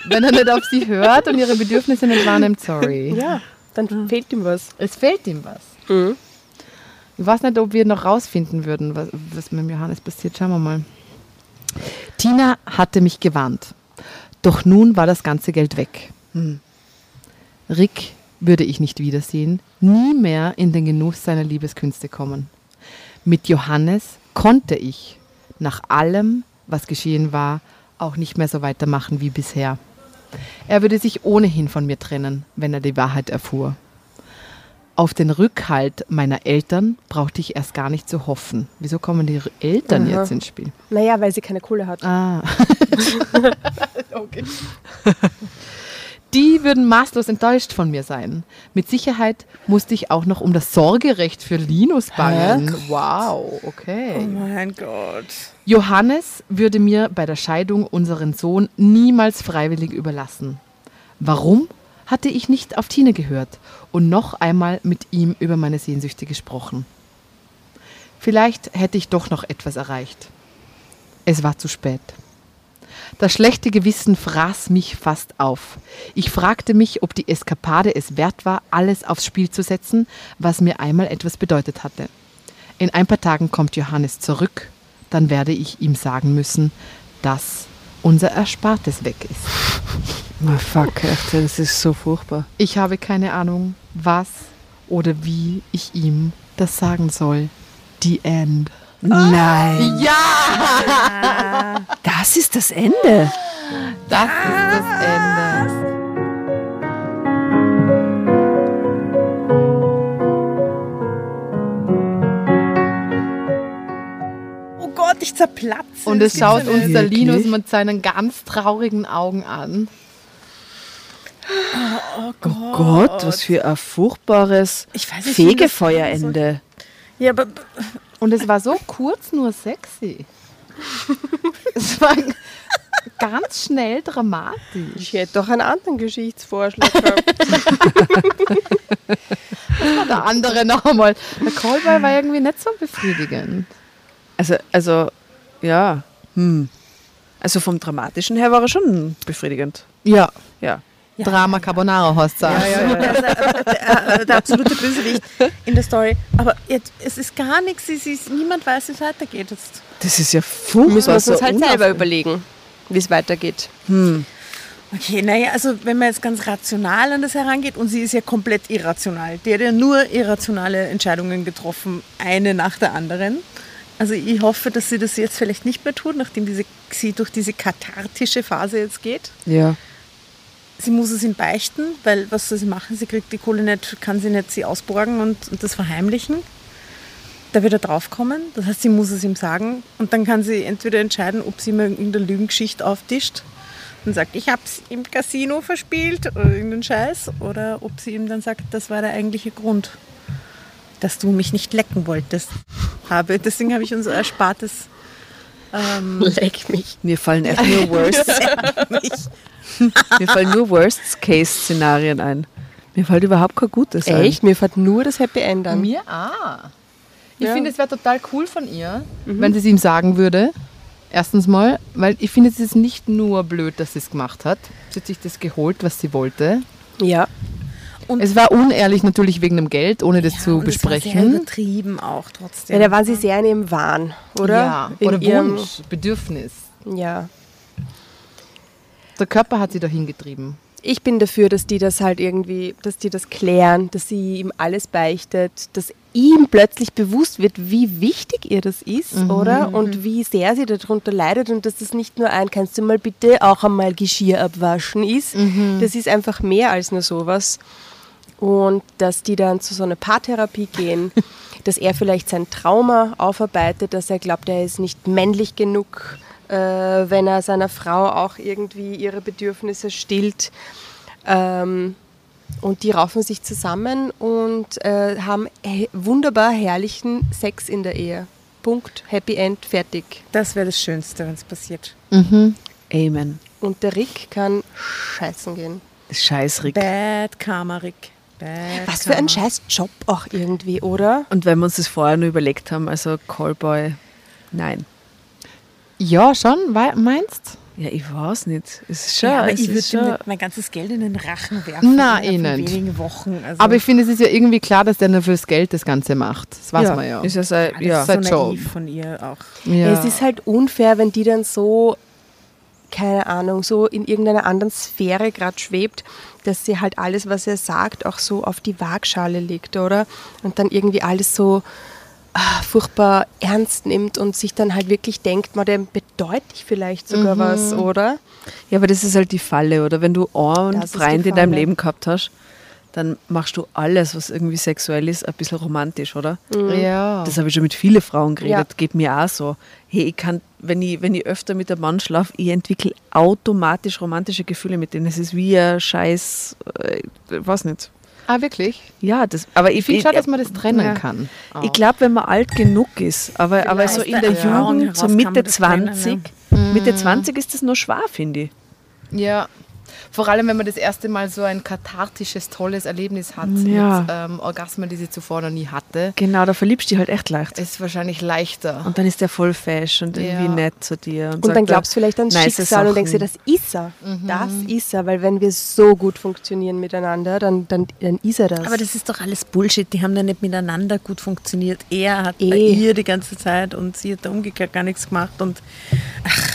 [SPEAKER 7] Wenn er nicht auf sie hört und ihre Bedürfnisse nicht wahrnimmt, sorry.
[SPEAKER 5] Ja, dann fehlt ihm was. Mhm.
[SPEAKER 7] Es fehlt ihm was. Ich weiß nicht, ob wir noch rausfinden würden, was, was mit dem Johannes passiert. Schauen wir mal. Tina hatte mich gewarnt. Doch nun war das ganze Geld weg. Rick würde ich nicht wiedersehen, nie mehr in den Genuss seiner Liebeskünste kommen. Mit Johannes konnte ich nach allem, was geschehen war, auch nicht mehr so weitermachen wie bisher. Er würde sich ohnehin von mir trennen, wenn er die Wahrheit erfuhr. Auf den Rückhalt meiner Eltern brauchte ich erst gar nicht zu hoffen. Wieso kommen die Eltern jetzt ins Spiel?
[SPEAKER 5] Naja, weil sie keine Kohle hat.
[SPEAKER 7] Ah. Die würden maßlos enttäuscht von mir sein. Mit Sicherheit musste ich auch noch um das Sorgerecht für Linus bangen. Wow, okay.
[SPEAKER 8] Oh mein Gott.
[SPEAKER 7] Johannes würde mir bei der Scheidung unseren Sohn niemals freiwillig überlassen. Warum hatte ich nicht auf Tine gehört und noch einmal mit ihm über meine Sehnsüchte gesprochen? Vielleicht hätte ich doch noch etwas erreicht. Es war zu spät. Das schlechte Gewissen fraß mich fast auf. Ich fragte mich, ob die Eskapade es wert war, alles aufs Spiel zu setzen, was mir einmal etwas bedeutet hatte. In ein paar Tagen kommt Johannes zurück, dann werde ich ihm sagen müssen, dass unser Erspartes weg ist.
[SPEAKER 1] Oh fuck, echt, das ist so furchtbar.
[SPEAKER 7] Ich habe keine Ahnung, was oder wie ich ihm das sagen soll. The End.
[SPEAKER 1] Nein,
[SPEAKER 7] Ja,
[SPEAKER 1] das ist das Ende.
[SPEAKER 7] das ist das Ende.
[SPEAKER 8] Oh Gott, ich zerplatze.
[SPEAKER 7] Und es
[SPEAKER 8] Das gibt's
[SPEAKER 7] schaut
[SPEAKER 8] ja nicht.
[SPEAKER 7] uns der Linus mit seinen ganz traurigen Augen an.
[SPEAKER 1] Oh Gott, was für ein furchtbares
[SPEAKER 8] Ich weiß nicht, wie man das
[SPEAKER 1] Fegefeuerende.
[SPEAKER 8] Ja, aber
[SPEAKER 7] Und es war so kurz nur sexy. Es war ganz schnell dramatisch.
[SPEAKER 5] Ich hätte doch einen anderen Geschichtsvorschlag gehabt.
[SPEAKER 7] Der andere noch einmal. Der Callboy war irgendwie nicht so befriedigend.
[SPEAKER 1] Also, also, ja, hm. Also vom Dramatischen her war er schon befriedigend.
[SPEAKER 7] Ja.
[SPEAKER 1] Ja.
[SPEAKER 7] Drama Carbonara heißt ja,
[SPEAKER 8] äh, der, der absolute Bösewicht in der Story. Aber jetzt, es ist gar nichts, es ist, niemand weiß, wie es weitergeht. Jetzt.
[SPEAKER 1] Das ist ja furchtbar.
[SPEAKER 5] Müssen wir uns
[SPEAKER 1] so
[SPEAKER 5] das halt selber
[SPEAKER 1] unauf-
[SPEAKER 5] überlegen, wie es weitergeht.
[SPEAKER 8] Okay, naja, also wenn man jetzt ganz rational an das herangeht und sie ist ja komplett irrational. Die hat ja nur irrationale Entscheidungen getroffen, eine nach der anderen. Also ich hoffe, dass sie das jetzt vielleicht nicht mehr tut, nachdem diese, sie durch diese kathartische Phase jetzt geht.
[SPEAKER 1] Ja.
[SPEAKER 8] Sie muss es ihm beichten, weil was soll sie machen? Sie kriegt die Kohle nicht, kann sie nicht sie ausborgen und, und das verheimlichen. Da wird er draufkommen. Das heißt, sie muss es ihm sagen. Und dann kann sie entweder entscheiden, ob sie ihm irgendeine Lügengeschichte auftischt und sagt, ich hab's im Casino verspielt oder irgendeinen Scheiß. Oder ob sie ihm dann sagt, das war der eigentliche Grund, dass du mich nicht lecken wolltest. Habe. Deswegen habe ich unser Erspartes.
[SPEAKER 5] Mhm.
[SPEAKER 8] Ähm,
[SPEAKER 5] Leck mich.
[SPEAKER 1] Mir fallen echt nur Worst, mir fallen nur Worst-Case-Szenarien ein. Mir fällt überhaupt kein Gutes ein.
[SPEAKER 5] Echt? Mir fällt nur das Happy End an.
[SPEAKER 7] Mir ah. Ich finde, es wäre total cool von ihr, wenn sie es ihm sagen würde. Erstens mal, weil ich finde, es ist nicht nur blöd, dass sie es gemacht hat. Sie hat sich das geholt, was sie wollte.
[SPEAKER 5] Ja.
[SPEAKER 7] Es war unehrlich natürlich wegen dem Geld, ohne das zu
[SPEAKER 8] und Das war sehr
[SPEAKER 7] besprechen.
[SPEAKER 8] übertrieben auch trotzdem.
[SPEAKER 5] Ja, da war sie sehr in ihrem Wahn, oder?
[SPEAKER 7] Ja,
[SPEAKER 5] in
[SPEAKER 7] oder
[SPEAKER 5] ihrem-
[SPEAKER 7] Wunsch, Bedürfnis.
[SPEAKER 5] Ja.
[SPEAKER 7] Der Körper hat sie da hingetrieben.
[SPEAKER 5] Ich bin dafür, dass die das halt irgendwie, dass die das klären, dass sie ihm alles beichtet, dass ihm plötzlich bewusst wird, wie wichtig ihr das ist, oder? Und wie sehr sie darunter leidet und dass das nicht nur ein, kannst du mal bitte auch einmal Geschirr abwaschen ist. Das ist einfach mehr als nur sowas. Und dass die dann zu so einer Paartherapie gehen, dass er vielleicht sein Trauma aufarbeitet, dass er glaubt, er ist nicht männlich genug, äh, wenn er seiner Frau auch irgendwie ihre Bedürfnisse stillt. Ähm, und die raufen sich zusammen und äh, haben he wunderbar herrlichen Sex in der Ehe. Punkt, Happy End, fertig.
[SPEAKER 8] Das wäre das Schönste, wenn es passiert.
[SPEAKER 1] Amen.
[SPEAKER 5] Und der Rick kann scheißen gehen.
[SPEAKER 1] Scheißrig.
[SPEAKER 8] Bad Karma, Rick. Bad
[SPEAKER 5] Was für ein
[SPEAKER 8] Karma.
[SPEAKER 5] scheiß Job auch irgendwie, oder?
[SPEAKER 1] Und wenn wir uns das vorher nur überlegt haben, also Callboy, nein.
[SPEAKER 7] Ja, schon, weil, meinst
[SPEAKER 1] Ja, ich weiß nicht. Es ist schon,
[SPEAKER 8] Ja, aber
[SPEAKER 1] es
[SPEAKER 8] ich würde
[SPEAKER 1] ist
[SPEAKER 8] ihm
[SPEAKER 1] schon
[SPEAKER 8] nicht mein ganzes Geld in den Rachen werfen.
[SPEAKER 7] Na, eh
[SPEAKER 8] innerhalb von
[SPEAKER 7] nicht.
[SPEAKER 8] wenigen Wochen. Also,
[SPEAKER 7] Aber ich finde, es ist ja irgendwie klar, dass der nur fürs Geld das Ganze macht. Das weiß man ja. Ah,
[SPEAKER 1] Ist ja, sein,
[SPEAKER 8] ja,
[SPEAKER 1] ja.
[SPEAKER 8] das ist
[SPEAKER 7] sein
[SPEAKER 8] so
[SPEAKER 7] Job.
[SPEAKER 8] naiv von ihr auch.
[SPEAKER 7] ja.
[SPEAKER 5] Es ist halt unfair, wenn die dann so, keine Ahnung, so in irgendeiner anderen Sphäre gerade schwebt, dass sie halt alles, was er sagt, auch so auf die Waagschale legt, oder? Und dann irgendwie alles so ah, furchtbar ernst nimmt und sich dann halt wirklich denkt, man, dem bedeutet ich vielleicht sogar was, oder?
[SPEAKER 1] ja, aber das ist halt die Falle, oder? Wenn du einen
[SPEAKER 5] Das ist die
[SPEAKER 1] Freund in deinem
[SPEAKER 5] Falle.
[SPEAKER 1] Leben gehabt hast, dann machst du alles, was irgendwie sexuell ist, ein bisschen romantisch, oder?
[SPEAKER 7] ja.
[SPEAKER 1] Das habe ich schon mit vielen Frauen geredet,
[SPEAKER 5] Ja.
[SPEAKER 1] geht mir auch so. Hey, ich kann, wenn ich, wenn ich öfter mit einem Mann schlafe, ich entwickle automatisch romantische Gefühle mit denen. Es ist wie ein Scheiß, äh, weiß nicht.
[SPEAKER 7] ah, wirklich?
[SPEAKER 1] Ja, das, aber ich
[SPEAKER 7] Ich finde
[SPEAKER 1] finde
[SPEAKER 7] schon, dass man das trennen kann.
[SPEAKER 1] Ich glaube, wenn man alt genug ist, aber, aber so
[SPEAKER 8] aus
[SPEAKER 1] in
[SPEAKER 8] der
[SPEAKER 1] der
[SPEAKER 8] Erfahrung
[SPEAKER 1] Jugend,
[SPEAKER 8] heraus
[SPEAKER 1] so
[SPEAKER 8] kann man
[SPEAKER 1] Mitte
[SPEAKER 8] das trennen,
[SPEAKER 1] 20, Mitte 20 ist das noch schwer, finde ich.
[SPEAKER 7] Ja. Vor allem, wenn man das erste Mal so ein kathartisches, tolles Erlebnis hat
[SPEAKER 1] Ja.
[SPEAKER 7] mit ähm, Orgasmen, die sie zuvor noch nie hatte,
[SPEAKER 1] Genau, da verliebst du dich halt echt leicht.
[SPEAKER 7] ist wahrscheinlich leichter.
[SPEAKER 1] Und dann ist der voll fesch und irgendwie
[SPEAKER 7] Ja.
[SPEAKER 1] nett zu dir.
[SPEAKER 5] Und
[SPEAKER 1] sagt
[SPEAKER 5] dann glaubst du vielleicht ans
[SPEAKER 1] nice
[SPEAKER 5] Schicksal und denkst dir,
[SPEAKER 1] Sachen.
[SPEAKER 5] das ist er.
[SPEAKER 8] Mhm.
[SPEAKER 5] Das ist er, weil wenn wir so gut funktionieren miteinander, dann, dann, dann ist er das.
[SPEAKER 8] Aber das ist doch alles Bullshit. Die haben da nicht miteinander gut funktioniert. Er hat bei
[SPEAKER 5] Eh.
[SPEAKER 8] ihr die ganze Zeit und sie hat da umgekehrt gar nichts gemacht. Und ach,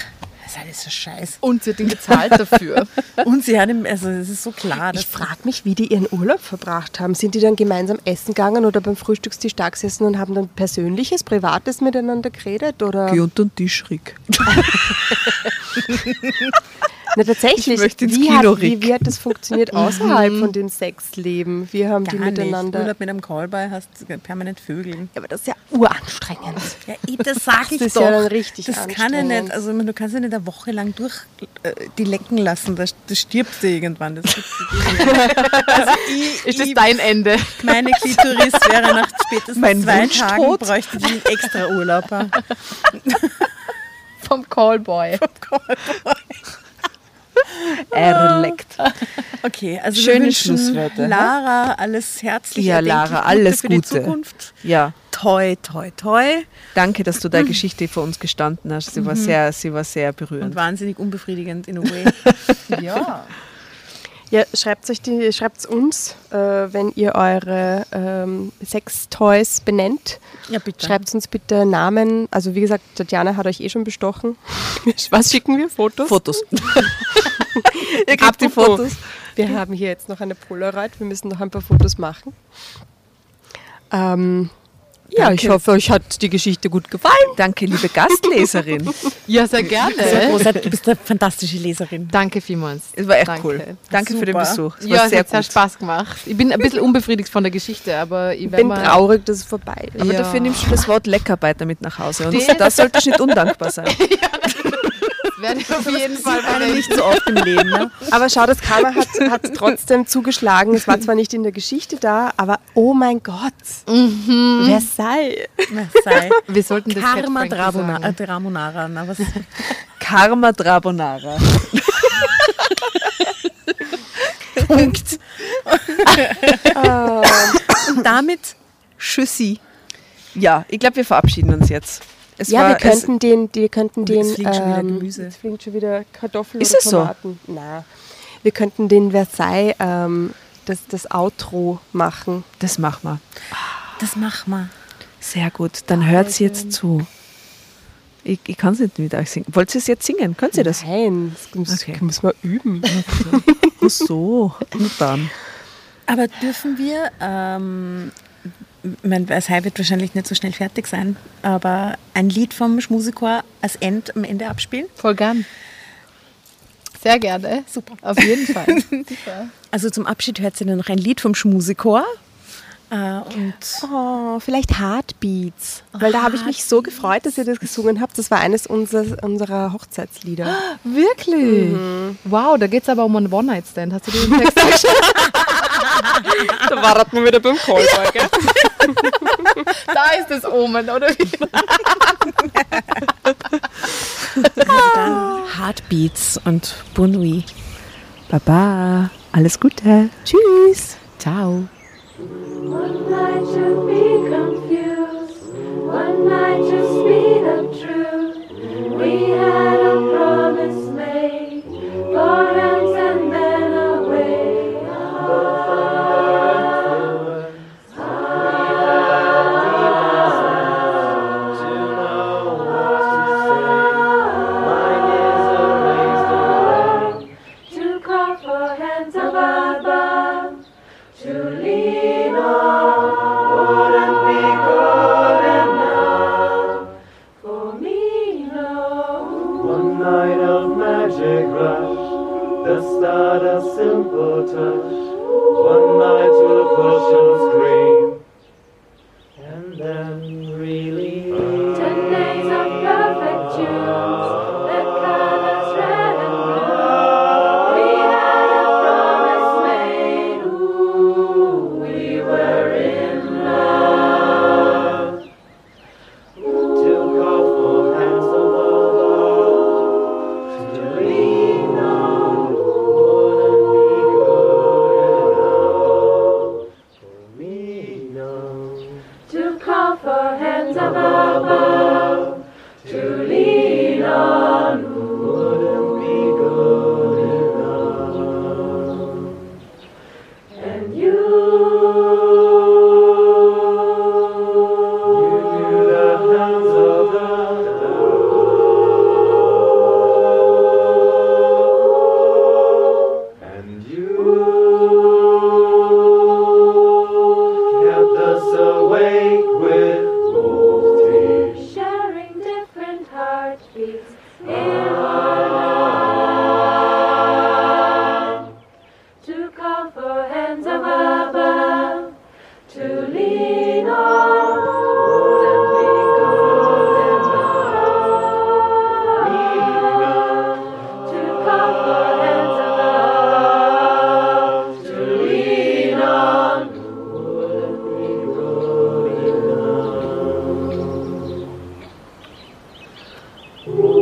[SPEAKER 8] das ist alles so scheiße.
[SPEAKER 7] Und sie hat ihn gezahlt dafür.
[SPEAKER 8] Und sie hat ihm, also es ist so klar.
[SPEAKER 5] Ich
[SPEAKER 8] dass-
[SPEAKER 5] frage mich, wie die ihren Urlaub verbracht haben. Sind die dann gemeinsam essen gegangen oder beim Frühstückstisch da gesessen und haben dann persönliches, privates miteinander geredet? Oder?
[SPEAKER 1] Geh unter den Tisch, Rick.
[SPEAKER 5] Na, tatsächlich.
[SPEAKER 1] Ich möchte ins
[SPEAKER 5] wie,
[SPEAKER 1] Kino,
[SPEAKER 5] hat, wie,
[SPEAKER 1] Rick.
[SPEAKER 5] wie hat das funktioniert außerhalb von dem Sexleben? Wie haben die
[SPEAKER 8] Gar nicht.
[SPEAKER 5] miteinander.
[SPEAKER 8] Urlaub mit einem Callboy hast du permanent Vögeln.
[SPEAKER 5] Ja, aber das ist ja uranstrengend.
[SPEAKER 8] Ja, eh, das sag ich
[SPEAKER 5] Das ist
[SPEAKER 8] doch.
[SPEAKER 5] ja dann richtig
[SPEAKER 8] das kann ja
[SPEAKER 5] anstrengend.
[SPEAKER 8] nicht. Also ich meine, du kannst ja nicht eine Woche lang durch äh, die lecken lassen. Das, das stirbt sie irgendwann. Das gibt's nicht. also ich,
[SPEAKER 7] Ist das
[SPEAKER 8] ich-
[SPEAKER 7] dein Ende?
[SPEAKER 8] Meine Klitoris wäre nach spätestens
[SPEAKER 1] Mein
[SPEAKER 8] zwei Tagen
[SPEAKER 1] Wunschtod.
[SPEAKER 8] bräuchte die einen extra Urlaub.
[SPEAKER 7] Vom Callboy.
[SPEAKER 1] Er leckt.
[SPEAKER 8] Okay, also
[SPEAKER 1] Schöne
[SPEAKER 8] Ah, wir wünschen
[SPEAKER 1] Schlussworte,
[SPEAKER 8] Lara alles herzliche
[SPEAKER 1] Ja, Lara,
[SPEAKER 8] erdenklich
[SPEAKER 1] alles
[SPEAKER 8] für
[SPEAKER 1] Gute.
[SPEAKER 8] die Zukunft.
[SPEAKER 1] Ja,
[SPEAKER 8] Toi, toi, toi
[SPEAKER 1] danke, dass du deine Geschichte vor uns gestanden hast. Sie war
[SPEAKER 8] Mhm.
[SPEAKER 1] sehr, sie war sehr
[SPEAKER 8] und
[SPEAKER 1] berührend.
[SPEAKER 8] wahnsinnig unbefriedigend in a way.
[SPEAKER 7] Ja.
[SPEAKER 5] Ja, schreibt euch die, schreibt's uns, äh, wenn ihr eure ähm, Sex-Toys benennt.
[SPEAKER 8] Ja, bitte.
[SPEAKER 5] Schreibt uns bitte Namen. Also wie gesagt, Tatjana hat euch eh schon bestochen. Was schicken wir? Fotos?
[SPEAKER 1] Fotos.
[SPEAKER 5] Ihr
[SPEAKER 1] Ab die Fotos.
[SPEAKER 5] Wir haben hier jetzt noch eine Polaroid. Wir müssen noch ein paar Fotos machen. Ähm, ja, ich hoffe, euch hat die Geschichte gut gefallen.
[SPEAKER 1] Danke, liebe Gastleserin.
[SPEAKER 7] Ja, sehr gerne.
[SPEAKER 8] Großartig, du bist eine fantastische Leserin.
[SPEAKER 7] Danke vielmals.
[SPEAKER 1] Es war echt
[SPEAKER 7] Danke.
[SPEAKER 1] cool. Danke für den
[SPEAKER 8] Super.
[SPEAKER 1] Besuch. Es
[SPEAKER 7] Ja,
[SPEAKER 1] war
[SPEAKER 7] es
[SPEAKER 1] sehr
[SPEAKER 7] hat sehr
[SPEAKER 1] gut.
[SPEAKER 7] Spaß gemacht. Ich bin ein bisschen unbefriedigt von der Geschichte, aber ich
[SPEAKER 5] Ich bin
[SPEAKER 7] werde mal...
[SPEAKER 5] traurig, dass es vorbei ist.
[SPEAKER 1] Aber
[SPEAKER 7] Ja.
[SPEAKER 1] dafür nimmst du das Wort Leckarbeiter mit nach Hause. Und
[SPEAKER 7] Das-
[SPEAKER 1] das sollte nicht undankbar sein.
[SPEAKER 7] werde ich auf jeden Fall
[SPEAKER 1] Alle
[SPEAKER 7] meine
[SPEAKER 1] nicht so oft im Leben. Ne?
[SPEAKER 5] Aber schau, das Karma hat hat's trotzdem zugeschlagen. Es war zwar nicht in der Geschichte da, aber oh mein Gott. Versailles.
[SPEAKER 8] Marseille.
[SPEAKER 7] Wir sollten das
[SPEAKER 8] Karma
[SPEAKER 7] Cat Frankie
[SPEAKER 8] Drabona- äh,
[SPEAKER 7] sagen.
[SPEAKER 8] Dramonara. Na, was?
[SPEAKER 1] Karma Drabonara.
[SPEAKER 8] Punkt. Und damit Tschüssi.
[SPEAKER 1] Ja, ich glaube, wir verabschieden uns jetzt. Es
[SPEAKER 5] Ja, wir
[SPEAKER 1] es-
[SPEAKER 5] könnten den, wir könnten den. ähm,
[SPEAKER 8] jetzt fliegt schon wieder Gemüse.
[SPEAKER 5] Jetzt fliegen schon wieder Kartoffeln
[SPEAKER 1] Ist
[SPEAKER 5] oder
[SPEAKER 1] es so?
[SPEAKER 5] Tomaten. Na, wir könnten den Versailles ähm, das, das Outro machen.
[SPEAKER 1] das machen wir.
[SPEAKER 8] Das machen wir.
[SPEAKER 1] Sehr gut. Dann hört sie jetzt zu. Ich, ich kann es nicht mit euch singen. Wollt ihr es jetzt singen? Könnt ihr das?
[SPEAKER 5] Nein, das muss-
[SPEAKER 1] Okay.
[SPEAKER 5] müssen wir üben.
[SPEAKER 1] Ach so, gut dann.
[SPEAKER 6] Aber dürfen wir, ähm, mein Weißhai wird wahrscheinlich nicht so schnell fertig sein, aber ein Lied vom Schmusechor als End am Ende abspielen?
[SPEAKER 7] Voll gern. Sehr gerne. Super. Auf jeden Fall. Super.
[SPEAKER 6] Also zum Abschied hört sie dann noch ein Lied vom Schmusechor. Äh, und
[SPEAKER 5] Oh, vielleicht Heartbeats. Weil da habe ich mich so gefreut, dass ihr das gesungen habt. Das war eines unserer, unserer Hochzeitslieder.
[SPEAKER 7] Wirklich? Wow, da geht es aber um einen One-Night-Stand. Hast du den Text angeschaut?
[SPEAKER 10] Da war man wieder beim Callboy, gell?
[SPEAKER 7] Da ist das Omen, oder wie?
[SPEAKER 6] dann Heartbeats und Bonui.
[SPEAKER 1] Baba, alles Gute.
[SPEAKER 5] Tschüss.
[SPEAKER 7] Ciao.
[SPEAKER 11] One night to be confused, one night to speak the truth. We had a promise made, for hands and then away. To call for hands above, to lean on, wouldn't be good enough for me, no.
[SPEAKER 12] One night of magic rush, the start of simple touch. One night to push and scream, and then really.
[SPEAKER 11] Ten days of perfect tunes, the colors red and blue. We had a promise made, ooh, we were in love.
[SPEAKER 12] To call for hands of love, to lean on, wouldn't be good enough for me, no.
[SPEAKER 11] To call for hands above, above, to lean on.
[SPEAKER 12] Wouldn't be good enough.
[SPEAKER 11] And you.
[SPEAKER 12] You do the hands of love, and you kept us awake with both tears.
[SPEAKER 11] sharing different heartbeats in one to call for hands above, above to lean on wouldn't be good enough. To call for hands above, to lean on.
[SPEAKER 12] Ooh.